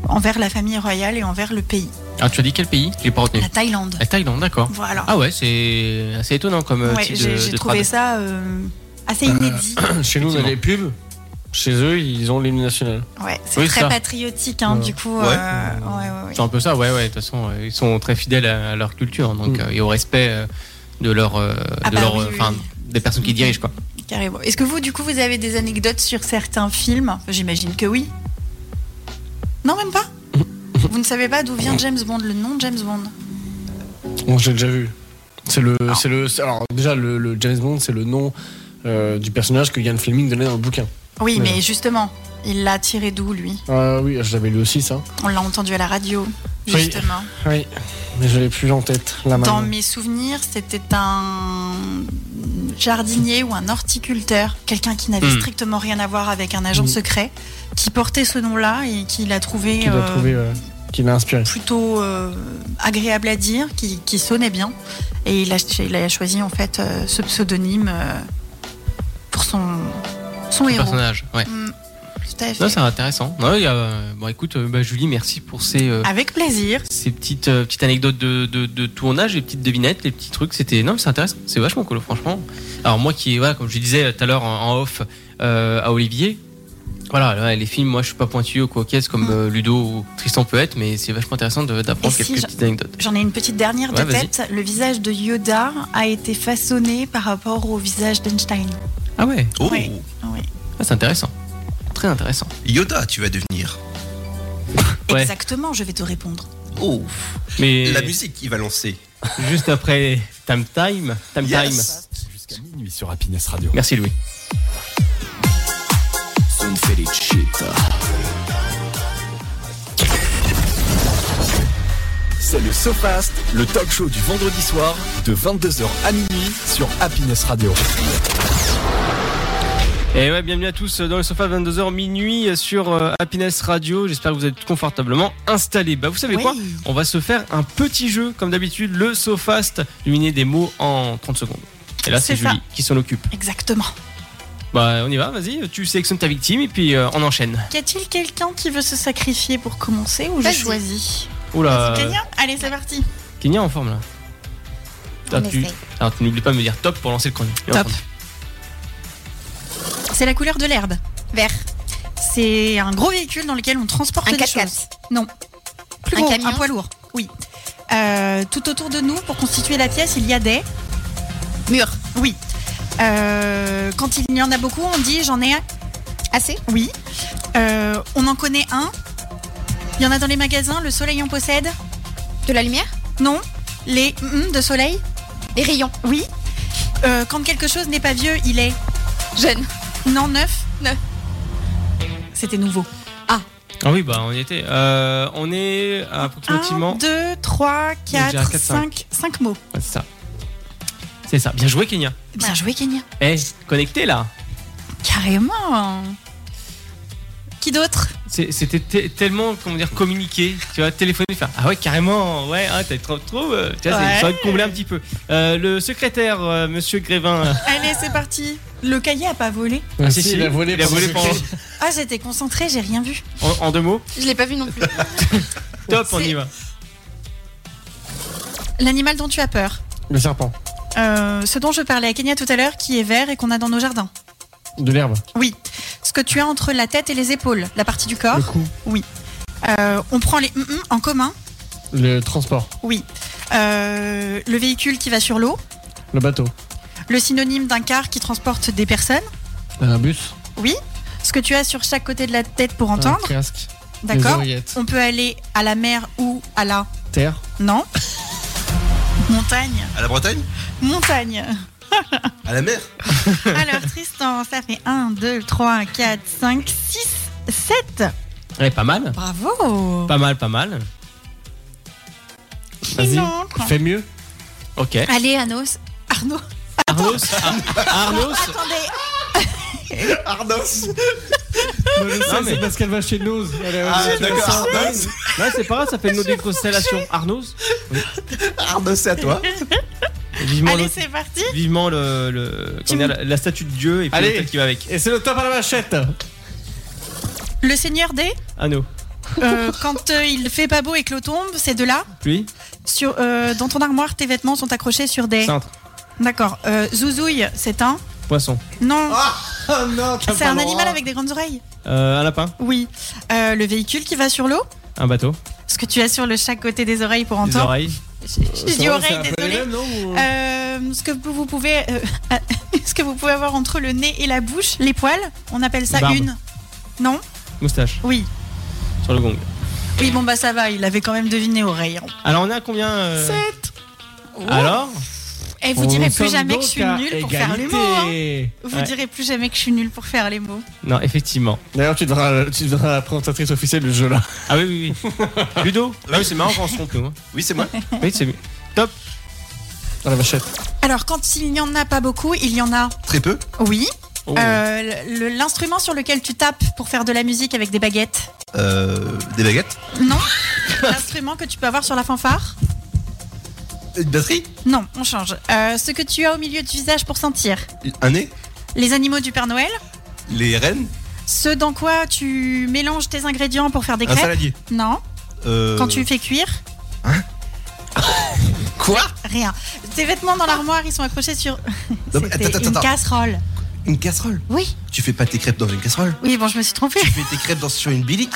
S4: envers la famille royale et envers le pays,
S2: Alors, Ah, tu as dit quel pays Je l'ai pas retenu.
S4: la Thaïlande.
S2: La Thaïlande, d'accord.
S4: Voilà.
S2: Ah ouais, c'est assez étonnant comme euh,
S4: Ouais,
S2: type de,
S4: j'ai j'ai
S2: de
S4: trouvé
S2: trad.
S4: ça euh, assez inédit.
S5: Chez nous, on a
S2: Effectivement.
S5: les pubs. Chez eux, ils ont l'hymne national.
S4: Ouais, c'est
S2: Oui,
S4: très
S2: ça.
S4: patriotique, hein,
S5: Ouais.
S4: du coup.
S7: Ouais.
S4: euh, ouais, ouais, ouais.
S2: C'est un peu ça, ouais, ouais. De toute façon, euh, ils sont très fidèles à à leur culture donc,
S5: Mm.
S2: euh, et au respect euh, de leur. euh,
S4: Ah
S2: de
S4: bah
S2: leur
S4: oui,
S2: euh,
S4: oui,
S2: enfin,
S4: oui.
S2: Des personnes qui dirigent, quoi.
S4: Carrément. Est-ce que vous, du coup, vous avez des anecdotes sur certains films Enfin, J'imagine que oui. Non, même pas Vous ne savez pas d'où vient James Bond, le nom de James Bond
S5: Bon, j'ai déjà vu. C'est le,
S2: Ah.
S5: c'est le, c'est- alors déjà le, le James Bond, c'est le nom euh, du personnage que Ian Fleming donnait dans le bouquin.
S4: Oui,
S5: Ouais.
S4: mais justement, il l'a tiré d'où, lui
S5: Ah oui, je l'avais lu aussi ça.
S4: On l'a entendu à la radio,
S5: Oui.
S4: justement.
S5: Oui, mais je l'ai plus en tête là
S4: Dans
S5: maintenant.
S4: mes souvenirs, c'était un jardinier ou un horticulteur, quelqu'un qui n'avait
S2: Hmm.
S4: strictement rien à voir avec un agent
S5: Hmm.
S4: secret, qui portait ce nom-là et qui l'a trouvé,
S5: Qui l'a
S4: euh,
S5: trouvé, euh, qui l'a inspiré.
S4: plutôt euh, agréable à dire, qui, qui sonnait bien. Et il a, il a choisi en fait euh, ce pseudonyme euh, pour son, son
S2: Le
S4: héros.
S2: personnage, ouais.
S4: Mm, tout à fait.
S2: Non, c'est intéressant. Ouais, il y a, euh, bon, écoute, euh, bah, Julie, merci pour ces, euh,
S4: Avec plaisir.
S2: ces petites, euh, petites anecdotes de, de- de tournage, les petites devinettes, les petits trucs. C'était non, mais c'est intéressant. C'est vachement cool, franchement. Alors moi, qui, voilà, comme je disais tout à l'heure en, en off euh, à Olivier, voilà, là, les films, moi, je suis pas pointilleux ou coquette comme
S4: Mm.
S2: euh, Ludo ou Tristan peut être, mais c'est vachement intéressant de- d'apprendre
S4: Et si
S2: quelques
S4: je-
S2: petites anecdotes.
S4: J'en ai une petite dernière
S2: Ouais,
S4: de
S2: vas-y.
S4: tête. Le visage de Yoda a été façonné par rapport au visage d'Einstein.
S2: Ah ouais,
S7: Oh,
S4: Ouais. Oui,
S2: Ah, c'est intéressant, très intéressant.
S7: Yoda, tu vas devenir.
S2: Ouais.
S4: Exactement, je vais te répondre.
S7: Oh,
S2: Mais
S7: la musique qui va lancer.
S2: juste après Time Time, Time Time.
S7: Yes.
S1: Jusqu'à minuit sur Happiness Radio.
S2: Merci Louis.
S1: C'est le SoFast, le talk show du vendredi soir de 22h à minuit sur Happiness Radio.
S2: Et ouais, bienvenue à tous dans le sofa 22h minuit sur euh, Happiness Radio. J'espère que vous êtes confortablement installés. Bah, vous savez quoi
S4: Oui.
S2: On va se faire un petit jeu, comme d'habitude, le SoFast, deviner des mots en 30 secondes. Et là, c'est
S4: C'est ça.
S2: Julie qui s'en occupe.
S4: Exactement.
S2: Bah, on y va, vas-y, tu sélectionnes ta victime et puis euh, on enchaîne.
S4: Y a-t-il quelqu'un qui veut se sacrifier pour commencer ou je
S6: Vas-y.
S4: choisis
S2: Oula,
S4: Vas-y, Kenya Allez, c'est parti.
S2: Kenya en forme là.
S6: On
S2: Ah, tu
S6: essaye.
S2: alors, tu n'oublies pas de me dire top pour lancer le chrono. Et on
S4: Top.
S2: prend-
S4: C'est la couleur de l'herbe.
S6: Vert,
S4: C'est un gros véhicule dans lequel on transporte
S6: un
S4: des
S6: 4x4.
S4: choses. Non. Plus
S6: Un
S4: gros,
S6: camion.
S4: un poids lourd. Oui. Euh, tout autour de nous, pour constituer la pièce, il y a des.
S6: Mur,
S4: Oui. Euh, quand il y en a beaucoup, on dit j'en ai un.
S6: assez
S4: Oui. Euh, on en connaît un. Il y en a dans les magasins. Le soleil en possède.
S6: De la lumière
S4: Non. Les hum, hum de soleil.
S6: Des rayons
S4: Oui. Euh, quand quelque chose n'est pas vieux, il est.
S6: Jeune,
S4: Non, neuf.
S6: Neuf.
S4: C'était nouveau.
S2: Ah oui, bah, on y était. Euh, on est à
S4: 1,
S2: approximativement.
S4: 2, 3,
S2: déjà
S4: 4,
S2: quatre,
S4: 5. 5 mots.
S2: Ouais, c'est ça. C'est ça. Bien joué, Kenya.
S4: Bien joué, Kenya.
S2: Eh, connecté là.
S4: Carrément. Qui d'autre
S2: C'est- C'était te- tellement comment dire communiqué, tu vois, téléphoner, faire ah ouais carrément, ouais, ah, t'as trop trop, euh, tu vois, c'est-
S4: Ouais.
S2: ça va te combler un petit peu. Euh, le secrétaire, euh, Monsieur Grévin, euh,
S4: Allez, c'est parti. Le cahier a pas volé.
S5: Ah,
S2: si, si,
S5: il a volé,
S2: il a
S5: pendant
S2: volé
S5: le
S2: pendant-
S5: week-end.
S4: Ah, j'étais concentrée, j'ai rien vu.
S2: en, en deux mots,
S6: je l'ai pas vu non plus.
S2: top, on
S4: C'est-
S2: y va.
S4: L'animal dont tu as peur.
S5: Le serpent.
S4: Euh, ce dont je parlais à Kenya tout à l'heure, qui est vert et qu'on a dans nos jardins.
S5: De l'herbe.
S4: Oui. Ce que tu as entre la tête et les épaules, la partie du corps.
S5: Le cou.
S4: Euh, on prend les hum, hum en commun.
S5: Le transport.
S4: Oui. Euh, le véhicule qui va sur l'eau.
S5: Le bateau.
S4: Le synonyme d'un car qui transporte des personnes.
S5: Un bus.
S4: Oui. Ce que tu as sur chaque côté de la tête pour
S5: Un
S4: entendre.
S5: casque. Des
S4: D'accord.
S5: oreillettes.
S4: On peut aller à la mer ou à la
S5: Terre.
S4: Non. Montagne.
S7: À la Bretagne
S4: Montagne.
S7: À la mer
S4: Alors Tristan, ça fait 1, 2, 3, 4, 5, 6, 7.
S2: Ouais, pas mal,
S4: Bravo.
S2: pas mal, pas mal.
S5: Vas-y.
S4: Exemple.
S5: Fais mieux.
S2: Ok.
S4: Allez, Anos. Arnaud.
S2: Arnos, Ar- Arnos,
S4: Attendez.
S7: Arnos
S5: Moi, je sais,
S2: mais-
S5: c'est Pascal Vachénose. Elle a-
S7: Ah,
S5: elle a-
S7: d'accord.
S2: Ouais, c'est pas grave, ça fait une autre déconstellation. Arnaud
S7: Arnaud, c'est à toi.
S2: Vivement,
S4: Allez,
S2: le,
S4: c'est parti.
S2: vivement le, le- comment dire, la, la statue de Dieu et puis
S5: Allez.
S2: l'hôtel qui va avec.
S5: Et c'est le top à la machette.
S4: Le seigneur des.
S2: Anneau,
S4: euh, quand euh, il fait pas beau et que l'eau tombe, c'est de là.
S2: pluie,
S4: Sur, euh, dans ton armoire, tes vêtements sont accrochés sur des.
S2: cintre,
S4: D'accord. Euh, zouzouille, c'est un.
S2: poisson,
S4: Non,
S7: Ah,
S5: Oh non, t'as
S4: c'est
S5: pas
S4: un
S5: le
S4: animal
S5: droit.
S4: avec des grandes oreilles.
S2: euh, un lapin,
S4: Oui. Euh, le véhicule qui va sur l'eau.
S2: un bateau,
S4: Ce que tu as sur le chaque côté des oreilles pour
S2: des
S4: entendre.
S2: oreilles,
S4: J'ai j'ai dit
S5: Ça va, c'est
S4: oreille,
S5: un peu les
S4: désolé.
S5: mêmes, non, ou-
S4: Euh, ce que vous pouvez, euh, ce que vous pouvez avoir entre le nez et la bouche, les poils, on appelle ça
S2: Barbe.
S4: une. Non
S2: moustache,
S4: Oui.
S2: sur le gong.
S4: Oui, bon bah ça va, il avait quand même deviné oreille.
S2: Alors on est à combien euh,
S5: Ah,
S2: Alors
S4: Et Eh, vous
S5: On
S4: direz
S5: nous
S4: plus
S5: sommes
S4: jamais que je
S5: donc
S4: suis
S5: à
S4: nulle pour faire les
S5: égalité.
S4: mots. hein. Vous
S2: Ouais.
S4: direz plus jamais que je suis nulle pour faire les mots.
S2: Non, effectivement.
S5: D'ailleurs, tu devras, tu devras la présentatrice officielle du jeu là.
S2: Ah oui, oui, oui. Ludo Ah oui, c'est marrant quand on se trompe, nous. hein.
S7: Oui, c'est moi.
S2: Oui, c'est mieux. Top
S5: Dans la machette.
S4: Alors quand il n'y en a pas beaucoup, il y en a.
S7: Très peu.
S4: Oui.
S2: Oh.
S4: Euh, le- L'instrument sur lequel tu tapes pour faire de la musique avec des baguettes.
S7: Euh, des baguettes.
S4: Non. L'instrument que tu peux avoir sur la fanfare.
S7: Une batterie.
S4: Non, on change. Euh, ce que tu as au milieu du visage pour sentir.
S7: Un nez.
S4: Les animaux du Père Noël.
S7: Les rennes.
S4: Ce dans quoi tu mélanges tes ingrédients pour faire des
S7: Un
S4: crêpes
S7: saladier.
S4: Non.
S7: Euh,
S4: Quand tu fais cuire
S7: Quoi
S4: Rien. Tes vêtements dans l'armoire, ils sont accrochés sur
S7: Non, mais
S4: C'était
S7: attends, attends,
S4: une
S7: attends.
S4: casserole.
S7: Une casserole.
S4: Oui.
S7: Tu fais pas tes crêpes dans une casserole.
S4: Oui, bon, je me suis trompée.
S7: Tu fais tes crêpes dans, sur une bilique.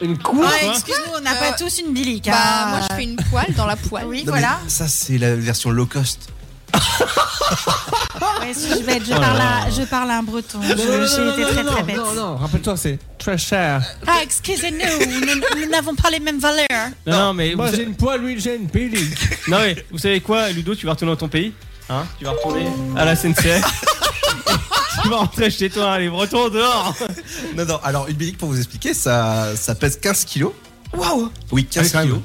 S5: Une quoi
S4: Ouais, excuse-nous, on n'a
S6: Euh,
S4: pas tous une bilique.
S6: Bah,
S4: hein.
S6: moi, je fais une poêle dans la poêle.
S4: Oui,
S7: Non, mais
S4: voilà.
S7: Ça, c'est la version low cost.
S4: Ouais, si je vais être- je
S2: Oh là
S4: parle,
S2: là.
S4: à, je parle à un breton. Je- J'ai été très très bête.
S5: Non, non, rappelle-toi, c'est très cher.
S4: Ah, excusez-nous, nous- nous n'avons pas les mêmes valeurs.
S2: non, non, mais
S5: Moi
S2: vous,
S5: j'ai une poêle, lui j'ai une pédie.
S2: non, mais vous savez quoi, Ludo, tu vas retourner dans ton pays Hein Tu vas retourner à la SNCF Tu vas rentrer chez toi, allez, retourne dehors
S7: Non, non, alors une bilique pour vous expliquer, ça, ça pèse 15 kilos.
S4: Waouh!
S7: Oui, 15
S5: Ah oui, quand même.
S7: kilos.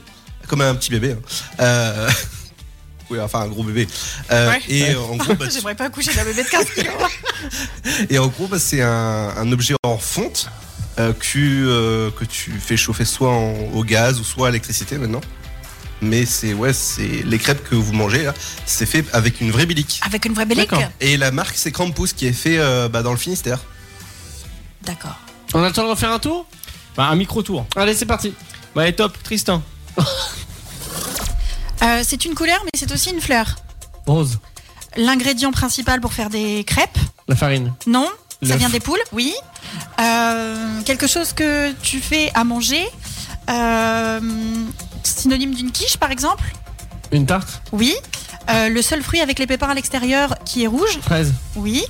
S7: Comme un petit bébé. hein. Euh, Oui, enfin un gros bébé. Euh,
S4: Ouais.
S7: Et, euh, En gros, bah,
S4: J'aimerais pas coucher d'un bébé de 15 kilos.
S7: et en gros, bah, c'est un, un objet en fonte euh, que, euh, que tu fais chauffer soit en- au gaz ou soit à l'électricité maintenant. Mais c'est ouais, c'est les crêpes que vous mangez là, c'est fait avec une vraie bilique.
S4: Avec une vraie bilique?
S2: D'accord.
S7: Et la marque c'est Krampus qui est fait euh, bah, dans le Finistère.
S4: D'accord.
S5: On a le temps de refaire un tour
S2: Bah, un micro-tour.
S5: Allez, c'est parti.
S2: Bah, allez, top, Tristan.
S4: Euh, c'est une couleur, mais c'est aussi une fleur.
S5: Rose,
S4: L'ingrédient principal pour faire des crêpes?
S5: la farine,
S4: Non. Ça
S5: L'œuf.
S4: vient des poules, oui. Euh, quelque chose que tu fais à manger. Euh, synonyme d'une quiche, par exemple.
S5: une tarte,
S4: Oui. Euh, le seul fruit avec les pépins à l'extérieur qui est rouge.
S5: fraise,
S4: Oui.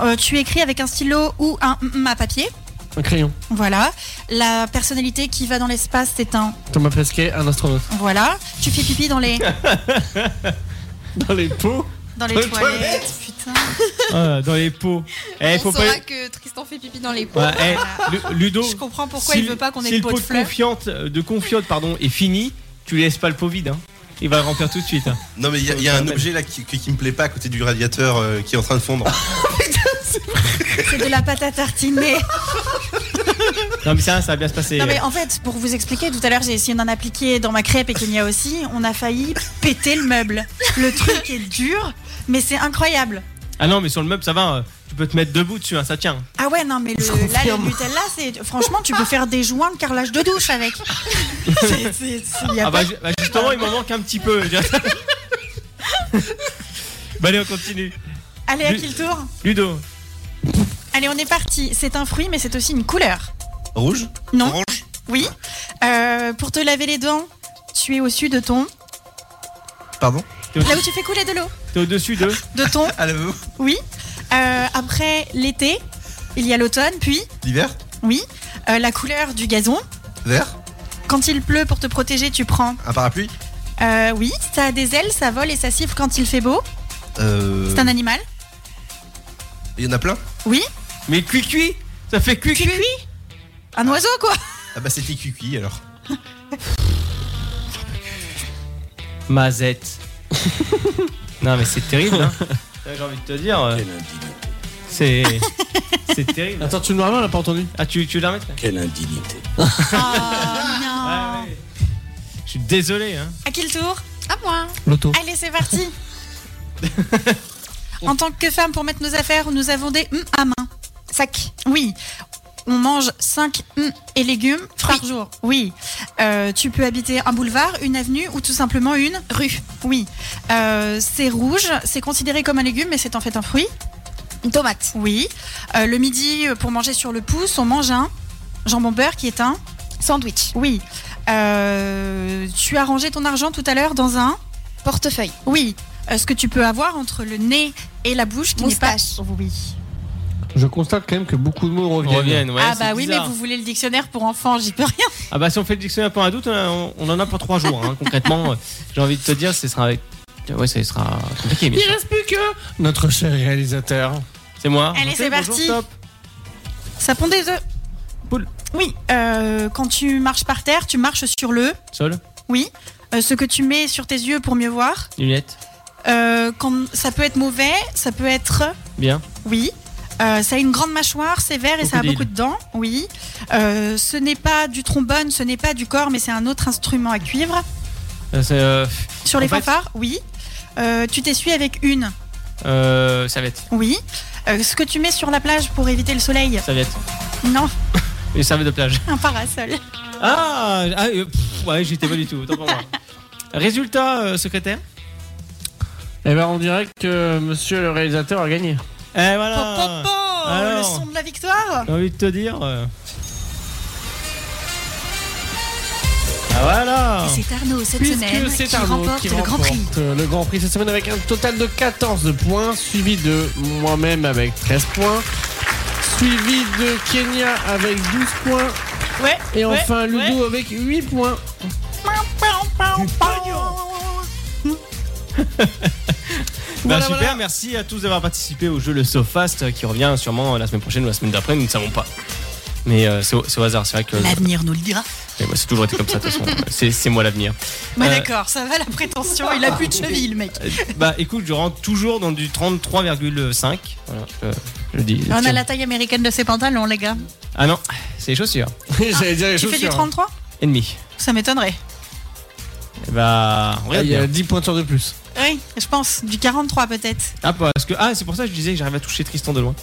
S4: Euh, tu écris avec un stylo ou un mm à papier.
S5: un crayon,
S4: Voilà. La personnalité qui va dans l'espace, c'est un.
S5: Thomas Pesquet, un astronaute.
S4: Voilà. Tu fais pipi dans les,
S5: Dans les pots
S4: dans les
S5: Dans les
S4: toilettes. Putain.
S2: Ah, dans les pots. Eh, faut
S6: On
S2: pas.
S6: saura que Tristan fait pipi dans les pots.
S2: Ouais, eh, Lu- Ludo,
S4: Je comprends pourquoi
S2: si-
S4: il veut pas qu'on ait
S2: si
S4: le
S2: le
S4: pot de
S2: de
S4: fleurs.
S2: confiante, euh, de confiote pardon, est fini, tu laisses pas le pot vide. Hein. Il va le remplir tout de suite. hein.
S7: Non mais il y a, il y a un objet là qui, qui, qui me plaît pas à côté du radiateur euh, qui est en train de fondre.
S4: C'est de la pâte à tartiner.
S2: Non, mais ça, ça va bien se passer.
S4: Non mais en fait, pour vous expliquer, tout à l'heure j'ai essayé d'en appliquer dans ma crêpe et Kenya aussi, on a failli péter le meuble. Le truc est dur, mais c'est incroyable.
S2: Ah non, mais sur le meuble, ça va. euh, Tu peux te mettre debout dessus, hein, ça tient.
S4: Ah ouais, non mais le, là, le Nutella, c'est franchement, tu peux faire des joints de carrelage de douche avec. C'est- c'est- c'est- y a
S2: Ah bah,
S4: pas-
S2: ju- bah, justement, il m'en manque un petit peu. bah allez, on continue.
S4: Allez, à
S2: Lu-
S4: qui le tour
S2: Ludo,
S4: Allez, on est parti. C'est un fruit, mais c'est aussi une couleur.
S7: Rouge
S4: Non.
S7: Orange
S4: Oui. Euh, pour te laver les dents, tu es au-dessus de ton...
S7: Pardon
S4: Là où tu fais couler de l'eau.
S2: t'es au-dessus de.
S4: De ton,
S7: À la
S4: oui. Euh, après l'été, il y a l'automne, puis...
S7: L'hiver
S4: Oui, Euh, la couleur du gazon.
S7: Vert
S4: Quand il pleut pour te protéger, tu prends.
S7: Un parapluie
S4: Euh, oui, ça a des ailes, ça vole et ça siffle quand il fait beau.
S7: Euh,
S4: C'est un animal.
S7: Il y en a plein
S4: Oui,
S2: Mais cuicui Ça fait cuicui
S4: cuicui. Un oiseau quoi.
S7: Ah bah c'était Cuicui alors.
S2: Mazette. non, mais c'est terrible. hein. J'ai envie de te dire. euh, C'est. C'est terrible.
S5: Attends, tu me on l'a pas entendu.
S2: Ah, tu, tu la remettrais
S9: Quelle indignité.
S4: Ah non.
S2: Ouais, ouais. Je suis désolé. Hein.
S4: À qui le tour
S6: À moi.
S5: L'auto.
S4: Allez, c'est parti. en tant que femme, pour mettre nos affaires, nous avons des hum à main.
S6: Sac.
S4: Oui. On mange 5 et légumes par jour. Oui. Euh, tu peux habiter un boulevard, une avenue ou tout simplement une rue. Oui. Euh, c'est rouge, c'est considéré comme un légume, mais c'est en fait un fruit.
S6: Une tomate.
S4: Oui. Euh, le midi, euh, pour manger sur le pouce, on mange un jambon beurre qui est un.
S6: Sandwich.
S4: Oui. Euh, tu as rangé ton argent tout à l'heure dans un.
S6: Portefeuille.
S4: Oui. Euh, ce que tu peux avoir entre le nez et la bouche qui n'est pas.
S6: Moustache.
S4: Oui.
S5: Je constate quand même que beaucoup de mots
S2: On
S5: reviennent.
S2: revienne, ouais,
S4: ah
S2: c'est
S4: bah oui, mais
S2: bizarre.
S4: vous voulez le dictionnaire pour enfants, j'y peux rien.
S2: Ah bah si on fait le dictionnaire pour adulte, on, a- on- on en a pour trois jours. hein. Concrètement, euh, j'ai envie de te dire, ce sera avec. Ouais, ça sera compliqué, bien
S5: Il
S2: sûr.
S5: reste plus que notre cher réalisateur.
S2: C'est moi.
S4: Allez,
S2: Bonjour,
S4: c'est
S2: bonjour,
S4: parti.
S2: Top.
S4: Ça pond des œufs.
S2: Boule.
S4: Oui. euh, quand tu marches par terre, tu marches sur le.
S2: Sol,
S4: Oui. Euh, ce que tu mets sur tes yeux pour mieux voir.
S2: lunettes,
S4: Euh, quand ça peut être mauvais, ça peut être.
S2: bien.
S4: Oui. Euh, ça a une grande mâchoire, c'est vert et ça a
S2: Crocodile.
S4: beaucoup de dents. Oui. Euh, ce n'est pas du trombone, ce n'est pas du corps, mais c'est un autre instrument à cuivre.
S2: Euh, c'est, euh,
S4: Sur les
S2: En fait-
S4: fanfares, oui. Euh, tu t'essuies avec une.
S2: euh, serviette,
S4: Oui. Euh, ce que tu mets sur la plage pour éviter le soleil.
S2: serviette.
S4: Non,
S2: Et serviette de plage.
S4: un parasol.
S2: Ah, ah, euh, pff, ouais, j'étais pas du tout. Autant pour moi. Résultat, euh, secrétaire.
S5: Eh ben, on dirait que monsieur le réalisateur a gagné.
S2: Eh voilà.
S4: Pom, pom, pom, Oh, le
S2: Alors.
S4: son de la victoire.
S2: J'ai envie de te dire. euh. Ah voilà.
S4: C'est Arnaud cette
S5: Puisque c'est Arnaud qui remporte euh, le Grand Prix cette semaine avec un total de 14 de points, suivi de moi-même avec 13 points, suivi de Kenya avec 12 points,
S4: Ouais.
S5: et
S4: ouais,
S5: enfin
S4: ouais.
S5: Ludo avec 8 points.
S2: Bah,
S5: Voilà,
S2: super,
S5: voilà.
S2: merci à tous d'avoir participé au jeu Le Sofast euh, qui revient sûrement euh, la semaine prochaine ou la semaine d'après, nous ne savons pas. Mais euh, c'est au, c'est au hasard, c'est vrai que
S4: L'avenir nous le dira.
S2: mais moi, c'est toujours été comme ça, de toute façon. C'est- C'est moi l'avenir.
S4: Bah
S2: Euh,
S4: d'accord, ça va la prétention, il a plus de cheville le mec.
S2: Euh, Bah écoute, je rentre toujours dans du 33,5. Voilà, je, je le dis. je
S4: Ah, On
S2: tiens.
S4: a la taille américaine de ses pantalons les gars.
S2: Ah non, c'est les chaussures.
S5: J'allais dire les
S4: Tu fais du
S5: chaussures.
S4: 33
S2: Ennemi.
S4: Ça m'étonnerait.
S2: Eh Bah, on
S5: Ah,
S2: regarde
S5: il y a
S2: bien.
S5: 10 pointures de plus.
S4: Oui, je pense, du 43 peut-être.
S2: Ah, parce que, ah c'est pour ça que je disais que j'arrive à toucher Tristan de loin.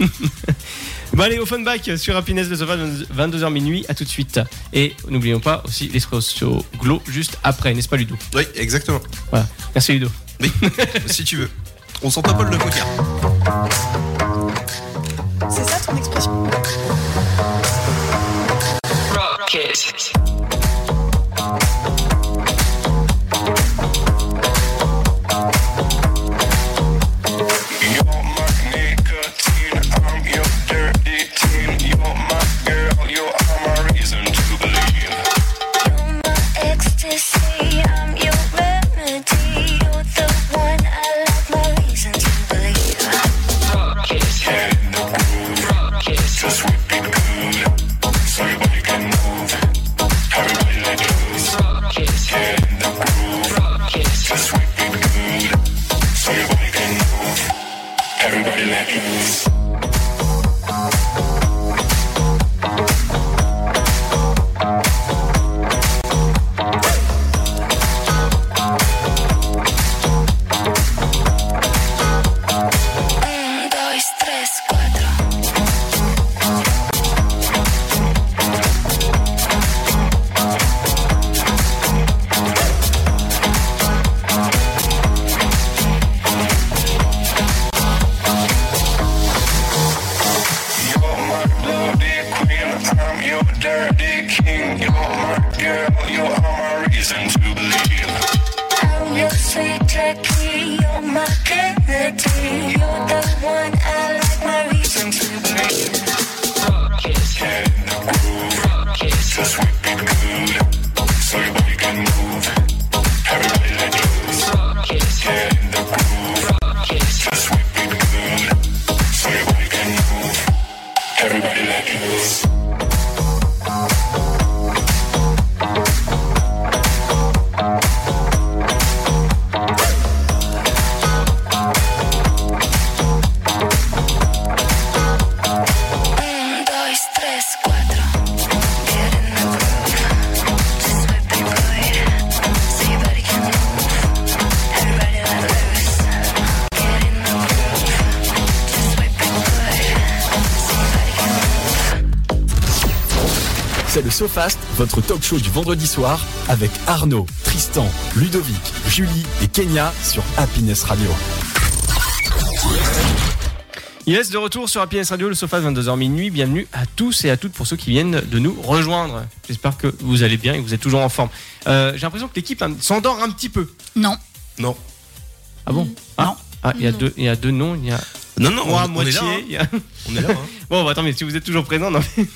S2: bon, allez, au fun back sur Happiness de Sofa, 22h minuit, à tout de suite. Et n'oublions pas aussi les sociaux Glow juste après, n'est-ce pas, Ludo
S7: Oui, exactement.
S2: Merci, Ludo.
S7: si tu veux. On sent pas Paul le poker.
S4: C'est ça ton expression
S1: SoFast, votre talk show du vendredi soir avec Arnaud, Tristan, Ludovic, Julie et Kenya sur Happiness Radio.
S2: Yes, de retour sur Happiness Radio, le sofa 22h minuit. Bienvenue à tous et à toutes pour ceux qui viennent de nous rejoindre. J'espère que vous allez bien et que vous êtes toujours en forme. Euh, J'ai l'impression que l'équipe hein, s'endort un petit peu.
S4: Non.
S7: Non.
S2: Ah bon Ah,
S4: Non.
S2: ah, il y a
S6: Non.
S2: deux, il y a deux noms, il y a
S7: Non, non,
S2: trois
S7: on, on est
S2: moitiés.
S7: là. hein.
S2: il y a-
S7: On est là. hein.
S2: Bon, bah, attends, mais si vous êtes toujours présent, non mais,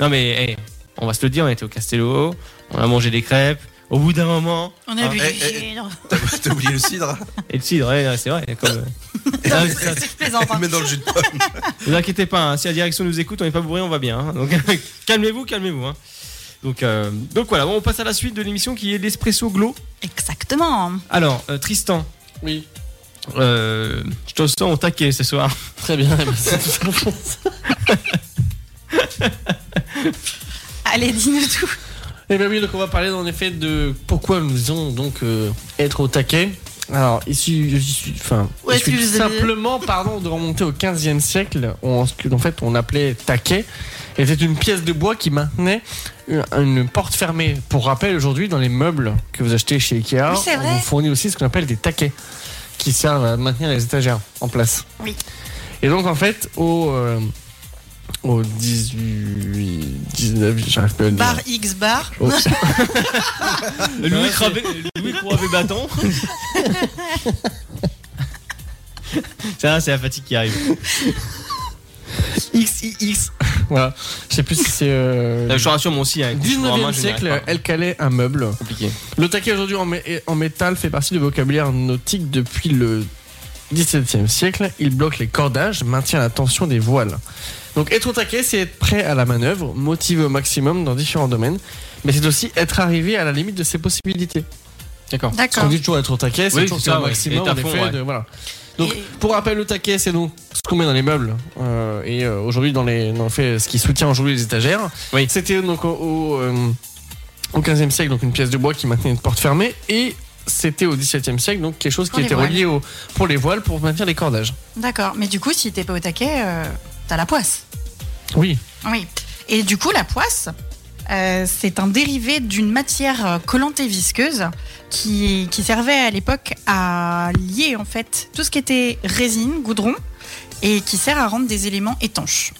S2: non, mais hey, on va se le dire, on était au Castello, on a mangé des crêpes. Au bout d'un moment,
S4: On a
S2: Ah,
S4: vu
S7: eh,
S4: du
S7: eh,
S4: cidre.
S7: T'as t'as oublié le cidre.
S2: et le cidre, ouais, c'est vrai. Comme, euh, ah, mais ça,
S4: C'est plaisant.
S7: Mais dans le jus de pomme.
S2: Ne vous inquiétez pas, hein, si la direction nous écoute, on n'est pas bourré, on va bien. hein. Donc calmez-vous, calmez-vous. hein. Donc, euh, donc voilà, bon, on passe à la suite de l'émission qui est l'espresso glow.
S4: Exactement.
S2: Alors, euh, Tristan,
S5: Oui.
S2: euh, je te sens au taquet ce soir.
S5: Très bien, eh ben, c'est tout à fait ça.
S4: Allez, dis-nous tout.
S5: Eh bien oui, donc on va parler en effet de pourquoi nous disons donc euh, être au taquet. Alors, issu, je suis- enfin,
S4: Où est-ce
S5: issu
S4: que vous avez-
S5: simplement, pardon, de remonter au 15e siècle, on, ce que, en fait on appelait taquet, et c'était une pièce de bois qui maintenait une, une porte fermée. Pour rappel, aujourd'hui, dans les meubles que vous achetez chez Ikea,
S4: Oui, c'est vrai.
S5: on vous fournit aussi ce qu'on appelle des taquets, qui servent à maintenir les étagères en place.
S4: Oui.
S5: Et donc, en fait, au... euh, au 18... 19... J'arrive plus à le dire.
S4: Bar X bar.
S5: Oh.
S2: Louis Crabé, Louis Crabé Bâton. Ça, c'est la fatigue qui arrive.
S5: XIX. Voilà. Je sais plus si c'est. Euh,
S2: Là, je te rassure, moi aussi. hein, écoute, vraiment,
S5: 19e
S2: je n'y arrive
S5: siècle,
S2: pas.
S5: elle calait un meuble.
S2: compliqué.
S5: Le taquet aujourd'hui en, mé- en métal fait partie du vocabulaire nautique depuis le 17e siècle. Il bloque les cordages, maintient la tension des voiles. Donc être au taquet, c'est être prêt à la manœuvre, motivé au maximum dans différents domaines, mais c'est aussi être arrivé à la limite de ses possibilités. D'accord.
S4: D'accord.
S5: Parce qu'on dit toujours être au taquet, c'est
S2: Oui,
S5: toujours
S2: c'est ça,
S5: le
S2: ouais.
S5: maximum
S2: Et à
S5: en
S2: fond,
S5: effet,
S2: ouais.
S5: de- voilà. Donc,
S4: Et-
S5: pour rappel, le taquet, c'est donc ce qu'on met dans les meubles euh, et euh, aujourd'hui dans les, dans le fait, ce qui soutient aujourd'hui les étagères.
S2: Oui.
S5: C'était donc au, au, euh, au 15e siècle, donc une pièce de bois qui maintenait une porte fermée et c'était au 17e siècle, donc quelque chose
S4: Pour
S5: qui
S4: les
S5: était
S4: voiles.
S5: relié au, pour les voiles pour maintenir les cordages.
S4: D'accord. Mais du coup, si t'es pas au taquet, euh, t'as la poisse.
S5: Oui.
S4: Oui. Et du coup, la poisse, euh, c'est un dérivé d'une matière euh, collante et visqueuse qui, qui servait à l'époque à lier en fait tout ce qui était résine, goudron, et qui sert à rendre des éléments étanches.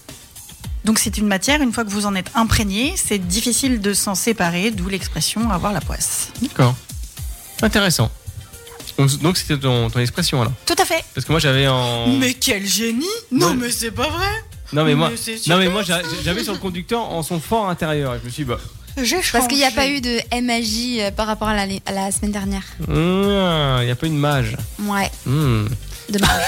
S4: Donc c'est une matière, une fois que vous en êtes imprégné, c'est difficile de s'en séparer, d'où l'expression avoir la poisse.
S2: D'accord. Intéressant. Donc, donc, c'était ton, ton expression alors.
S4: Tout à fait.
S2: Parce que moi j'avais en.
S4: quel génie
S2: Non.
S4: mais c'est pas vrai
S2: non mais moi,
S4: c'est
S2: non mais moi j'a- j'avais sur le conducteur en son fort intérieur. Et je me suis dit, bah.
S4: J'ai
S6: Parce qu'il n'y a
S4: changé.
S6: pas eu de MAJ euh, par rapport à la, à la semaine dernière.
S2: hmm, Il n'y a pas une mage.
S6: Ouais,
S2: Hmm.
S6: dommage.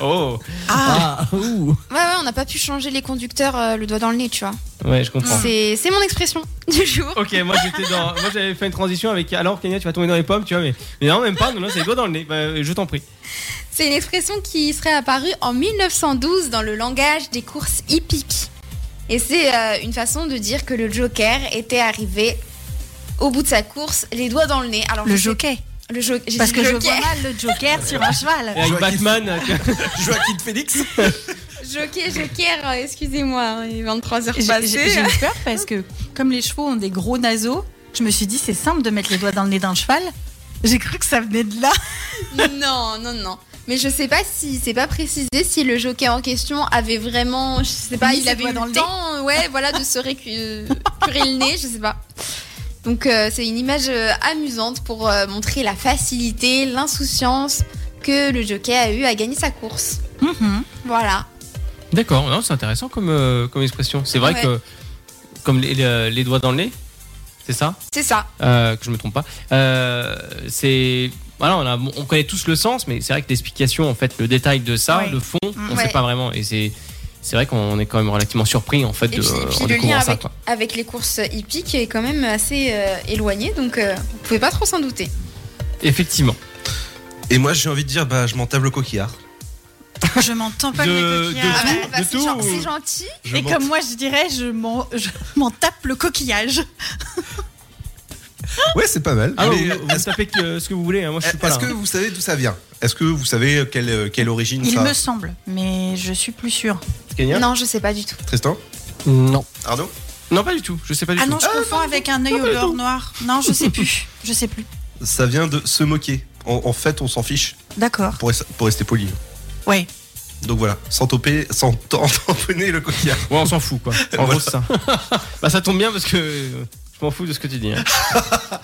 S2: Oh,
S4: Ah,
S6: Ouais, ouais, on n'a pas pu changer les conducteurs euh, le doigt dans le nez, tu vois.
S2: ouais, je comprends.
S6: C'est c'est mon expression du jour.
S2: Ok, moi j'étais dans, moi j'avais fait une transition avec. Alors Kenya, tu vas tomber dans les pommes, tu vois, mais, mais non, même pas. Non, non, c'est les doigts dans le nez. Bah, je t'en prie.
S6: C'est une expression qui serait apparue en 1912 dans le langage des courses hippiques. Et c'est euh, une façon de dire que le joker était arrivé au bout de sa course, les doigts dans le nez. Alors,
S4: le
S6: je sais-
S4: jockey.
S6: Le jo- j'ai
S4: Parce
S6: dit
S4: que je
S6: joker.
S4: vois mal le Joker sur un
S2: Et
S4: cheval.
S2: avec
S7: Joaquin
S2: Batman, tu vois,
S7: Joaquin Félix.
S6: Joker, joker, euh, excusez-moi, il est 23h
S4: J'ai
S6: passé.
S4: j'ai- j'ai eu peur parce que comme les chevaux ont des gros naseaux, je me suis dit c'est simple de mettre les doigts dans le nez d'un cheval. J'ai cru que ça venait de là.
S6: Non, non, non. Mais je sais pas si c'est pas précisé si le joker en question avait vraiment, je sais pas,
S4: Mis
S6: il
S4: ses
S6: avait
S4: doigts
S6: eu
S4: dans
S6: le
S4: le
S6: temps, euh, ouais, voilà, de se récurer le nez, je sais pas. Donc euh, c'est une image euh, amusante pour euh, montrer la facilité, l'insouciance que le joker a eu à gagner sa course. Mm-hmm. Voilà.
S2: D'accord, non, c'est intéressant comme, euh, comme expression. C'est vrai
S6: Ouais.
S2: que, comme les, les- les doigts dans le nez, c'est ça
S6: C'est ça.
S2: Euh, que je me trompe pas. Euh, c'est voilà, on, a- on connaît tous le sens, mais c'est vrai que l'explication, en fait, le détail de ça,
S4: Ouais.
S2: le fond, on
S6: Ouais.
S2: sait pas vraiment. Et c'est c'est vrai qu'on est quand même relativement surpris en fait
S6: Et
S2: de
S6: puis, et puis
S2: en
S6: le
S2: découvrant
S6: lien
S2: ça.
S6: avec,
S2: quoi.
S6: avec les courses hippiques est quand même assez euh, éloigné, donc euh, vous pouvez pas trop s'en douter.
S2: Effectivement.
S7: Et moi, j'ai envie de dire, bah, je m'en table au coquillard.
S4: Je m'entends pas
S2: De-
S4: le
S2: Ah
S4: coquillard.
S2: bah, bah, De
S6: c'est
S2: c'est tout, gen- ou- c'est
S6: gentil.
S7: Je
S4: Et
S7: m'en-
S4: comme moi je dirais, je m'en je m'en tape le coquillage.
S7: Ouais, c'est pas mal.
S2: Ah
S7: Mais
S2: non, vous, vous
S7: est-ce-
S2: tapez que- ce que vous voulez. hein, Moi, je suis pas là.
S7: Est-ce que vous savez d'où ça vient Est-ce que vous savez quelle, euh, quelle origine
S4: Il
S7: ça
S4: me semble, mais je suis plus sûre.
S2: Kenya
S6: Non, je sais pas du tout.
S7: Tristan
S5: Non.
S3: Arnaud
S2: Non, pas du tout. Je sais pas du
S9: Ah
S2: tout.
S9: non, je confonds avec un œil au beurre noir. Non, je sais plus. Je sais plus.
S7: Ça vient de se moquer. En, en fait, on s'en fiche
S9: D'accord.
S7: pour, res- pour rester poli.
S9: Ouais.
S7: Donc voilà, sans toper, sans tam- tamponner le coquillard.
S2: Ouais, on s'en fout quoi. En
S7: Voilà.
S2: gros, c'est ça. bah, ça tombe bien parce que euh, je m'en fous de ce que tu dis. hein.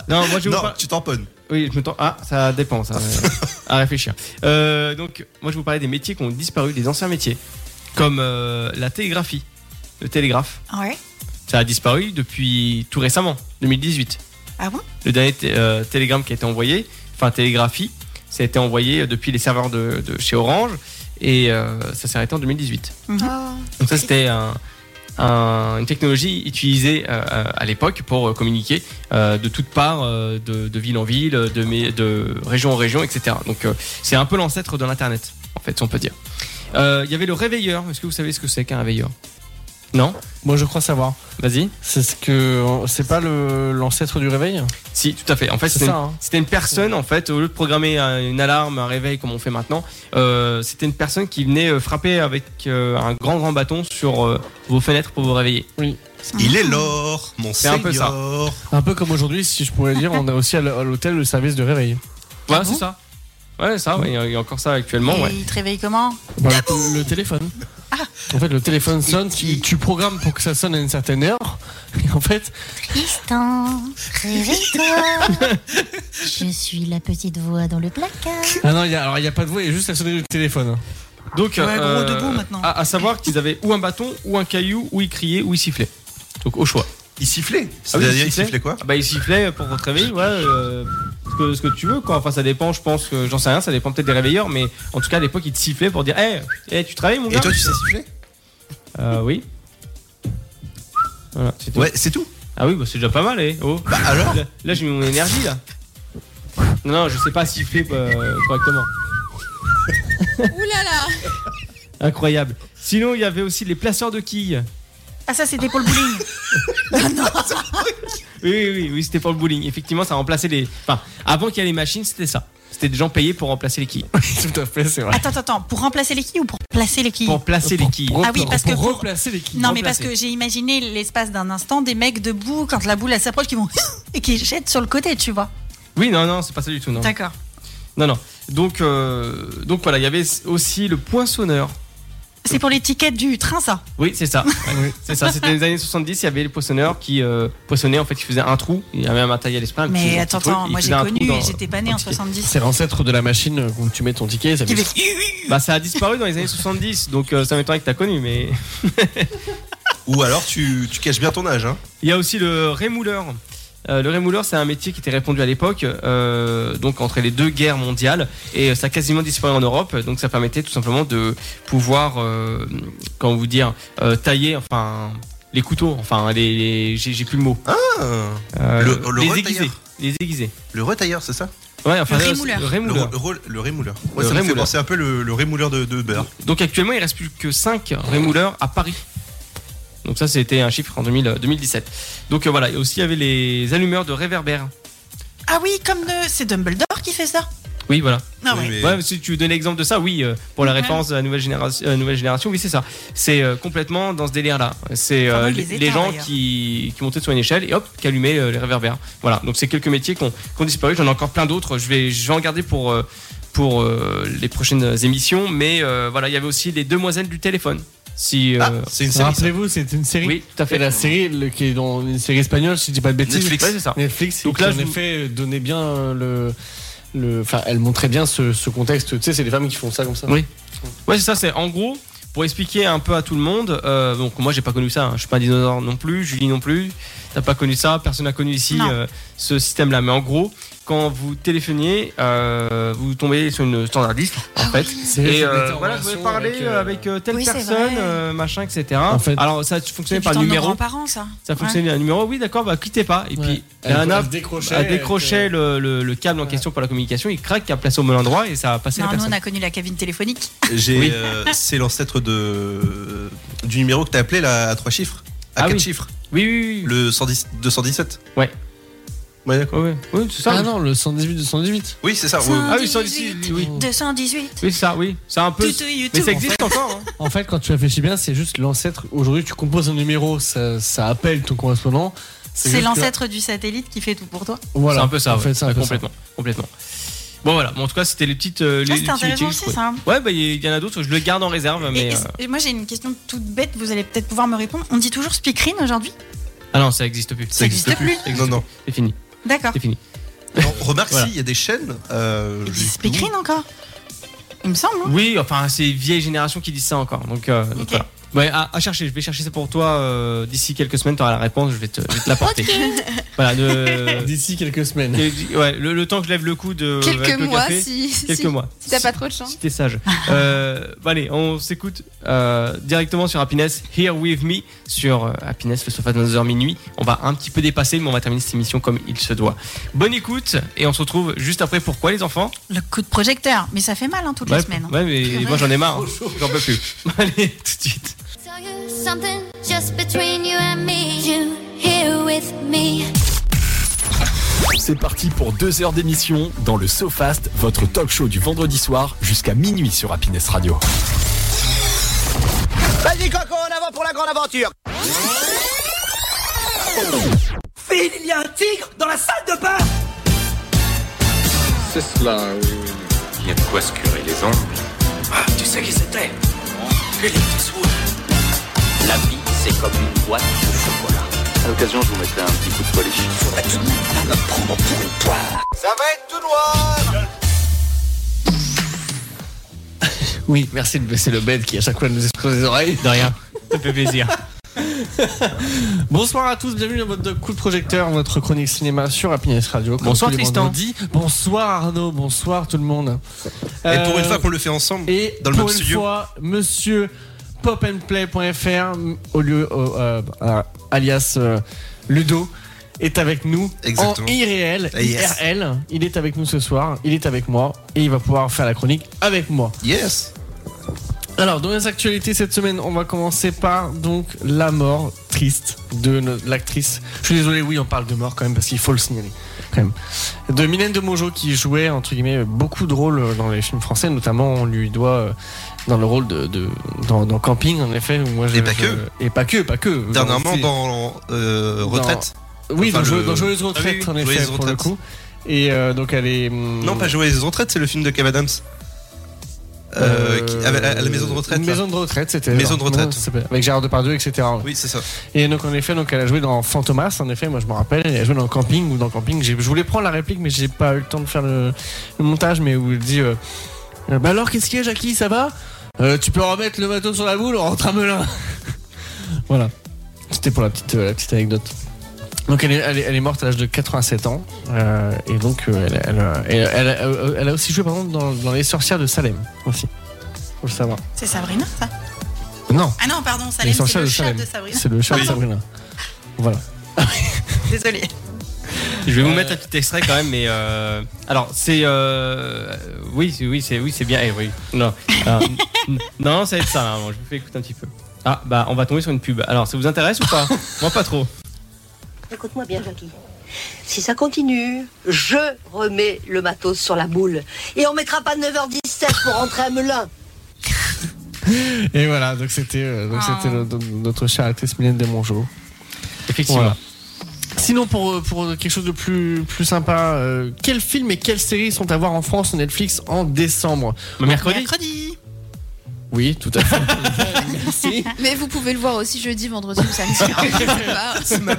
S2: non, moi je vais vous
S7: Non,
S2: par-
S7: tu tamponnes.
S2: Oui, je me tends. Ah, ça dépend, ça. euh, à réfléchir. Euh, donc, moi je vais vous parlais des métiers qui ont disparu, des anciens métiers, comme euh, la télégraphie, le télégraphe.
S4: Ah
S9: Ouais.
S2: Ça a disparu depuis tout récemment, 2018.
S9: Ah bon
S2: Le dernier té- euh, télégramme qui a été envoyé, enfin télégraphie, ça a été envoyé euh, depuis les serveurs de, de chez Orange et euh, ça s'est arrêté en 2018.
S4: Ah.
S2: Donc ça c'était un- un- une technologie utilisée euh, à l'époque pour euh, communiquer euh, de toutes parts, euh, de, de ville en ville, de, mé- de région en région, etc. Donc euh, c'est un peu l'ancêtre de l'internet, en fait, si on peut dire. Euh, Il y avait le réveilleur. Est-ce que vous savez ce que c'est qu'un réveilleur Non
S5: Moi, je crois savoir.
S2: Vas-y.
S5: C'est ce que. C'est pas le- l'ancêtre du réveil
S2: Si, tout à fait. En fait,
S5: C'est
S2: c'est
S5: ça, hein.
S2: C'était une personne, en fait, au lieu de programmer un- une alarme, un réveil comme on fait maintenant, euh, c'était une personne qui venait euh, frapper avec euh, un grand, grand bâton sur euh, vos fenêtres pour vous réveiller.
S7: Il est l'or, mon
S2: C'est un peu ça.
S7: seigneur.
S5: Un peu comme aujourd'hui, si je pourrais dire, on a aussi à l- à l'hôtel le service de réveil.
S2: Ouais,
S9: Ah bon
S2: c'est ça. Ouais, ça, ouais, il y a- il y a encore ça actuellement,
S9: Et
S2: ouais.
S9: il te réveille comment
S5: Bah, le t- le téléphone.
S9: Ah.
S5: En fait, le téléphone sonne, tu, tu programmes pour que ça sonne à une certaine heure. Et en fait,
S8: Tristan, réveille-toi. Je suis la petite voix dans le placard.
S5: ah non, il y a- alors il n'y a pas de voix, il y a juste la sonnerie du téléphone. hein.
S2: Donc, euh,
S9: Ouais, gros, debout, maintenant.
S2: À, à savoir qu'ils avaient ou un bâton, ou un caillou, ou ils criaient, ou ils sifflaient. Donc, au choix.
S7: Il
S2: Ah
S7: sifflait.
S2: oui,
S7: C'est-à-dire, il sifflait quoi
S2: Ah Bah, ils sifflaient pour votre réveil, ouais. euh, ce, que, ce que tu veux, quoi. Enfin, ça dépend, je pense que j'en sais rien, ça dépend peut-être des réveilleurs, mais en tout cas, à l'époque, ils te sifflaient pour dire Hé, hé, tu travailles, mon gars
S7: Et toi, tu sais siffler
S2: Euh, oui. Voilà, c'est tout.
S7: Ouais, c'est tout.
S2: Ah oui, bah c'est déjà pas mal, eh. Oh.
S7: Bah alors
S2: Là, là, j'ai mis mon énergie, là. Non, non, je sais pas siffler euh, correctement.
S6: Ouh là là
S2: Euh, Incroyable. Sinon, il y avait aussi les placeurs de quilles.
S9: Ah ça c'était pour le bowling.
S2: Oui, oui, oui, oui, c'était pour le bowling. Effectivement, ça remplaçait les. Enfin, avant qu'il y ait les machines, c'était ça. C'était des gens payés pour remplacer les quilles.
S5: Tout à fait, c'est vrai.
S9: Attends, attends, attends. Pour remplacer les quilles ou pour placer les quilles
S2: Pour placer les quilles.
S9: Ah oui, parce que
S5: Pour
S9: pour-
S5: replacer les quilles.
S9: Non mais parce
S2: remplacer.
S9: que j'ai imaginé l'espace d'un instant des mecs debout quand la boule elle s'approche qui vont et qui jettent sur le côté, tu vois.
S2: Oui, non, non, c'est pas ça du tout, non.
S9: D'accord.
S2: Non, non. Donc, euh, donc voilà, il y avait aussi le poinçonneur.
S9: C'est pour l'étiquette du train ça.
S2: Oui, c'est ça. Ouais, C'est ça. C'était les années 70, il y avait les poissonneurs qui euh, poissonnaient, en fait, ils faisaient un trou. Il y avait un matériel espagnol. un petit-
S9: Mais
S2: un
S9: attends,
S2: petit truc,
S9: attends,
S2: ils
S9: moi j'ai
S2: faisaient un trou
S9: connu,
S2: dans-
S9: j'étais pas né en
S2: dans le ticket.
S9: 70.
S5: C'est l'ancêtre de la machine euh, où tu mets ton ticket. Ça
S9: Qui
S5: fait-
S9: fait-
S2: Bah, ça a disparu dans les années 70, donc euh, ça m'étonnerait que t'as connu, mais.
S7: Ou alors, tu, tu caches bien ton âge. Hein.
S2: Il y a aussi le rémouleur. Euh, le rémouleur, c'est un métier qui était répandu à l'époque, euh, donc entre les deux guerres mondiales, et euh, ça a quasiment disparu en Europe. Donc ça permettait tout simplement de pouvoir, euh, comment vous dire, euh, tailler, enfin, les couteaux, enfin, les, les- j'ai j'ai plus le mot.
S7: Ah,
S2: Euh,
S7: Le- le
S2: les
S7: retailleur.
S2: aiguisés. Les aiguisés.
S7: le retailleur, c'est ça
S2: Ouais, enfin,
S9: Le
S2: là,
S9: rémouleur.
S2: c'est le
S7: Le,
S2: rémouleur.
S7: re- le re- le rémouleur.
S2: Le
S7: Ouais, ça me fait
S2: rémouleur.
S7: penser un peu le, le rémouleur de, de beurre.
S2: Donc actuellement, il reste plus que 5 rémouleurs à Paris. Donc ça, c'était un chiffre en 2000, euh, 2017. Donc euh, voilà, et aussi il y avait les allumeurs de réverbères.
S9: Ah oui, comme de... c'est Dumbledore qui fait ça.
S2: Oui, voilà.
S9: Non
S7: Oui,
S9: ouais.
S7: mais-
S2: Ouais, si tu donnes l'exemple de ça, oui, euh, pour la
S9: Ouais.
S2: référence de la nouvelle génération, euh, nouvelle génération oui, c'est ça. C'est euh, complètement dans ce délire-là. C'est euh,
S9: Enfin, il
S2: les,
S9: les
S2: les
S9: éteint,
S2: gens
S9: d'ailleurs.
S2: qui, qui montaient sur une échelle et hop, qui allumaient euh, les réverbères. Voilà, donc c'est quelques métiers qui ont, qui ont disparu. J'en ai encore plein d'autres. Je vais, je vais en garder pour, euh, pour euh, les prochaines émissions. Mais euh, voilà, il y avait aussi les demoiselles du téléphone. Si,
S7: Ah,
S2: euh,
S7: c'est une série. ça.
S5: Rappelez-vous, c'est une série.
S2: oui, tout à
S5: Et
S2: fait.
S5: la série le- qui est dans une série espagnole, si je dis pas de bêtises.
S7: Netflix.
S2: Ouais, c'est ça.
S5: Netflix.
S2: Donc
S5: Donc
S2: là,
S5: là, en
S2: je vous-
S5: effet, donnait bien euh, le. le- Enfin, elle montrait bien ce, ce contexte. Tu sais, c'est les femmes qui font ça comme ça.
S2: Oui. Ouais, c'est ça, c'est en gros, pour expliquer un peu à tout le monde, euh, donc moi j'ai pas connu ça, hein, je suis pas un dinosaure non plus, Julie non plus, t'as pas connu ça, personne n'a connu ici
S9: Non.
S2: euh, ce système-là, mais en gros, quand vous téléphoniez, euh, vous tombez sur une standardiste,
S9: Ah
S2: en fait.
S5: C'est-
S2: Et
S5: c'est
S2: euh,
S5: des
S2: voilà, je voulais
S5: informations
S2: parler avec,
S5: avec, euh,
S2: euh, telle
S6: Oui, c'est
S2: personne,
S6: vrai.
S2: euh, machin, etc.
S5: fait-
S2: Alors ça
S9: C'est
S2: fonctionnait
S9: par
S2: par numéro,
S9: parents ça.
S2: ça fonctionnait un numéro, oui d'accord, bah quittez pas. Et puis, il y a un
S5: Elle
S2: homme
S5: décrochait.
S2: a décroché le, le- le câble en question pour la communication, il craque, il a placé au bon endroit et ça a passé
S9: Non,
S2: la
S9: nous
S2: personne.
S9: on a connu la cabine téléphonique.
S7: J'ai,
S2: Oui.
S7: euh, c'est l'ancêtre de, du numéro que t'as appelé là, à trois chiffres. À
S2: Ah
S7: quatre
S2: oui.
S7: chiffres.
S2: Oui, oui, oui.
S7: Le 110 217. Ouais, d'accord.
S2: Oui, oui, c'est ça.
S5: Ah non, le 118 de 118.
S7: Oui, c'est ça. oui, oui.
S2: Ah oui, 118, oui.
S8: 218.
S2: Oui, c'est ça, oui. C'est un peu.
S8: Toutou, youtou.
S2: Mais ça existe encore. hein.
S5: En fait, quand tu réfléchis bien, c'est juste l'ancêtre. Aujourd'hui, tu composes un numéro, ça, ça appelle ton correspondant.
S9: C'est
S5: juste
S9: l'ancêtre du satellite qui fait tout pour toi.
S5: que- Voilà.
S2: C'est un peu ça,
S5: En
S2: ouais.
S5: fait, c'est un
S2: Ouais,
S5: peu ça.
S2: complètement. Complètement. Bon, voilà. Bon, en tout cas, c'était les petites. euh, les
S9: Ah,
S2: les
S9: c'est
S2: petits
S9: intéressant
S2: outils,
S9: aussi,
S2: ouais.
S9: ça.
S2: Ouais, bah, il y en a d'autres, je le garde en réserve.
S9: Et-
S2: mais
S9: et-
S2: euh,
S9: et moi j'ai une question toute bête, vous allez peut-être pouvoir me répondre. On dit toujours speakerine aujourd'hui
S2: Ah non, ça existe plus.
S9: Ça existe plus.
S2: Ça existe
S7: Non, non.
S2: plus. C'est fini.
S9: D'accord.
S2: C'est fini.
S7: Non, remarque,
S2: Voilà.
S7: si, il y a des chaînes. Euh,
S9: On dit
S7: j'ai-
S9: speakerine encore Il me semble. hein.
S2: Oui, enfin, c'est les vieilles générations qui disent ça encore. Donc, euh, donc
S9: Ok.
S2: voilà. Ouais, à, à chercher, je vais chercher ça pour toi euh, d'ici quelques semaines, tu auras la réponse, je vais te, je vais te l'apporter. voilà, de-
S5: Euh, D'ici quelques semaines.
S2: ouais, le, le temps que je lève le coude euh, avec
S6: Quelques
S2: le
S6: mois,
S2: café,
S6: si,
S2: quelques
S6: si-
S2: mois.
S6: si t'as pas trop de chance.
S2: Si t'es sage. Euh, bah allez, on s'écoute euh, directement sur Happiness Here With Me sur euh, Happiness le sofa de 22h minuit. On va un petit peu dépasser, mais on va terminer cette émission comme il se doit. Bonne écoute et on se retrouve juste après. Pourquoi les enfants
S9: Le coup de projecteur, mais ça fait mal hein, toutes
S2: ouais,
S9: les semaines. hein.
S2: ouais, mais
S9: Purée.
S2: moi j'en ai marre. hein. J'en peux plus. allez, tout de suite.
S10: Tell you something just between you and me. You here with me.
S1: C'est parti pour deux heures d'émission dans le SoFast, votre talk show du vendredi soir jusqu'à minuit sur Happiness Radio.
S11: Vas-y, Coco, en avant pour la grande aventure Phil, il y a un tigre dans la salle de bain
S12: Il y a de quoi se curer les ongles.
S11: Ah, tu sais qui c'était Il était sourd
S12: La vie, c'est comme une boîte de chocolat. À l'occasion, je vous mettrai un petit coup de polish.
S11: Ça va être tout noir
S5: Oui, merci de baisser le bed qui à chaque fois nous explose les oreilles.
S2: De rien. Ça fait plaisir.
S5: Bonsoir à tous, bienvenue dans votre coup de projecteur, votre chronique cinéma sur Happiness Radio. comme
S2: Bonsoir,
S5: tous les
S2: Tristan.
S5: vendredis. Bonsoir Arnaud, bonsoir tout le monde.
S7: Et pour une
S5: Euh,
S7: fois qu'on le fait ensemble,
S5: Et
S7: dans le
S5: pour
S7: même
S5: une
S7: studio.
S5: fois, monsieur popandplay.fr, au lieu, au- euh, euh, alias euh, Ludo, est avec nous
S7: Exactement.
S5: en IRL,
S7: Ah, yes.
S5: IRL. Il est avec nous ce soir, il est avec moi et il va pouvoir faire la chronique avec moi.
S7: yes.
S5: Alors, dans les actualités cette semaine, on va commencer par donc la mort triste de no- l'actrice. Je suis désolé, oui, on parle de mort quand même parce qu'il faut le signaler. Quand même. De Mylène de Mongeau qui jouait entre guillemets beaucoup de rôles euh, dans les films français, notamment on lui doit euh, dans le rôle de, de- dans, dans Camping en effet. où moi, je-
S7: Et pas
S5: je-
S7: que.
S5: Et pas que, pas que.
S7: Dernièrement,
S5: C'est-
S7: dans euh, Retraite.
S5: oui,
S7: enfin,
S5: dans, Joyeux-
S7: le-
S5: dans Joyeuse Retraite
S7: Ah oui,
S5: en effet
S7: Joyeuse
S5: pour le
S7: Retraite.
S5: coup. Et euh, donc elle est. hum,
S7: Non, pas Joyeuse Retraite, c'est le film de Kev Adams. Euh, qui- à, la, à la maison de retraite. là.
S5: Maison de retraite, c'était.
S7: Maison de retraite.
S5: Non, c'est pas- Avec Gérard Depardieu, etc.
S7: Oui, c'est ça.
S5: Et donc en effet, donc elle a joué dans Fantomas. En effet, moi je me rappelle, elle a joué dans Camping ou dans Camping. J'ai- Je voulais prendre la réplique, mais j'ai pas eu le temps de faire le, le montage. Mais où elle dit, euh, Euh, bah alors qu'est-ce qu'il y a, Jackie Ça va Euh, Tu peux remettre le bateau sur la boule, on rentre à Melun. voilà. C'était pour la petite, euh, la petite anecdote. Donc elle est, elle est, elle est morte à l'âge de 87 ans Euh, et donc euh, elle, elle, euh, elle- elle a- euh, elle a aussi joué par exemple dans, dans Les Sorcières de Salem aussi. Faut le savoir.
S9: C'est Sabrina ça
S5: Non,
S9: Ah non, pardon,
S5: Les
S9: Salem, c'est
S5: Sorcières
S9: le
S5: de
S9: chat
S5: Salem.
S9: de Sabrina.
S5: C'est le chat de
S7: Oui.
S5: Sabrina. Voilà.
S9: Désolée.
S2: Je
S5: euh,
S2: vais vous mettre un petit extrait quand même, mais euh, alors c'est euh, oui, c'est- oui, c'est oui, c'est bien. Eh oui, non, Ah, n- n- non, ça va être ça. là. Bon, je vous fais écouter un petit peu. Ah bah on va tomber sur une pub. Alors ça vous intéresse ou pas Moi pas trop.
S10: Écoute-moi bien, Jackie. Si ça continue, je remets le matos sur la boule. Et on mettra pas 9h17 pour rentrer à Melun.
S5: Et voilà, donc c'était euh, donc
S9: Ah.
S5: c'était notre- notre chère actrice Mylène Desmongeaux.
S2: Effectivement.
S5: Voilà. Sinon, pour, euh, pour quelque chose de plus, plus sympa, euh, quels films et quelles séries sont à voir en France sur Netflix en décembre
S2: Mais mercredi.
S9: Mercredi.
S5: Oui, tout à fait. Merci.
S6: Mais vous pouvez le voir aussi jeudi, vendredi ou samedi. Je sais pas.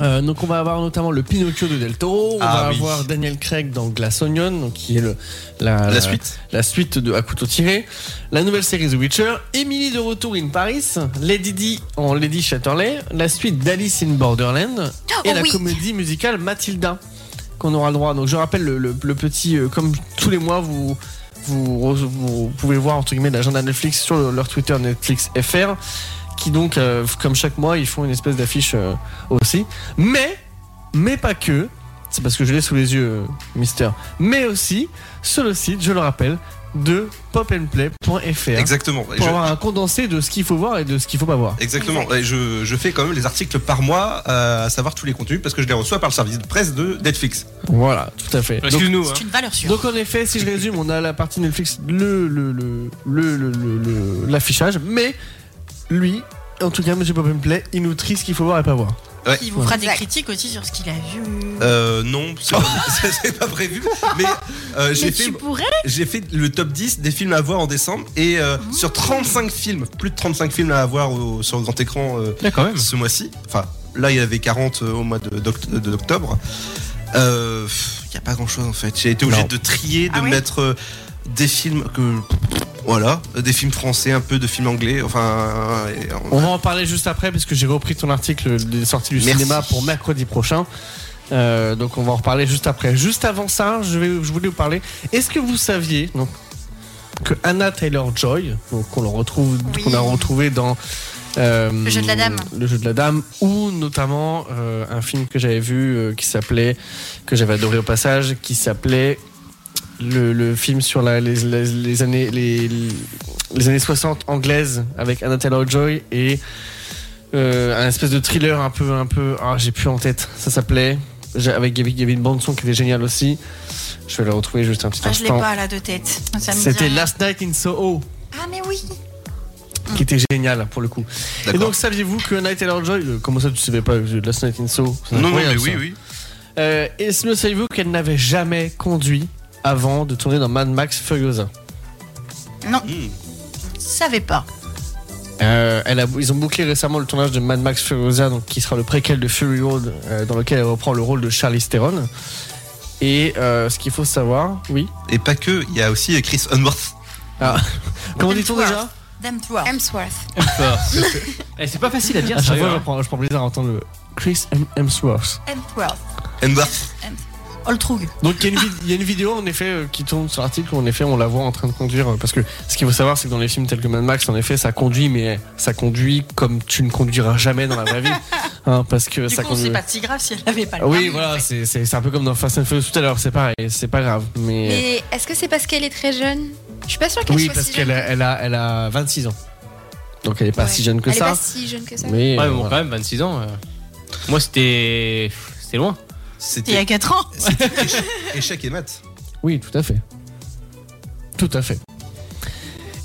S5: Euh, donc, on va avoir notamment le Pinocchio de Del Toro. On
S7: Ah
S5: va
S7: oui.
S5: avoir Daniel Craig dans Glass Onion, donc qui est le, la,
S7: La
S5: la-
S7: suite.
S5: la suite de À couteau tiré. La nouvelle série The Witcher. Emily de retour in Paris. Lady Di en Lady Chatterley. La suite d'Alice in Borderland. et
S6: Oh
S5: la
S6: oui.
S5: comédie musicale Mathilda qu'on aura le droit. Donc je rappelle le, le- le petit, euh, comme tous les mois, vous, vous, re- vous pouvez voir entre guillemets l'agenda Netflix sur le- leur Twitter Netflix FR, qui donc, euh, comme chaque mois, ils font une espèce d'affiche euh, aussi. Mais, mais pas que. c'est parce que je l'ai sous les yeux, euh, Mister. Mais aussi sur le site, je le rappelle, de popandplay.fr.
S7: Exactement. Et
S5: Pour
S7: je-
S5: avoir un condensé de ce qu'il faut voir et de ce qu'il faut pas voir.
S7: Exactement. Et je, je fais quand même les articles par mois, euh, à savoir tous les contenus, parce que je les reçois par le service de presse de Netflix.
S5: Voilà, tout à fait.
S2: Excuse-nous,
S5: Donc-
S2: hein. C'est
S9: une valeur sûre.
S5: Donc en effet, si je résume, on a la partie Netflix, le le le le le- le- le- l'affichage, mais lui, en tout cas, Monsieur Pop and Play, il nous trie ce qu'il faut voir et pas voir.
S7: Ouais.
S9: Il vous fera des critiques aussi sur ce qu'il a vu.
S7: Euh, non, c'est pas- c'est pas prévu. Mais euh, j'ai
S9: Mais
S7: fait,
S9: tu pourrais
S7: j'ai fait le top 10 des films à voir en décembre et euh,
S9: Ah.
S7: sur 35 films, plus de 35 films à voir au- sur le grand écran euh,
S2: Ouais, quand même.
S7: ce mois-ci. Enfin, là il y avait 40 au mois de- d'oct- de- d'octobre. Euh, pff, Il n'y a pas grand-chose en fait. J'ai été obligé
S5: Non.
S7: de trier, de
S9: Ah ouais
S7: mettre euh, des films que voilà, des films français un peu, de films anglais. Enfin, et on-
S5: On va en parler juste après parce que j'ai repris ton article des sorties du
S7: Merci.
S5: cinéma pour mercredi prochain. Euh, donc on va en reparler juste après. Juste avant ça, je, vais, je voulais vous parler. Est-ce que vous saviez donc, que Anna Taylor Joy, qu'on le retrouve,
S9: Oui.
S5: qu'on a retrouvé dans euh,
S9: Le jeu de la dame.
S5: le jeu de la dame, ou notamment euh, un film que j'avais vu euh, qui s'appelait, que j'avais adoré au passage, qui s'appelait le, le film sur la- les, les- les années les, les années 60 anglaises avec Anna Taylor Joy et euh, un espèce de thriller un peu un peu ah j'ai plus en tête ça s'appelait J'ai- avec il y avait- il y avait une bande son qui était géniale aussi je vais la retrouver juste un petit
S9: Ah, je l'ai
S5: instant
S9: pas là de tête. Ça me dit
S5: c'était
S9: rien.
S5: Last Night in Soho
S9: Ah, mais oui.
S5: qui était génial pour le coup et
S7: D'accord.
S5: donc saviez-vous que Anna Taylor Joy euh, comment ça tu savais pas euh, Last Night in Soho C'est
S7: non, non, mais
S5: incroyable,
S7: oui,
S5: ça.
S7: oui.
S5: Euh, et le savez-vous qu'elle n'avait jamais conduit avant de tourner dans Mad Max Furiosa
S9: Non,
S7: Hmm.
S9: je savais pas.
S5: Euh, elle a- ils ont bouclé récemment le tournage de Mad Max Furiosa, donc, qui sera le préquel de Fury Road, euh, dans lequel elle reprend le rôle de Charlie Theron. Et euh, ce qu'il faut savoir, oui.
S7: Et pas que, il y a aussi euh, Chris Unworth.
S5: Ah, comment dit-on
S9: Hemsworth.
S5: déjà
S9: Damn-toi.
S6: Hemsworth.
S2: Eh, c'est pas facile à dire,
S5: À chaque
S2: sérieux,
S5: fois, je
S2: hein.
S5: prends, je prends plaisir à entendre le Chris M- Hemsworth.
S9: Hemsworth.
S7: Unworth.
S9: Oltrug.
S5: Donc il y, a une vid- il y a une vidéo en effet euh, qui tourne sur l'article où en effet on la voit en train de conduire euh, parce que ce qu'il faut savoir c'est que dans les films tels que Mad Max en effet ça conduit mais ça conduit comme tu ne conduiras jamais dans la vraie vie Hein, parce que
S9: Du
S5: ça
S9: coup,
S5: conduit. Ah
S9: c'est pas si grave si elle avait pas le
S5: Oui,
S9: permis, en
S5: voilà,
S9: fait.
S5: c'est- c'est c'est un peu comme dans Fast and Furious tout à l'heure, c'est pareil, c'est pas grave. Mais,
S6: Mais est-ce que c'est parce qu'elle est très jeune Je suis pas sûre qu'elle
S5: oui,
S6: soit
S5: parce
S6: si
S5: qu'elle
S6: jeune.
S5: a, elle a, elle a 26 ans. Donc elle est pas
S6: Ouais.
S5: si jeune que
S6: Elle est
S5: ça.
S6: pas si jeune que ça.
S5: Mais
S2: Ouais,
S5: euh,
S2: bon,
S5: voilà.
S2: quand même, 26 ans. euh. Moi, c'était. C'était loin.
S9: Il y a
S7: C'était
S9: 4 ans.
S7: échec et mat.
S5: oui, tout à fait. Tout à fait.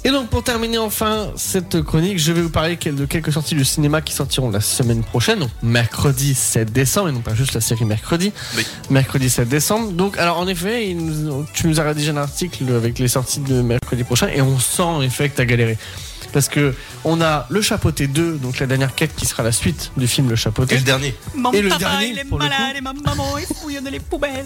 S5: Et donc pour terminer enfin cette chronique, je vais vous parler quel- de quelques sorties du cinéma qui sortiront la semaine prochaine, donc mercredi 7 décembre, et non pas juste la série mercredi,
S7: Oui.
S5: mercredi 7 décembre. Donc alors en effet, il nous- tu nous as rédigé un article avec les sorties de mercredi prochain, et on sent en effet que t'as galéré. Parce que on a Le Chapeauté 2, donc la dernière quête qui sera la suite du film Le
S7: Et
S5: Chapeauté.
S7: le dernier.
S9: Mon
S5: Et le
S9: papa,
S5: dernier,
S9: il est
S5: pour le
S9: malade et ma maman, il fouillonne les poubelles.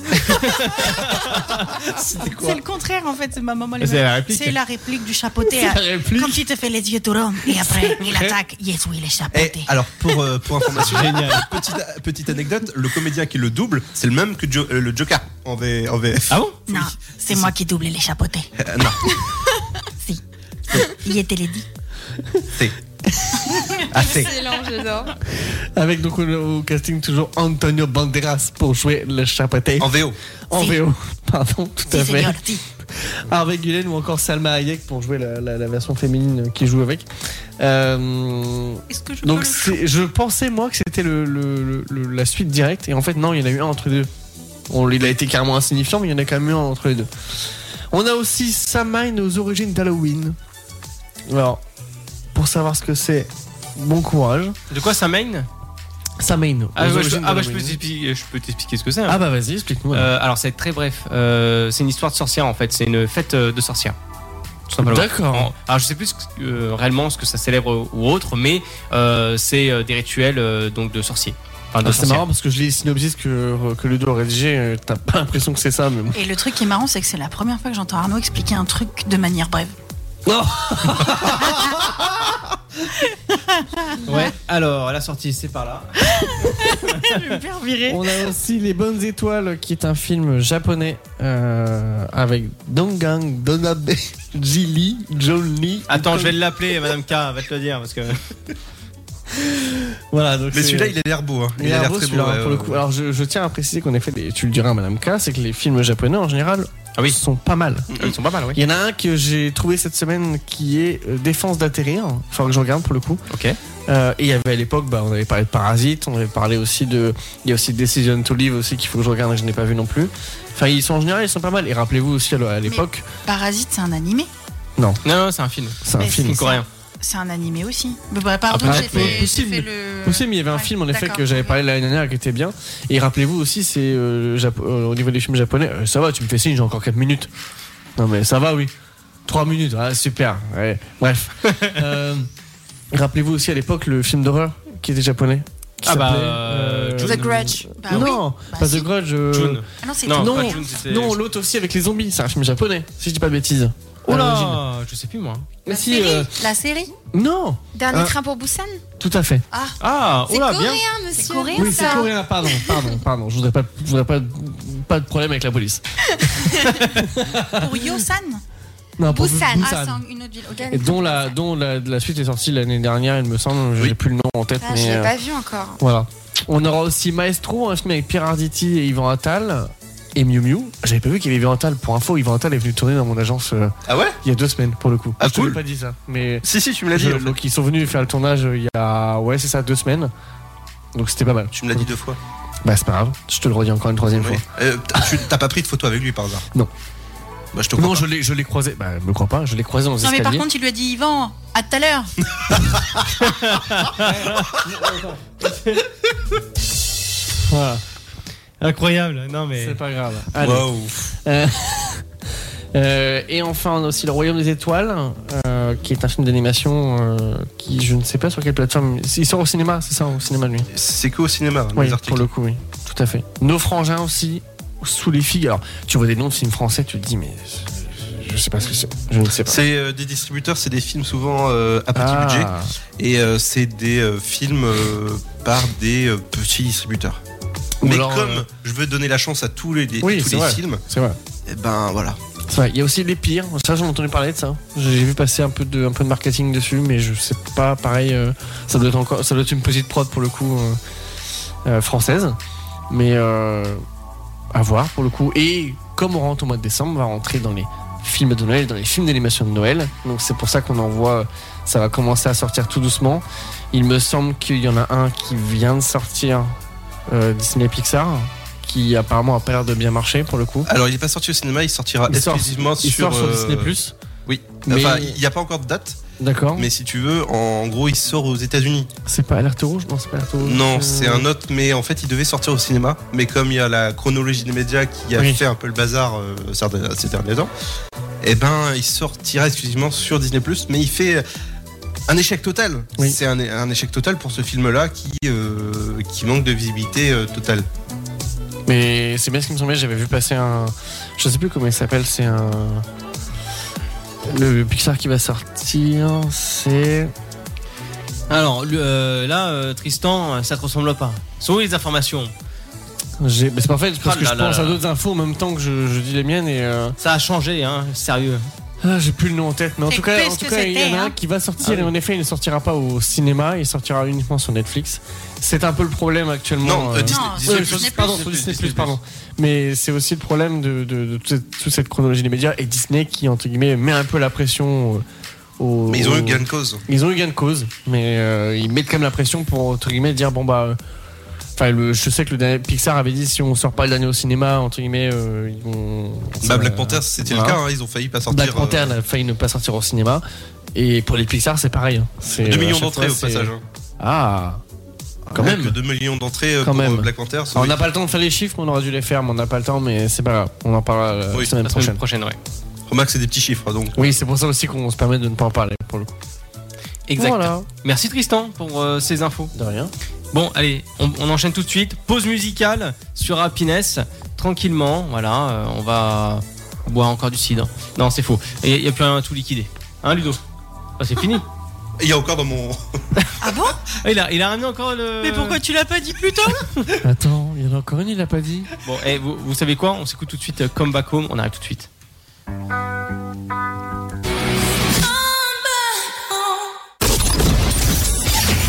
S9: c'est le contraire en fait, c'est ma maman. elle est
S2: C'est la
S9: malade.
S2: réplique.
S9: C'est la réplique du chapeauté.
S5: la réplique.
S9: Quand il te fait les yeux tout ronds et après il attaque, yes, oui, il est
S5: Eh,
S7: Et
S5: ah,
S9: chapeauté.
S7: Eh, alors pour euh, pour information,
S2: Génial.
S7: petite petite anecdote, le comédien qui le double, c'est le même que Jo- euh, le Joker en, V- en VF.
S2: Ah bon
S9: non, c'est moi qui double les chapeautés.
S5: Eh,
S7: Euh, non,
S9: Si. Il était les dit.
S7: c'est ah c'est
S6: Excellent, j'adore.
S5: Avec donc euh, au, au casting toujours Antonio Banderas pour jouer Le Chapeauté.
S7: en VO.
S5: En
S9: Si.
S5: VO, pardon, tout à
S9: Si,
S5: fait.
S9: seigneur, si.
S5: Harvey Gulen ou encore Salma Hayek pour jouer la, la- la version féminine qui joue avec. Euh,
S9: Est-ce que je peux
S5: donc
S9: le-
S5: c'est- je pensais moi que c'était le, le- le- la suite directe et en fait non, il y en a eu un entre les deux. On, il a été carrément insignifiant mais il y en a quand même eu un entre les deux. On a aussi Samhain aux origines d'Halloween. Alors, pour savoir ce que c'est, bon courage.
S2: De quoi ça mène
S5: Samhain.
S2: Ah,
S5: aux
S2: bah, je,
S5: origines
S2: peux- ah, bah, je peux
S5: d'Halloween.
S2: t'expliquer je peux t'expliquer ce que c'est. hein.
S5: Ah bah vas-y, explique-nous. alors.
S2: Euh, alors, c'est très bref. Euh, c'est une histoire de sorcières en fait. C'est une fête euh, de sorcières. Tout simplement.
S5: D'accord.
S2: En- Alors, je sais plus ce que- euh, réellement ce que ça célèbre ou autre, mais euh, c'est euh, des rituels euh, donc de sorciers. Enfin, de
S5: Ah, c'est
S2: sorcières.
S5: marrant parce que je lis les synopsis que, que Ludo a rédigé, euh, t'as pas l'impression que c'est ça, mais bon.
S9: Et le truc qui est marrant, c'est que c'est la première fois que j'entends Arnaud expliquer un truc de manière brève.
S2: Ouais. Alors, la sortie, c'est par là.
S9: Je vais revirer.
S5: On a aussi Les Bonnes Étoiles, qui est un film japonais euh, avec Dongang, Donabe, Jili, John Lee.
S2: Attends, je vais l'appeler, Madame K, va te le dire parce que.
S5: Voilà, donc
S7: Mais
S5: c'est-
S7: celui-là, il a l'air beau. hein.
S5: Il a l'air beau,
S7: très beau.
S5: celui-là, hein,
S7: ouais,
S5: pour le
S7: ouais,
S5: coup.
S7: ouais.
S5: Alors, je, je tiens à préciser qu'on a fait des. Tu le diras, Madame K, c'est que les films japonais, en général, sont pas mal.
S2: Ils sont pas mal, oui.
S5: Il y en a un que j'ai trouvé cette semaine qui est euh, Défense d'atterrir. Il faudra que je regarde pour le coup.
S2: Ok.
S5: Euh, et il y avait à l'époque, bah, on avait parlé de Parasite, on avait parlé aussi de. Il y a aussi Decision to Live aussi qu'il faut que je regarde et que je n'ai pas vu non plus. Enfin, ils sont en général, ils sont pas mal. Et rappelez-vous aussi à l'époque.
S9: Parasite, c'est un animé.
S5: Non.
S2: Non, non, c'est un film.
S5: C'est un
S9: Mais
S5: film.
S9: c'est ça. C'est un animé aussi. Bah, bah, pardon,
S5: Ah,
S9: j'ai
S5: peut-être,
S9: fait,
S5: mais
S9: j'ai fait le.
S5: Possible, mais il y avait un film en effet
S9: d'accord.
S5: que j'avais parlé l'année dernière qui était bien. Et rappelez-vous aussi, c'est euh, le Japo- euh, au niveau des films japonais. euh, ça va, tu me fais signe, j'ai encore 4 minutes. Non mais ça va, oui. 3 minutes, ah, super. ouais. Bref. Euh, rappelez-vous aussi à l'époque le film d'horreur qui était japonais. qui
S2: Ah bah,
S5: s'appelait,
S2: euh, June. The Grudge.
S4: Ah
S2: Bah
S5: non,
S2: oui.
S5: pas
S2: Bah si.
S5: The Grudge. euh,
S2: June.
S9: Ah non, c'est
S5: non,
S2: Non, pas June, c'était-
S5: non, l'autre aussi avec les zombies. C'est un film japonais, si je dis pas de bêtises.
S2: Oh
S5: À l'origine.
S2: là, je sais plus moi.
S5: Mais si. euh,
S9: La série
S5: non.
S6: Dernier
S5: Euh,
S6: train pour Busan
S5: Tout à fait.
S9: Ah,
S2: ah
S6: C'est coréen, monsieur.
S5: Oh oui, c'est coréen, pardon, pardon, pardon. Je voudrais pas, je voudrais pas, pas de problème avec la police.
S9: Pour Yosan
S5: Non, pour Busan.
S9: Ah, c'est un- une autre ville. ok.
S5: Et dont la, dont la, la suite est sortie l'année dernière, il me semble. J'ai plus le nom en tête,
S6: Ah,
S5: mais
S6: je l'ai
S5: euh,
S6: pas vu encore.
S5: voilà. On aura aussi Maestro, un film avec Pierre Arditi et Yvan Attal et Miu Miu. J'avais pas vu qu'il y avait Yvan Attal. Pour info, Yvan Attal est venu tourner dans mon agence. euh,
S7: Ah ouais
S5: Il y a deux semaines pour le coup.
S7: Ah,
S5: je t'avais
S7: cool.
S5: pas dit ça, mais
S7: Si, si, tu me l'as dit.
S5: Je- donc ils sont venus faire le tournage euh, il y a ouais c'est ça deux semaines. Donc c'était pas mal.
S7: Tu me l'as dit deux fois.
S5: Bah c'est pas grave. Je te le redis encore une troisième
S7: Oui.
S5: fois.
S7: Euh, t'as- tu- T'as pas pris de photo avec lui par hasard
S5: Non.
S7: Bah, je te
S5: Non,
S7: crois
S5: je l'ai, je l'ai croisé. Bah, me crois pas, je l'ai croisé dans les
S9: Non, mais
S5: escaliers.
S9: par contre, il lui a dit Yvan, à tout à l'heure.
S5: Voilà.
S2: Incroyable, non mais.
S5: C'est pas grave.
S7: Ah, pas.
S5: Allez.
S7: Waouh.
S5: Euh, euh, et enfin, on a aussi Le Royaume des Étoiles, euh, qui est un film d'animation euh, qui, je ne sais pas sur quelle plateforme. Il sort au cinéma, c'est ça, au cinéma, lui
S7: C'est qu'au cinéma, hein,
S5: Oui,
S7: les
S5: pour
S7: articles.
S5: le coup, oui. Tout à fait. Nos frangins aussi, sous les filles. Alors, tu vois des noms de films français, tu te dis, mais je, je sais pas ce que c'est. Je ne sais pas.
S7: C'est euh, des distributeurs, c'est des films souvent euh, à petit
S5: Ah.
S7: budget. Et euh, c'est des euh, films euh, par des euh, petits distributeurs.
S5: Ou
S7: Mais
S5: alors,
S7: comme
S5: euh,
S7: je veux donner la chance à tous les,
S5: Oui,
S7: tous
S5: c'est
S7: les
S5: vrai.
S7: films,
S5: C'est vrai.
S7: eh ben voilà.
S5: C'est vrai. Il y a aussi Les Pires. Ça, j'en ai entendu parler de ça. J'ai vu passer un peu de, un peu de marketing dessus, mais je sais pas. Pareil, euh, ça, doit être encore, ça doit être une petite prod pour le coup euh, euh, française. Mais euh, à voir pour le coup. Et comme on rentre au mois de décembre, on va rentrer dans les films de Noël, dans les films d'animation de Noël. Donc c'est pour ça qu'on en voit. Ça va commencer à sortir tout doucement. Il me semble qu'il y en a un qui vient de sortir euh, Disney Pixar, qui apparemment a pas l'air de bien marcher pour le coup.
S7: Alors il n'est pas sorti au cinéma, il sortira
S5: Il sort-
S7: exclusivement
S5: Il
S7: sur,
S5: sort sur
S7: euh,
S5: Disney
S7: Oui.
S5: Mais-
S7: Enfin, il n'y a pas encore de date,
S5: D'accord.
S7: mais si tu veux, en, en gros, il sort aux États-Unis.
S5: C'est pas alerte rouge Non, c'est pas alerte rouge.
S7: Non,
S5: Euh,
S7: c'est un autre, mais en fait, il devait sortir au cinéma. Mais comme il y a la chronologie des médias qui a
S5: Oui.
S7: fait un peu le bazar euh, certains- ces derniers temps, eh ben, il sortira exclusivement sur Disney+. Mais il fait un échec total.
S5: Oui.
S7: C'est un, un échec total pour ce film-là qui, euh, qui manque de visibilité euh, totale.
S5: Euh, Mais c'est bien ce qui me semblait. J'avais vu passer un. Je sais plus comment il s'appelle. C'est un. Le Pixar qui va sortir, c'est.
S2: Alors le- euh, là, euh, Tristan, ça te ressemble pas. Sont où les informations
S5: j'ai- Mais c'est parfait parce que
S2: Ah là
S5: je
S2: là
S5: pense
S2: là.
S5: à d'autres infos en même temps que je, je dis les miennes et. euh,
S2: Ça a changé, hein, sérieux.
S5: ah, j'ai plus le nom en tête, mais en
S9: Et
S5: tout cas, en
S9: qu'est-ce
S5: tout
S9: que
S5: cas il y
S9: c'était,
S5: en a un
S9: hein
S5: qui va sortir
S2: Ah oui.
S5: et en effet, il ne sortira pas au cinéma, il sortira uniquement sur Netflix. C'est un peu le problème actuellement.
S7: Non, euh,
S5: euh,
S7: Disney,
S9: Non,
S7: Disney+.
S5: Ouais, sur- pardon, sur Disney+, pardon. Mais c'est aussi le problème de, de- de toute, cette, toute cette chronologie des médias et Disney qui, entre guillemets, met un peu la pression euh, aux.
S7: Mais ils ont eu Bah,
S5: aux-
S7: gain de cause.
S5: Ils ont eu gain de cause, mais euh, ils mettent quand même la pression pour, entre guillemets, dire bon bah. euh, Enfin, le- je sais que le dernier Pixar avait dit si on sort pas le dernier au cinéma, entre guillemets, euh, ils vont. ça-
S7: Bah, Black Panther, c'était
S5: voilà.
S7: le cas. hein, ils ont failli pas sortir.
S5: Ah. Black Panther
S7: euh,
S5: a failli ne pas sortir au cinéma. Et pour les Pixar, c'est pareil. hein. C'est,
S7: 2
S5: euh, à
S7: millions
S5: chaque
S7: d'entrées au
S5: fois, c'est-
S7: passage. hein.
S5: Ah Quand
S7: Rien
S5: même.
S7: que 2 millions d'entrées euh,
S5: Quand
S7: pour
S5: même.
S7: euh, Black Panther.
S5: Alors, on
S7: oui.
S5: n'a pas le temps de faire les chiffres, mais on aurait dû les faire, mais on n'a pas le temps, mais c'est pas grave. On en parlera euh, la
S7: Oui,
S5: semaine
S2: La semaine
S5: prochaine.
S2: prochaine, ouais.
S7: Remarque, c'est des petits chiffres donc.
S5: Oui, c'est pour ça aussi qu'on se permet de ne pas en parler pour le coup.
S2: Exact.
S5: Voilà.
S2: Merci Tristan pour euh, ces infos.
S5: De rien.
S2: Bon, allez, on, on enchaîne tout de suite. Pause musicale sur Happiness, tranquillement. Voilà, euh, on va boire encore du cidre. Non, c'est faux. Il n'y a plus rien à tout liquider. Hein, Ludo Ah, C'est fini.
S7: Il y a encore dans mon.
S9: Ah bon
S2: Ah, il, a, il a ramené encore le.
S9: Mais pourquoi tu l'as pas dit plus tôt
S5: Attends, il y en a encore une, il l'a pas dit.
S2: Bon, eh, vous, vous savez quoi On s'écoute tout de suite euh, Come Back Home. On arrive tout de suite.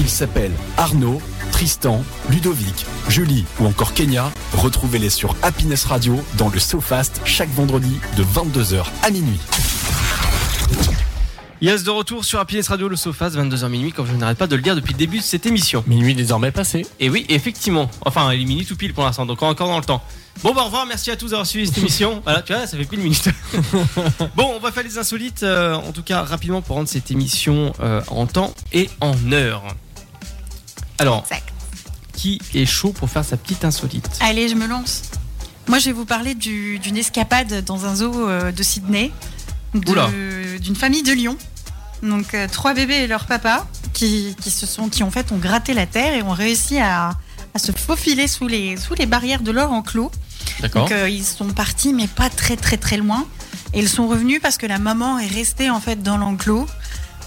S1: Ils s'appellent Arnaud, Tristan, Ludovic, Julie ou encore Kenya. Retrouvez-les sur Happiness Radio dans le SoFast chaque vendredi de 22h à minuit.
S2: Yes, de retour sur Happiness Radio, le Sofas, 22h minuit, comme je n'arrête pas de le dire depuis le début de cette émission.
S5: Minuit désormais passé.
S2: Et oui, effectivement. Enfin, il est minuit tout pile pour l'instant, donc encore dans le temps. Bon, bah au revoir, merci à tous d'avoir suivi cette émission. Voilà, tu vois, ça fait plus de minute. bon, on va faire les insolites, euh, en tout cas rapidement pour rendre cette émission euh, en temps et en heure. Alors, qui est chaud pour faire sa petite insolite
S4: Allez, je me lance. Moi, je vais vous parler du- d'une escapade dans un zoo euh, de Sydney, de-
S2: Oula.
S4: d'une famille de lions. Donc, euh, trois bébés et leur papa qui, qui se sont, qui en fait ont gratté la terre et ont réussi à, à se faufiler sous les, sous les barrières de leur enclos.
S2: D'accord.
S4: Donc, euh, ils sont partis, mais pas très, très, très loin. Et ils sont revenus parce que la maman est restée en fait dans l'enclos.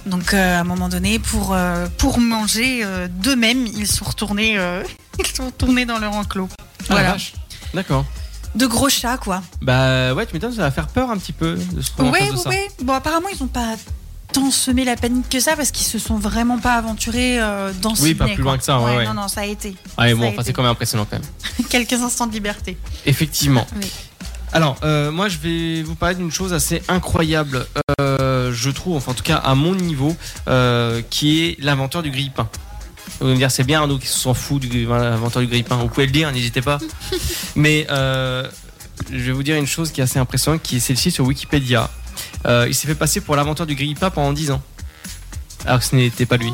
S4: Donc, euh, à un moment donné, pour, euh, pour manger euh, d'eux-mêmes, ils sont retournés, euh, ils sont retournés dans leur enclos.
S2: Ah, la
S4: Voilà.
S2: vache. D'accord.
S4: De gros chats, quoi.
S2: Bah ouais, tu m'étonnes, ça va faire peur un petit peu de se
S4: Oui,
S2: trouver en
S4: oui,
S2: face de ça.
S4: oui. Bon, apparemment, ils n'ont pas tant semé la panique que ça parce qu'ils se sont vraiment pas aventurés euh, dans
S2: Oui,
S4: Sydney,
S2: pas plus
S4: quoi.
S2: loin que ça, ouais, ouais.
S4: Non, non, ça a été.
S2: Allez,
S4: Ça a
S2: Ah, bon, enfin,
S4: été.
S2: c'est quand même impressionnant quand même.
S4: Quelques instants de liberté.
S2: Effectivement.
S4: Oui.
S2: Alors, euh, moi, je vais vous parler d'une chose assez incroyable, euh, je trouve, enfin, en tout cas à mon niveau, euh, qui est l'inventeur du grille-pain. Vous allez me dire, c'est bien Arnaud qui s'en fout du voilà, l'inventeur du grille-pain. Vous pouvez le dire, n'hésitez pas. Mais euh, je vais vous dire une chose qui est assez impressionnante, qui est celle-ci sur Wikipédia. Euh, il s'est fait passer pour l'inventeur du grille-pain pendant 10 ans. Alors que ce n'était pas lui.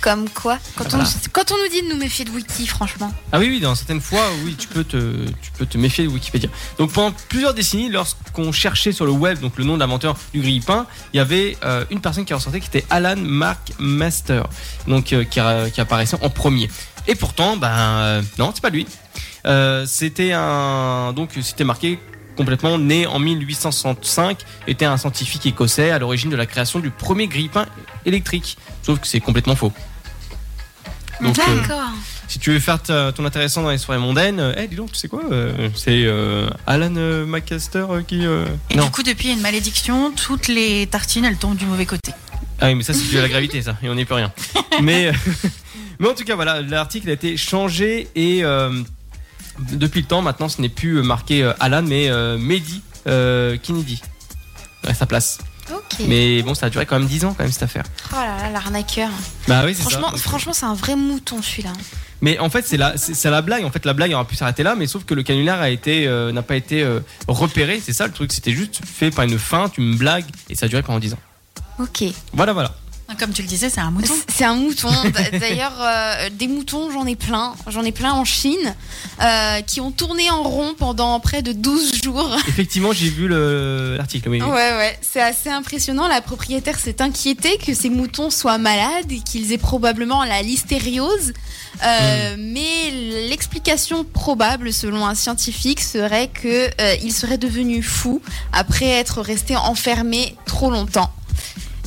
S6: Comme quoi, quand,
S2: Voilà.
S6: on, quand on nous dit de nous méfier de Wiki, franchement.
S2: Ah oui, oui, dans certaines fois, oui, tu peux te, tu peux te méfier de Wikipédia. Donc pendant plusieurs décennies, lorsqu'on cherchait sur le web donc le nom de l'inventeur du grille-pain, il y avait euh, une personne qui ressortait qui était Alan Mark Master, donc euh, qui, ra- qui apparaissait en premier. Et pourtant, ben euh, non, c'est pas lui. Euh, c'était un donc c'était marqué complètement né en 1865, était un scientifique écossais à l'origine de la création du premier grille-pain électrique. Sauf que c'est complètement faux. Donc,
S5: Mm.
S2: euh,
S6: D'accord.
S2: si tu veux faire ta- ton intéressant dans les soirées mondaines, euh, eh dis donc, tu sais quoi euh, C'est euh, Alan euh, Macaster euh, qui. euh,
S4: Et
S2: Non.
S4: du coup, depuis, il y a une malédiction. Toutes les tartines, elles tombent du mauvais côté.
S2: Ah oui, mais ça, c'est dû à la gravité, ça, et on n'y peut rien. Mais, euh, mais en tout cas, voilà, l'article a été changé et euh, depuis le temps, maintenant, ce n'est plus euh, marqué euh, Alan, mais euh, Mehdi euh, Kennedy. À sa place.
S6: Ok.
S2: Mais bon, ça a duré quand même 10 ans, quand même, cette affaire.
S6: Oh là là, l'arnaqueur.
S2: Bah oui, c'est ça.
S6: franchement, franchement, c'est un vrai mouton celui-là.
S2: Mais en fait, c'est la, c'est c'est la blague. En fait, la blague aurait pu s'arrêter là, mais sauf que le canulaire a été, euh, n'a pas été euh, repéré. C'est ça le truc. C'était juste fait par une fin, tu me blagues, et ça a duré pendant 10 ans.
S6: Ok.
S2: Voilà, voilà.
S4: Comme tu le disais, c'est un mouton.
S6: C'est un mouton. D- D'ailleurs, euh, des moutons, j'en ai plein. J'en ai plein en Chine euh, qui ont tourné en rond pendant près de 12 jours.
S2: Effectivement, j'ai vu le- l'article. Oui.
S6: Ouais, ouais, c'est assez impressionnant. La propriétaire s'est inquiétée que ces moutons soient malades et qu'ils aient probablement la listériose. Euh,
S4: Mm.
S6: Mais l'explication probable, selon un scientifique, serait euh, qu'ils seraient devenus fous après être restés enfermés trop longtemps.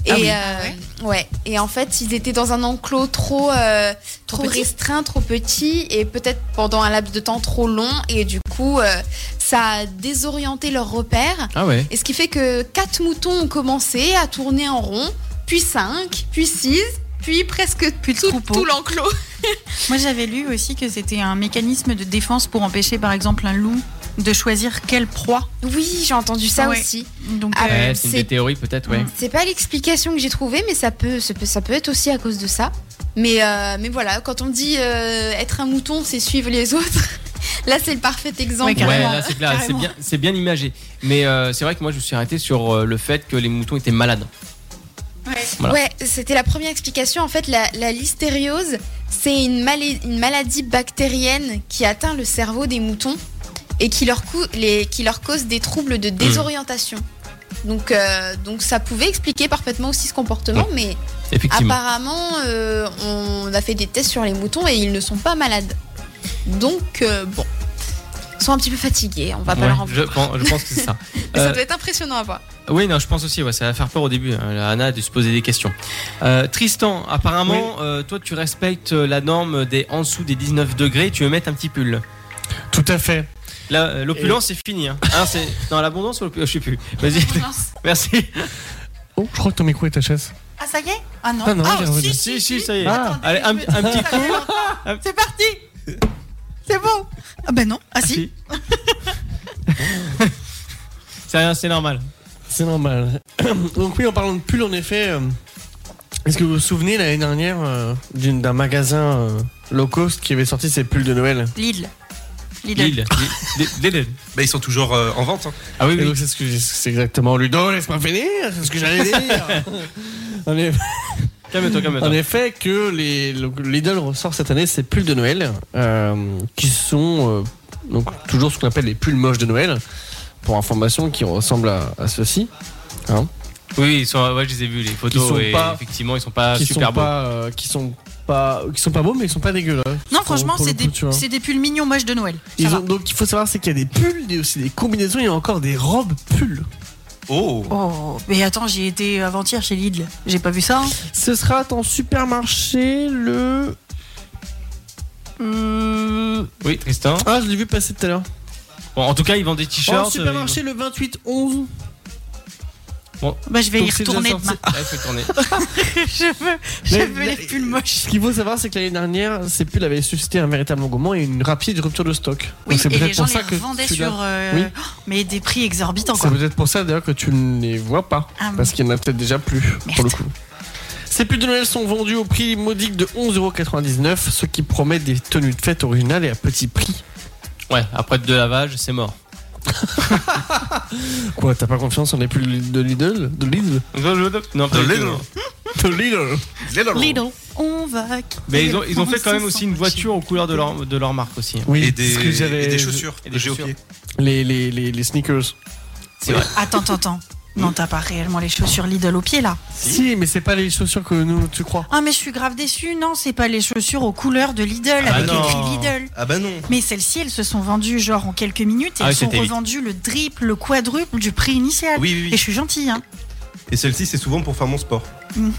S6: Et,
S4: Ah oui.
S6: euh, ouais. et en fait, ils étaient dans un enclos trop, euh, trop,
S4: petit.
S6: restreint, trop petit, et peut-être pendant un laps de temps trop long, et du coup, euh, ça a désorienté leurs repères.
S2: Ah ouais.
S6: Et ce qui fait que quatre moutons ont commencé à tourner en rond, puis 5, puis 6, puis presque tout, tout l'enclos.
S4: Moi, j'avais lu aussi que c'était un mécanisme de défense pour empêcher, par exemple, un loup de choisir quelle proie.
S6: Oui, j'ai entendu ça
S4: Ouais.
S6: aussi.
S4: Donc, euh,
S6: Ah,
S2: Ouais, c'est une
S6: c'est- Mmh.
S2: des théories peut-être, ouais.
S6: C'est pas l'explication que j'ai trouvée, mais ça peut, ça peut, ça peut être aussi à cause de ça. Mais, euh, mais voilà, quand on dit euh, être un mouton, c'est suivre les autres. Là, c'est le parfait exemple.
S2: Ouais, là c'est clair, c'est bien, c'est bien imagé. Mais euh, c'est vrai que moi je me suis arrêté sur euh, le fait que les moutons étaient malades. Voilà.
S6: Ouais, c'était la première explication. En fait, la, la listériose, c'est une, malai- une maladie bactérienne qui atteint le cerveau des moutons et qui leur, cou- les- qui leur cause des troubles
S2: Mmh.
S6: de désorientation. Donc, euh, donc ça pouvait expliquer parfaitement aussi ce comportement, mais
S2: Effectivement.
S6: apparemment, euh, on a fait des tests sur les moutons et ils ne sont pas malades. Donc, euh, bon, ils sont un petit peu fatigués, on va Ah, pas
S2: Ouais,
S6: leur en
S2: je,
S6: vouloir.
S2: pense, je pense que c'est ça.
S6: Mais
S2: Euh,
S6: ça doit être impressionnant à voir.
S2: Oui, non, je pense aussi, ouais, ça va faire peur au début. hein. La Anna a dû se poser des questions. Euh, Tristan, apparemment, euh, toi tu respectes euh, la norme des en dessous des 19 degrés, tu veux mettre un petit pull.
S5: Tout à fait.
S2: Là, euh, l'opulence c'est fini. Hein. Hein, c'est dans l'abondance ou l'opulence Je sais plus. Vas-y. Merci.
S5: Oh, je crois que ton micro est HS.
S4: Ah, ça y est Ah non.
S2: Ah non,
S4: Ah,
S2: j'ai
S4: si,
S2: revenu.
S4: si,
S2: Si, si, ça y est.
S4: Attendez,
S2: Allez, un-
S4: je vais-
S2: un petit coup.
S4: C'est parti C'est bon Ah ben non. Ah si.
S2: C'est c'est normal.
S5: C'est normal. Donc oui, en parlant de pull, en effet, euh, est-ce que vous vous souvenez l'année dernière euh, d'une- d'un magasin euh, low cost qui avait sorti ses pulls de Noël
S4: Lille.
S2: Lille. Lille.
S7: Bah, ils sont toujours euh, en vente. hein.
S2: Ah oui,
S5: Et donc, c'est ce que j'ai- c'est exactement Ludo, laisse-moi finir, c'est ce que j'allais dire. En eff-
S2: Calme-toi, calme-toi.
S5: En effet, que les, le- Lidl ressort cette année ses pulls de Noël, euh, qui sont euh, donc toujours ce qu'on appelle les pulls moches de Noël, pour information, qui ressemblent à, à ceux-ci. hein,
S2: Oui, ils sont, ouais, je les ai vus, les photos.
S5: Qui sont
S2: et
S5: pas-
S2: effectivement, ils sont pas
S5: qui, sont
S2: Ah, super beaux.
S5: pas, euh, qui sont pas, qui sont pas beaux, mais ils sont pas dégueulasses.
S4: Non,
S5: pour-
S4: franchement,
S5: pour le
S4: c'est
S5: coup,
S4: des,
S5: tu vois.
S4: c'est des pulls mignons moches de Noël. Ça
S5: Ils
S4: va.
S5: ont- donc il faut savoir c'est qu'il y a des pulls, il y a aussi des combinaisons, il y a encore des robes pulls.
S7: Oh.
S4: Oh, mais attends, j'y étais avant-hier chez Lidl. J'ai pas vu ça. hein.
S5: Ce sera ton supermarché le. Euh,
S2: Oui, Tristan.
S5: Ah, je l'ai vu passer tout à l'heure. euh,
S2: Bon, en tout cas, ils vendent des
S5: En
S2: t-shirts.
S5: supermarché le 28 11.
S2: Bon.
S4: Bah, je vais
S5: Donc,
S4: y
S5: c'est
S4: retourner
S5: déjà sorti.
S4: demain.
S2: Ah, il faut tourner.
S4: je veux, je
S5: Mais-
S4: veux les pulls moches.
S5: Ce qu'il faut savoir, c'est que l'année dernière, ces pulls avaient suscité un véritable engouement et une rapide rupture de stock.
S4: Oui,
S5: Donc, c'est
S4: et les
S5: peut-être
S4: gens
S5: pour
S4: les
S5: ça que
S4: revendaient
S5: tu l'as-
S4: sur. euh,
S5: Oui.
S4: oh, Mais des prix exorbitants,
S5: C'est
S4: quoi.
S5: peut-être pour ça d'ailleurs que tu ne les vois pas.
S4: Ah,
S5: Parce qu'il n'y en a peut-être déjà plus, pour le coup. Ces pulls de Noël sont vendus au prix modique de 11,99€, ce qui promet des tenues de fête originales et à petit prix.
S2: Ouais, après deux lavages, c'est mort.
S5: Quoi, t'as pas confiance en les pulls de Lidl De Lidl
S2: Non, pas
S5: De
S2: du tout,
S5: Lidl.
S2: non.
S5: De Lidl
S4: Lidl, on va.
S2: Mais ils ont, ils ont fait quand même aussi une voiture aux couleurs de leur, de leur marque aussi. hein.
S5: Oui,
S7: Et des,
S5: ce que j'avais-
S7: et des chaussures
S2: Et
S7: de
S2: des chaussures.
S7: géopied.
S5: Les, les, les, les sneakers.
S2: C'est vrai.
S4: Attends, attends, attends. Non, t'as pas réellement les chaussures Lidl au pied là.
S5: Si, mais c'est pas les chaussures que nous, tu crois.
S4: Ah, mais je suis grave déçue. Non, c'est pas les chaussures aux couleurs de Lidl
S2: Ah
S4: avec
S2: non.
S4: écrit Lidl.
S7: Ah bah non.
S4: Mais celles-ci, elles se sont vendues genre en quelques minutes
S2: Ah
S4: et
S2: oui,
S4: elles sont
S2: c'était vite.
S4: revendues le triple, le quadruple du prix initial.
S7: Oui, oui,
S4: Et
S7: oui.
S4: je suis gentille, hein.
S7: Et celle-ci, c'est souvent pour faire mon sport.
S4: Hmm.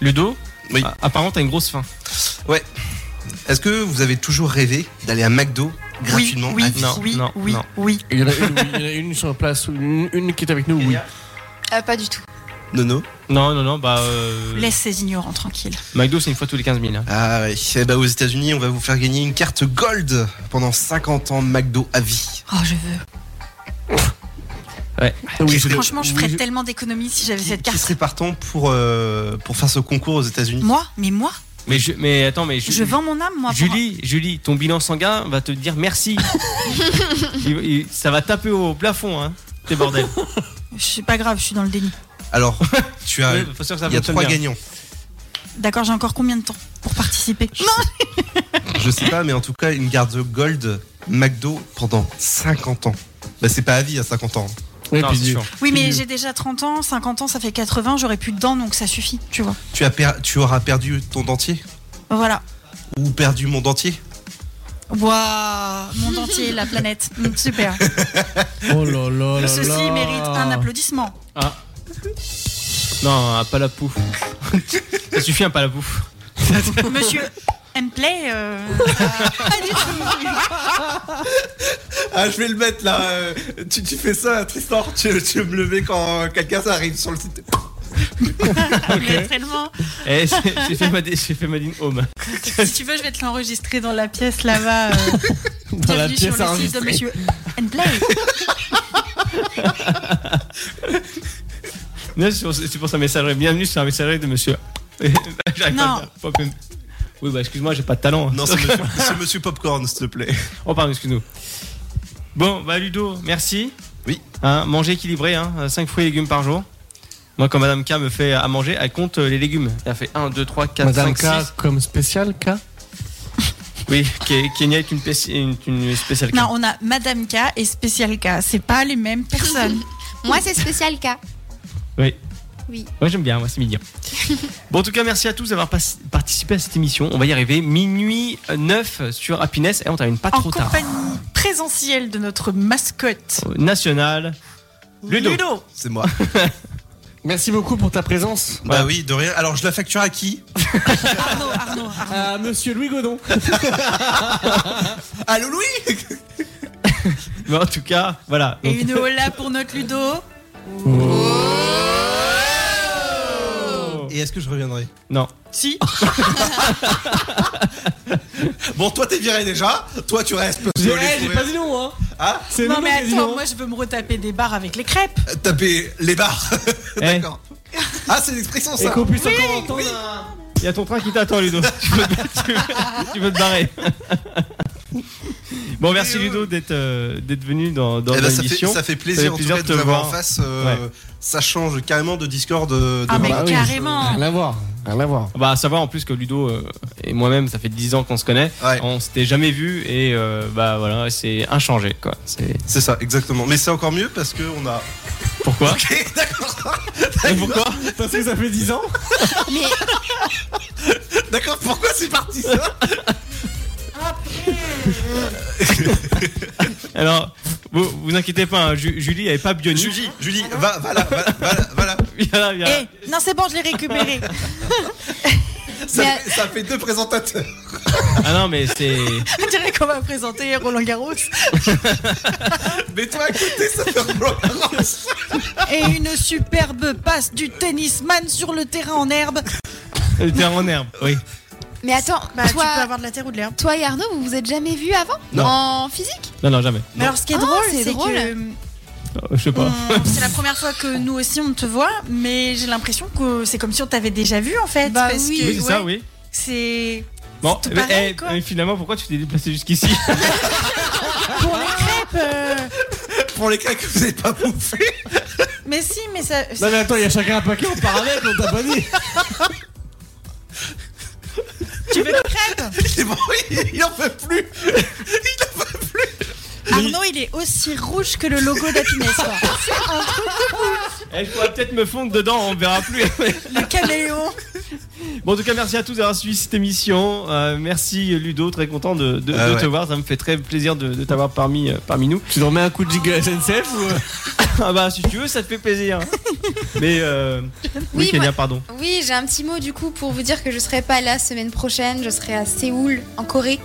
S2: Ludo,
S7: Oui.
S2: a- apparemment, t'as une grosse faim.
S7: Est-ce que vous avez toujours rêvé d'aller à McDo gratuitement
S4: oui,
S7: à
S4: oui,
S7: vie
S2: Non,
S4: oui,
S2: non,
S4: oui,
S2: non.
S4: oui.
S5: Il y en a une, oui, il y en a une sur la place, une, une qui est avec nous, oui.
S6: Ah, pas du tout.
S7: Non, non.
S2: Non, non, non, bah. euh,
S4: Laisse ces ignorants tranquilles.
S2: McDo, c'est une fois tous les 15 000. hein.
S7: Ah ouais. Eh bah, aux États-Unis, on va vous faire gagner une carte gold pendant 50 ans McDo à vie.
S4: Oh, je veux.
S5: Oui, je-
S4: Franchement, je ferais
S5: oui,
S4: tellement d'économies si j'avais cette
S7: Qui
S4: carte.
S7: serait partant pour, euh, pour faire ce concours aux États-Unis
S4: Moi, mais moi,
S2: Mais, je- mais attends, mais.
S4: je vends mon âme, moi. pour-
S2: Julie, Julie, ton bilan sanguin va te dire merci. Il- il- ça va taper au plafond, hein. T'es bordel.
S4: C'est pas grave, je suis dans le déni.
S7: Alors, tu as.
S2: Ouais, faut sûr que ça
S7: Ah Il y a
S2: fonctionne
S7: trois
S2: bien.
S7: gagnants.
S4: D'accord, j'ai encore combien de temps pour participer
S7: Je sais pas, mais en tout cas, une garde gold McDo pendant 50 ans. Bah, c'est pas à vie à 50 ans.
S5: oui,
S2: Non,
S5: puis
S2: c'est
S5: du-
S2: sûr.
S4: Oui, mais j'ai déjà 30 ans, 50 ans, ça fait 80, j'aurais plus de dents, donc ça suffit, tu vois.
S7: Tu, as per- tu auras perdu ton dentier
S4: Voilà.
S7: Ou perdu mon dentier
S4: Waouh, monde entier, la planète. Mm, super.
S5: Oh là là là
S4: Ceci
S5: là.
S4: mérite un applaudissement.
S2: Ah. Non, un palapouf. ça suffit un palapouf.
S4: Monsieur Mplay, euh, pas du tout.
S7: Ah, je vais le mettre là. euh, Tu, tu fais ça, Tristan. Tu, tu veux me lever quand quelqu'un ça arrive sur le site.
S4: Je vais très loin.
S2: Eh, j'ai j'ai fait ma, dé- j'ai fait ma ligne home.
S4: Si tu veux, je vais te l'enregistrer dans la pièce là-bas. euh,
S5: Dans la
S4: bienvenue
S5: pièce
S4: sur le site de
S5: enregistrée.
S4: Monsieur Mplay.
S2: Non, c'est pour- c'est pour sa messagerie. Bienvenue sur la messagerie de monsieur. J'arrive pas à le dire. Pas plus. Oui, bah excuse-moi, j'ai pas de talent.
S7: Non, c'est monsieur, c'est monsieur Popcorn, s'il te plaît.
S2: Oh, pardon, excuse-nous. Bon, bah Ludo, merci.
S7: Oui.
S2: Hein, manger équilibré, hein, 5 fruits et légumes par jour. Moi, quand Madame K me fait à manger, elle compte euh, les légumes. Elle fait 1, 2, 3, 4,
S5: Madame
S2: 5, 6.
S5: K comme spécial K
S2: Oui, Ke- Kenya est une, péci- une, une spéciale K.
S4: Non, on a Madame K et Spécial K. C'est pas les mêmes personnes.
S6: Moi, c'est spécial cas.
S2: Oui.
S6: Oui.
S2: Moi j'aime bien, moi c'est mignon. bon en tout cas merci à tous d'avoir pas- participé à cette émission. On va y arriver minuit 9 sur Happiness et on termine pas
S4: En
S2: trop tard.
S4: compagnie présentielle de notre mascotte.
S2: National. Ludo.
S7: C'est moi.
S5: Merci beaucoup pour ta présence.
S7: Bah oui, de rien. Alors, je la facture à qui
S4: Arnaud, Arnaud, Arnaud.
S5: À Euh, monsieur Louis Godon.
S7: Allô, Louis
S2: Mais en tout cas, voilà.
S4: Et
S2: Donc,
S4: une hola pour notre Ludo.
S7: Et est-ce que je reviendrai
S2: Non. Oh,
S4: Si.
S7: Bon, toi t'es viré déjà. Toi tu restes.
S4: J'ai- eh, j'ai pas dit
S2: non, hein.
S7: Ah
S4: Non mais attends, moi je veux me retaper des bars avec les crêpes.
S7: Taper les barres. D'accord. Ah, c'est l'expression ça.
S2: Eh, Et qu'au plus,
S4: Eh Oui,
S2: encore entendre un- Il y a ton train qui t'attend, Ludo. tu, peux, tu peux- tu peux te barrer. bon, merci Ludo d'être euh, d'être venu dans, dans
S7: Eh ben, ça, fait,
S2: l'émission.
S7: ça fait plaisir, en tout cas, de,
S2: te
S7: vous avoir
S2: voir.
S7: en face. euh,
S2: Ouais.
S7: Ça change carrément de Discord. euh, De,
S4: Ah, mais
S7: voir.
S4: carrément. Rien
S5: à voir. Rien à voir.
S2: Bah, à savoir en plus que Ludo euh, et moi-même, ça fait 10 ans qu'on se connaît. On s'était jamais vu et euh, bah voilà, c'est inchangé quoi. C'est
S7: C'est ça, exactement. Mais c'est encore mieux parce que on a.
S2: Pourquoi
S7: Ok, d'accord.
S2: pourquoi
S5: Parce que ça fait 10 ans.
S7: D'accord, pourquoi c'est parti ça
S4: Ah,
S2: Alors, vous, vous inquiétez pas, hein, Ju- Julie, elle est pas bionique.
S7: Julie, Julie, va, va là, va, va là, va là.
S2: Viens là, viens là.
S4: Eh, non c'est bon, je l'ai récupéré.
S7: Ça,
S4: Mais-
S7: fait, ça fait deux présentateurs.
S2: Ah non, mais c'est.
S4: On dirait qu'on va présenter Roland Garros.
S7: Mais toi à côté, ça fait Roland Garros.
S4: Et une superbe passe du tennisman sur le terrain en herbe.
S2: Elle était en herbe, oui.
S6: Mais attends,
S4: Bah, tu
S6: toi,
S4: peux avoir de la terre ou de l'herbe.
S6: toi et Arnaud, vous vous êtes jamais vus avant
S2: Non.
S6: En physique
S2: Non, non, jamais.
S4: Mais alors, ce qui est
S6: Ah,
S4: drôle,
S6: c'est
S4: c'est
S6: drôle.
S4: que
S2: Euh, Je sais pas.
S4: on- Mm. c'est la première fois que nous aussi on te voit, mais j'ai l'impression que c'est comme si on t'avait déjà vu en fait.
S6: Bah
S4: parce
S6: oui.
S4: que,
S2: Oui, c'est ça,
S4: ouais,
S2: oui.
S4: C'est
S2: Bon,
S4: tout
S2: mais,
S4: pareil,
S2: eh,
S4: quoi.
S2: mais finalement, pourquoi tu t'es déplacé jusqu'ici
S4: pour les crêpes. euh,
S7: Pour les cas que vous n'avez pas bouffé.
S4: Mais si, mais ça.
S5: Non, mais attends, il y a chacun un paquet en parallèle, on t'a pas dit.
S4: Tu veux des crêpes
S7: Il, est mort, il- il en peut plus.
S4: Arnaud, il est aussi rouge que le logo d'Happiness. quoi. C'est un truc de ouf.
S2: Elle pourrait Eh, peut-être me fondre dedans, on verra plus.
S4: Le caméléon.
S2: Bon, en tout cas, merci à tous d'avoir suivi cette émission. Euh, merci Ludo, très content de, de-
S7: Ah
S2: de
S7: ouais.
S2: te voir. Ça me fait très plaisir de, de t'avoir parmi, euh, parmi nous.
S5: Tu leur mets un coup de giga SNCF ou. euh
S2: Ah bah, si tu veux, ça te fait plaisir. Mais euh, oui,
S6: Oui,
S2: Kenya,
S6: moi-
S2: pardon.
S6: Oui, j'ai un petit mot du coup pour vous dire que je serai pas là semaine prochaine, je serai à Séoul, en Corée.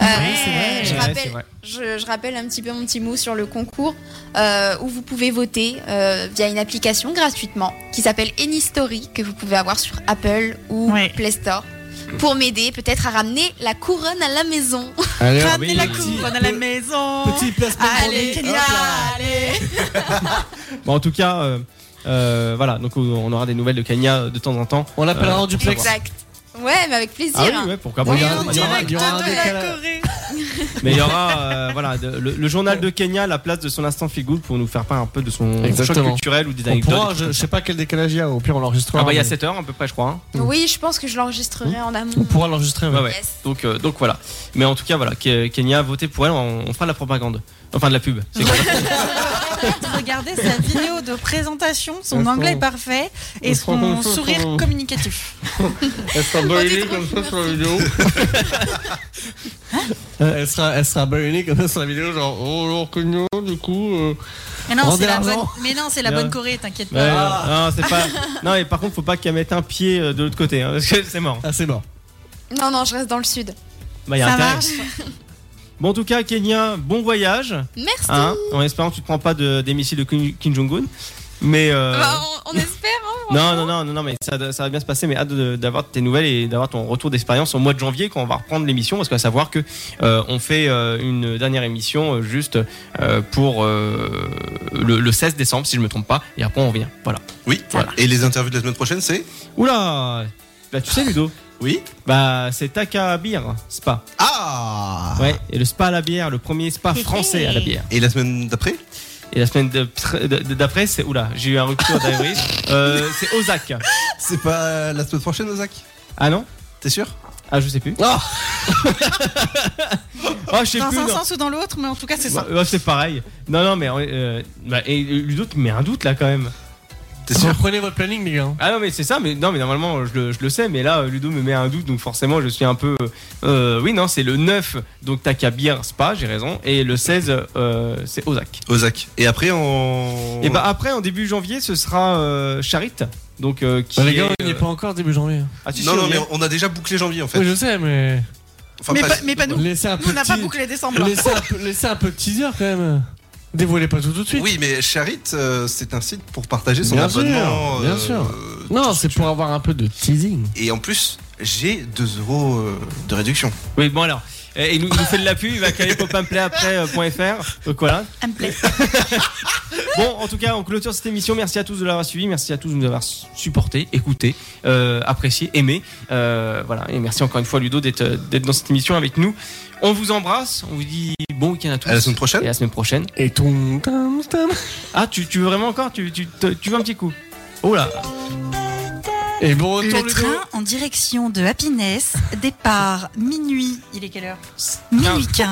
S6: Euh,
S2: vrai, ouais,
S6: je,
S2: c'est
S6: rappelle,
S2: vrai.
S6: je, je rappelle un petit peu mon petit mot sur le concours euh, où vous pouvez voter euh, via une application gratuitement qui s'appelle AnyStory que vous pouvez avoir sur Apple ou
S4: Ouais.
S6: Play Store pour m'aider peut-être à ramener la couronne à la maison.
S5: Allez, hop.
S4: Ramenez la
S2: oui.
S4: couronne à la maison.
S5: petit placement
S4: Ah, Allez,
S5: pour lui.
S4: Kenya,
S5: Hop là.
S4: allez.
S2: Bon, en tout cas, euh, euh, voilà, donc on aura des nouvelles de Kenya de temps en temps.
S5: Ah. On l'appellera en duplex.
S6: exact. Ouais, mais avec plaisir.
S2: Ah oui, ouais, pourquoi pas.
S5: Oui,
S2: Il y aura-
S5: on
S2: il y aura-
S5: dirait. il y aura un
S4: de
S5: décalage.
S4: la Corée.
S2: Mais il y aura euh, voilà, de- le, le journal de Kenya, la place de son instant feel good pour nous faire part un peu de son
S5: Exactement.
S2: choc culturel ou des
S5: On
S2: anecdotes.
S5: pourra, je, je sais pas quel décalage il y a, au pire on l'enregistrera.
S2: Ah bah il y a
S5: mais
S2: 7 heures à peu près je crois. hein.
S6: Oui, je pense que je l'enregistrerai en amont.
S5: On pourra l'enregistrer, ouais.
S2: Ouais, ouais.
S6: Yes.
S2: Donc, euh, donc voilà. Mais en tout cas voilà, Ke- Kenya, votez pour elle, on, on fera de la propagande. Enfin de la pub. C'est quoi
S4: Regardez sa vidéo de présentation, son
S5: Est-ce
S4: anglais
S5: qu'on-
S4: parfait et
S5: est-ce qu'on-
S4: son sourire communicatif.
S5: Elle sera
S6: brûlée
S5: brûlée
S6: comme
S5: comme ça sur la vidéo. Euh, Elle sera, elle sera brûlée comme ça sur la vidéo, genre oh alors que non, du coup. euh,
S4: Mais non,
S5: Rendez
S4: c'est la
S5: l'argent.
S4: bonne, mais non, c'est la
S2: Bien.
S4: bonne Corée, t'inquiète
S2: Ouais, Ah,
S4: pas.
S2: non, non, c'est pas. Non et par contre faut pas qu'elle mette un pied euh, de l'autre côté hein, parce que c'est mort.
S5: Ah, c'est mort.
S6: Non, non, je reste dans le sud.
S2: Bah, y a
S4: Ça
S2: intérêt.
S4: marche.
S2: Bon en tout cas Kenya, bon voyage.
S6: Merci.
S2: Hein, en espérant que tu te prends pas de, des missiles de Kim Kim Jong-un. Mais euh,
S6: Bah, on, on espère. hein,
S2: Non, non, non, non, non, mais ça, ça va bien se passer, mais hâte de- d'avoir tes nouvelles et d'avoir ton retour d'expérience au mois de janvier quand on va reprendre l'émission, parce qu'à savoir que euh, on fait euh, une dernière émission euh, juste euh, pour euh, le, le 16 décembre, si je me trompe pas, et après on revient. Voilà.
S7: Oui,
S2: Voilà.
S7: Et les interviews de la semaine prochaine, c'est
S2: Oula Bah tu sais Ludo,
S7: Oui.
S2: bah c'est Taka Beer Spa.
S7: Ah
S2: Ouais, et le spa à la bière, le premier spa français à la bière.
S7: Et la semaine d'après
S2: Et la semaine de- de- d'après, c'est... Oula, j'ai eu un rupture d'avril. Euh, c'est Ozak.
S7: C'est pas la semaine prochaine, Ozak
S2: Ah non
S7: T'es sûr
S2: Ah je sais plus.
S5: Oh
S2: Oh, je sais
S4: Dans
S2: plus. Bah,
S4: un
S2: non.
S4: sens ou dans l'autre, mais en tout cas, c'est ça.
S2: Ouais, ouais, c'est pareil. Non, non, mais euh, bah, et Ludo te met un doute là quand même.
S7: T'es sûr
S5: Reprenez votre planning, les gars.
S2: Ah non, mais c'est ça, mais non, mais normalement je le, je le sais, mais là euh, Ludo me met un doute donc forcément je suis un peu. euh, oui, non, c'est le 9, donc Takabir Spa, j'ai raison, et le 16, euh, c'est Ozak.
S7: Ozak. Et après, on.
S5: Oh.
S2: Et bah après, en début janvier, ce sera euh, Charit, donc euh, qui.
S5: Bah, les gars,
S2: est,
S5: on n'y est
S2: euh,
S5: pas encore début janvier.
S2: ah, si,
S7: Non,
S2: si,
S7: non,
S2: on y
S7: mais
S2: est.
S7: on a déjà bouclé janvier en fait.
S5: Oui, je sais, mais.
S7: Enfin,
S4: mais,
S7: pas-
S4: pas, mais pas nous.
S5: Laissez un
S4: Ah Nous, on n'a pas
S5: petit-
S4: bouclé décembre. là.
S5: Laissez un peu- laissez un peu de teaser quand même. Dévoilez pas tout tout de suite.
S7: Oui, mais Charit, euh, c'est un site pour partager son
S5: Bien
S7: abonnement.
S5: sûr, bien sûr. Non, c'est pour avoir un peu de teasing.
S7: Et en plus, j'ai 2 euros euh, de réduction.
S2: Oui, bon alors. euh, Et il nous, il nous fait de la pub, il va caler euh, popinplayapres.fr. Donc voilà. bon, en tout cas, on clôture cette émission. Merci à tous de l'avoir suivi. Merci à tous de nous avoir su- supportés, écoutés, euh, appréciés, aimés. Euh, voilà. Et merci encore une fois, Ludo, d'être euh, d'être dans cette émission avec nous. On vous embrasse. On vous dit bon week-end à tous. À la semaine prochaine. Et à la semaine prochaine.
S5: Et ton. tam, tam.
S2: Ah, tu, tu veux vraiment encore tu, tu, te- tu veux un petit coup Oh là
S5: Et bon retour,
S9: Le
S5: Ludo.
S9: train en direction de Happiness départ minuit. Il est quelle heure Minuit 15.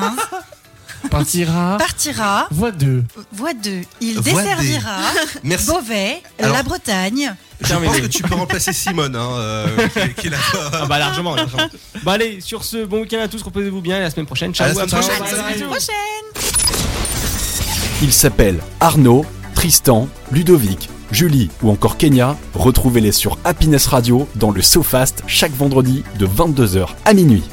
S5: Partira.
S4: Ah.
S9: Partira.
S5: Voix 2.
S9: Voie 2. Il
S7: Voie
S9: desservira
S7: Merci.
S9: Beauvais,
S7: Alors-
S9: la Bretagne.
S7: Je pense que tu peux remplacer Simone, hein, euh, qui, qui est là.
S2: Ah bah largement, largement. Bah allez, sur ce, bon week-end à tous, reposez-vous bien et à la semaine prochaine. Ciao,
S7: À la semaine
S2: ciao,
S7: prochaine.
S2: bye,
S7: À la
S2: bye.
S7: semaine
S1: Ils s'appellent Arnaud, Tristan, Ludovic, Julie ou encore Kenya. Retrouvez-les sur Happiness Radio dans le SoFast chaque vendredi de 22h à minuit.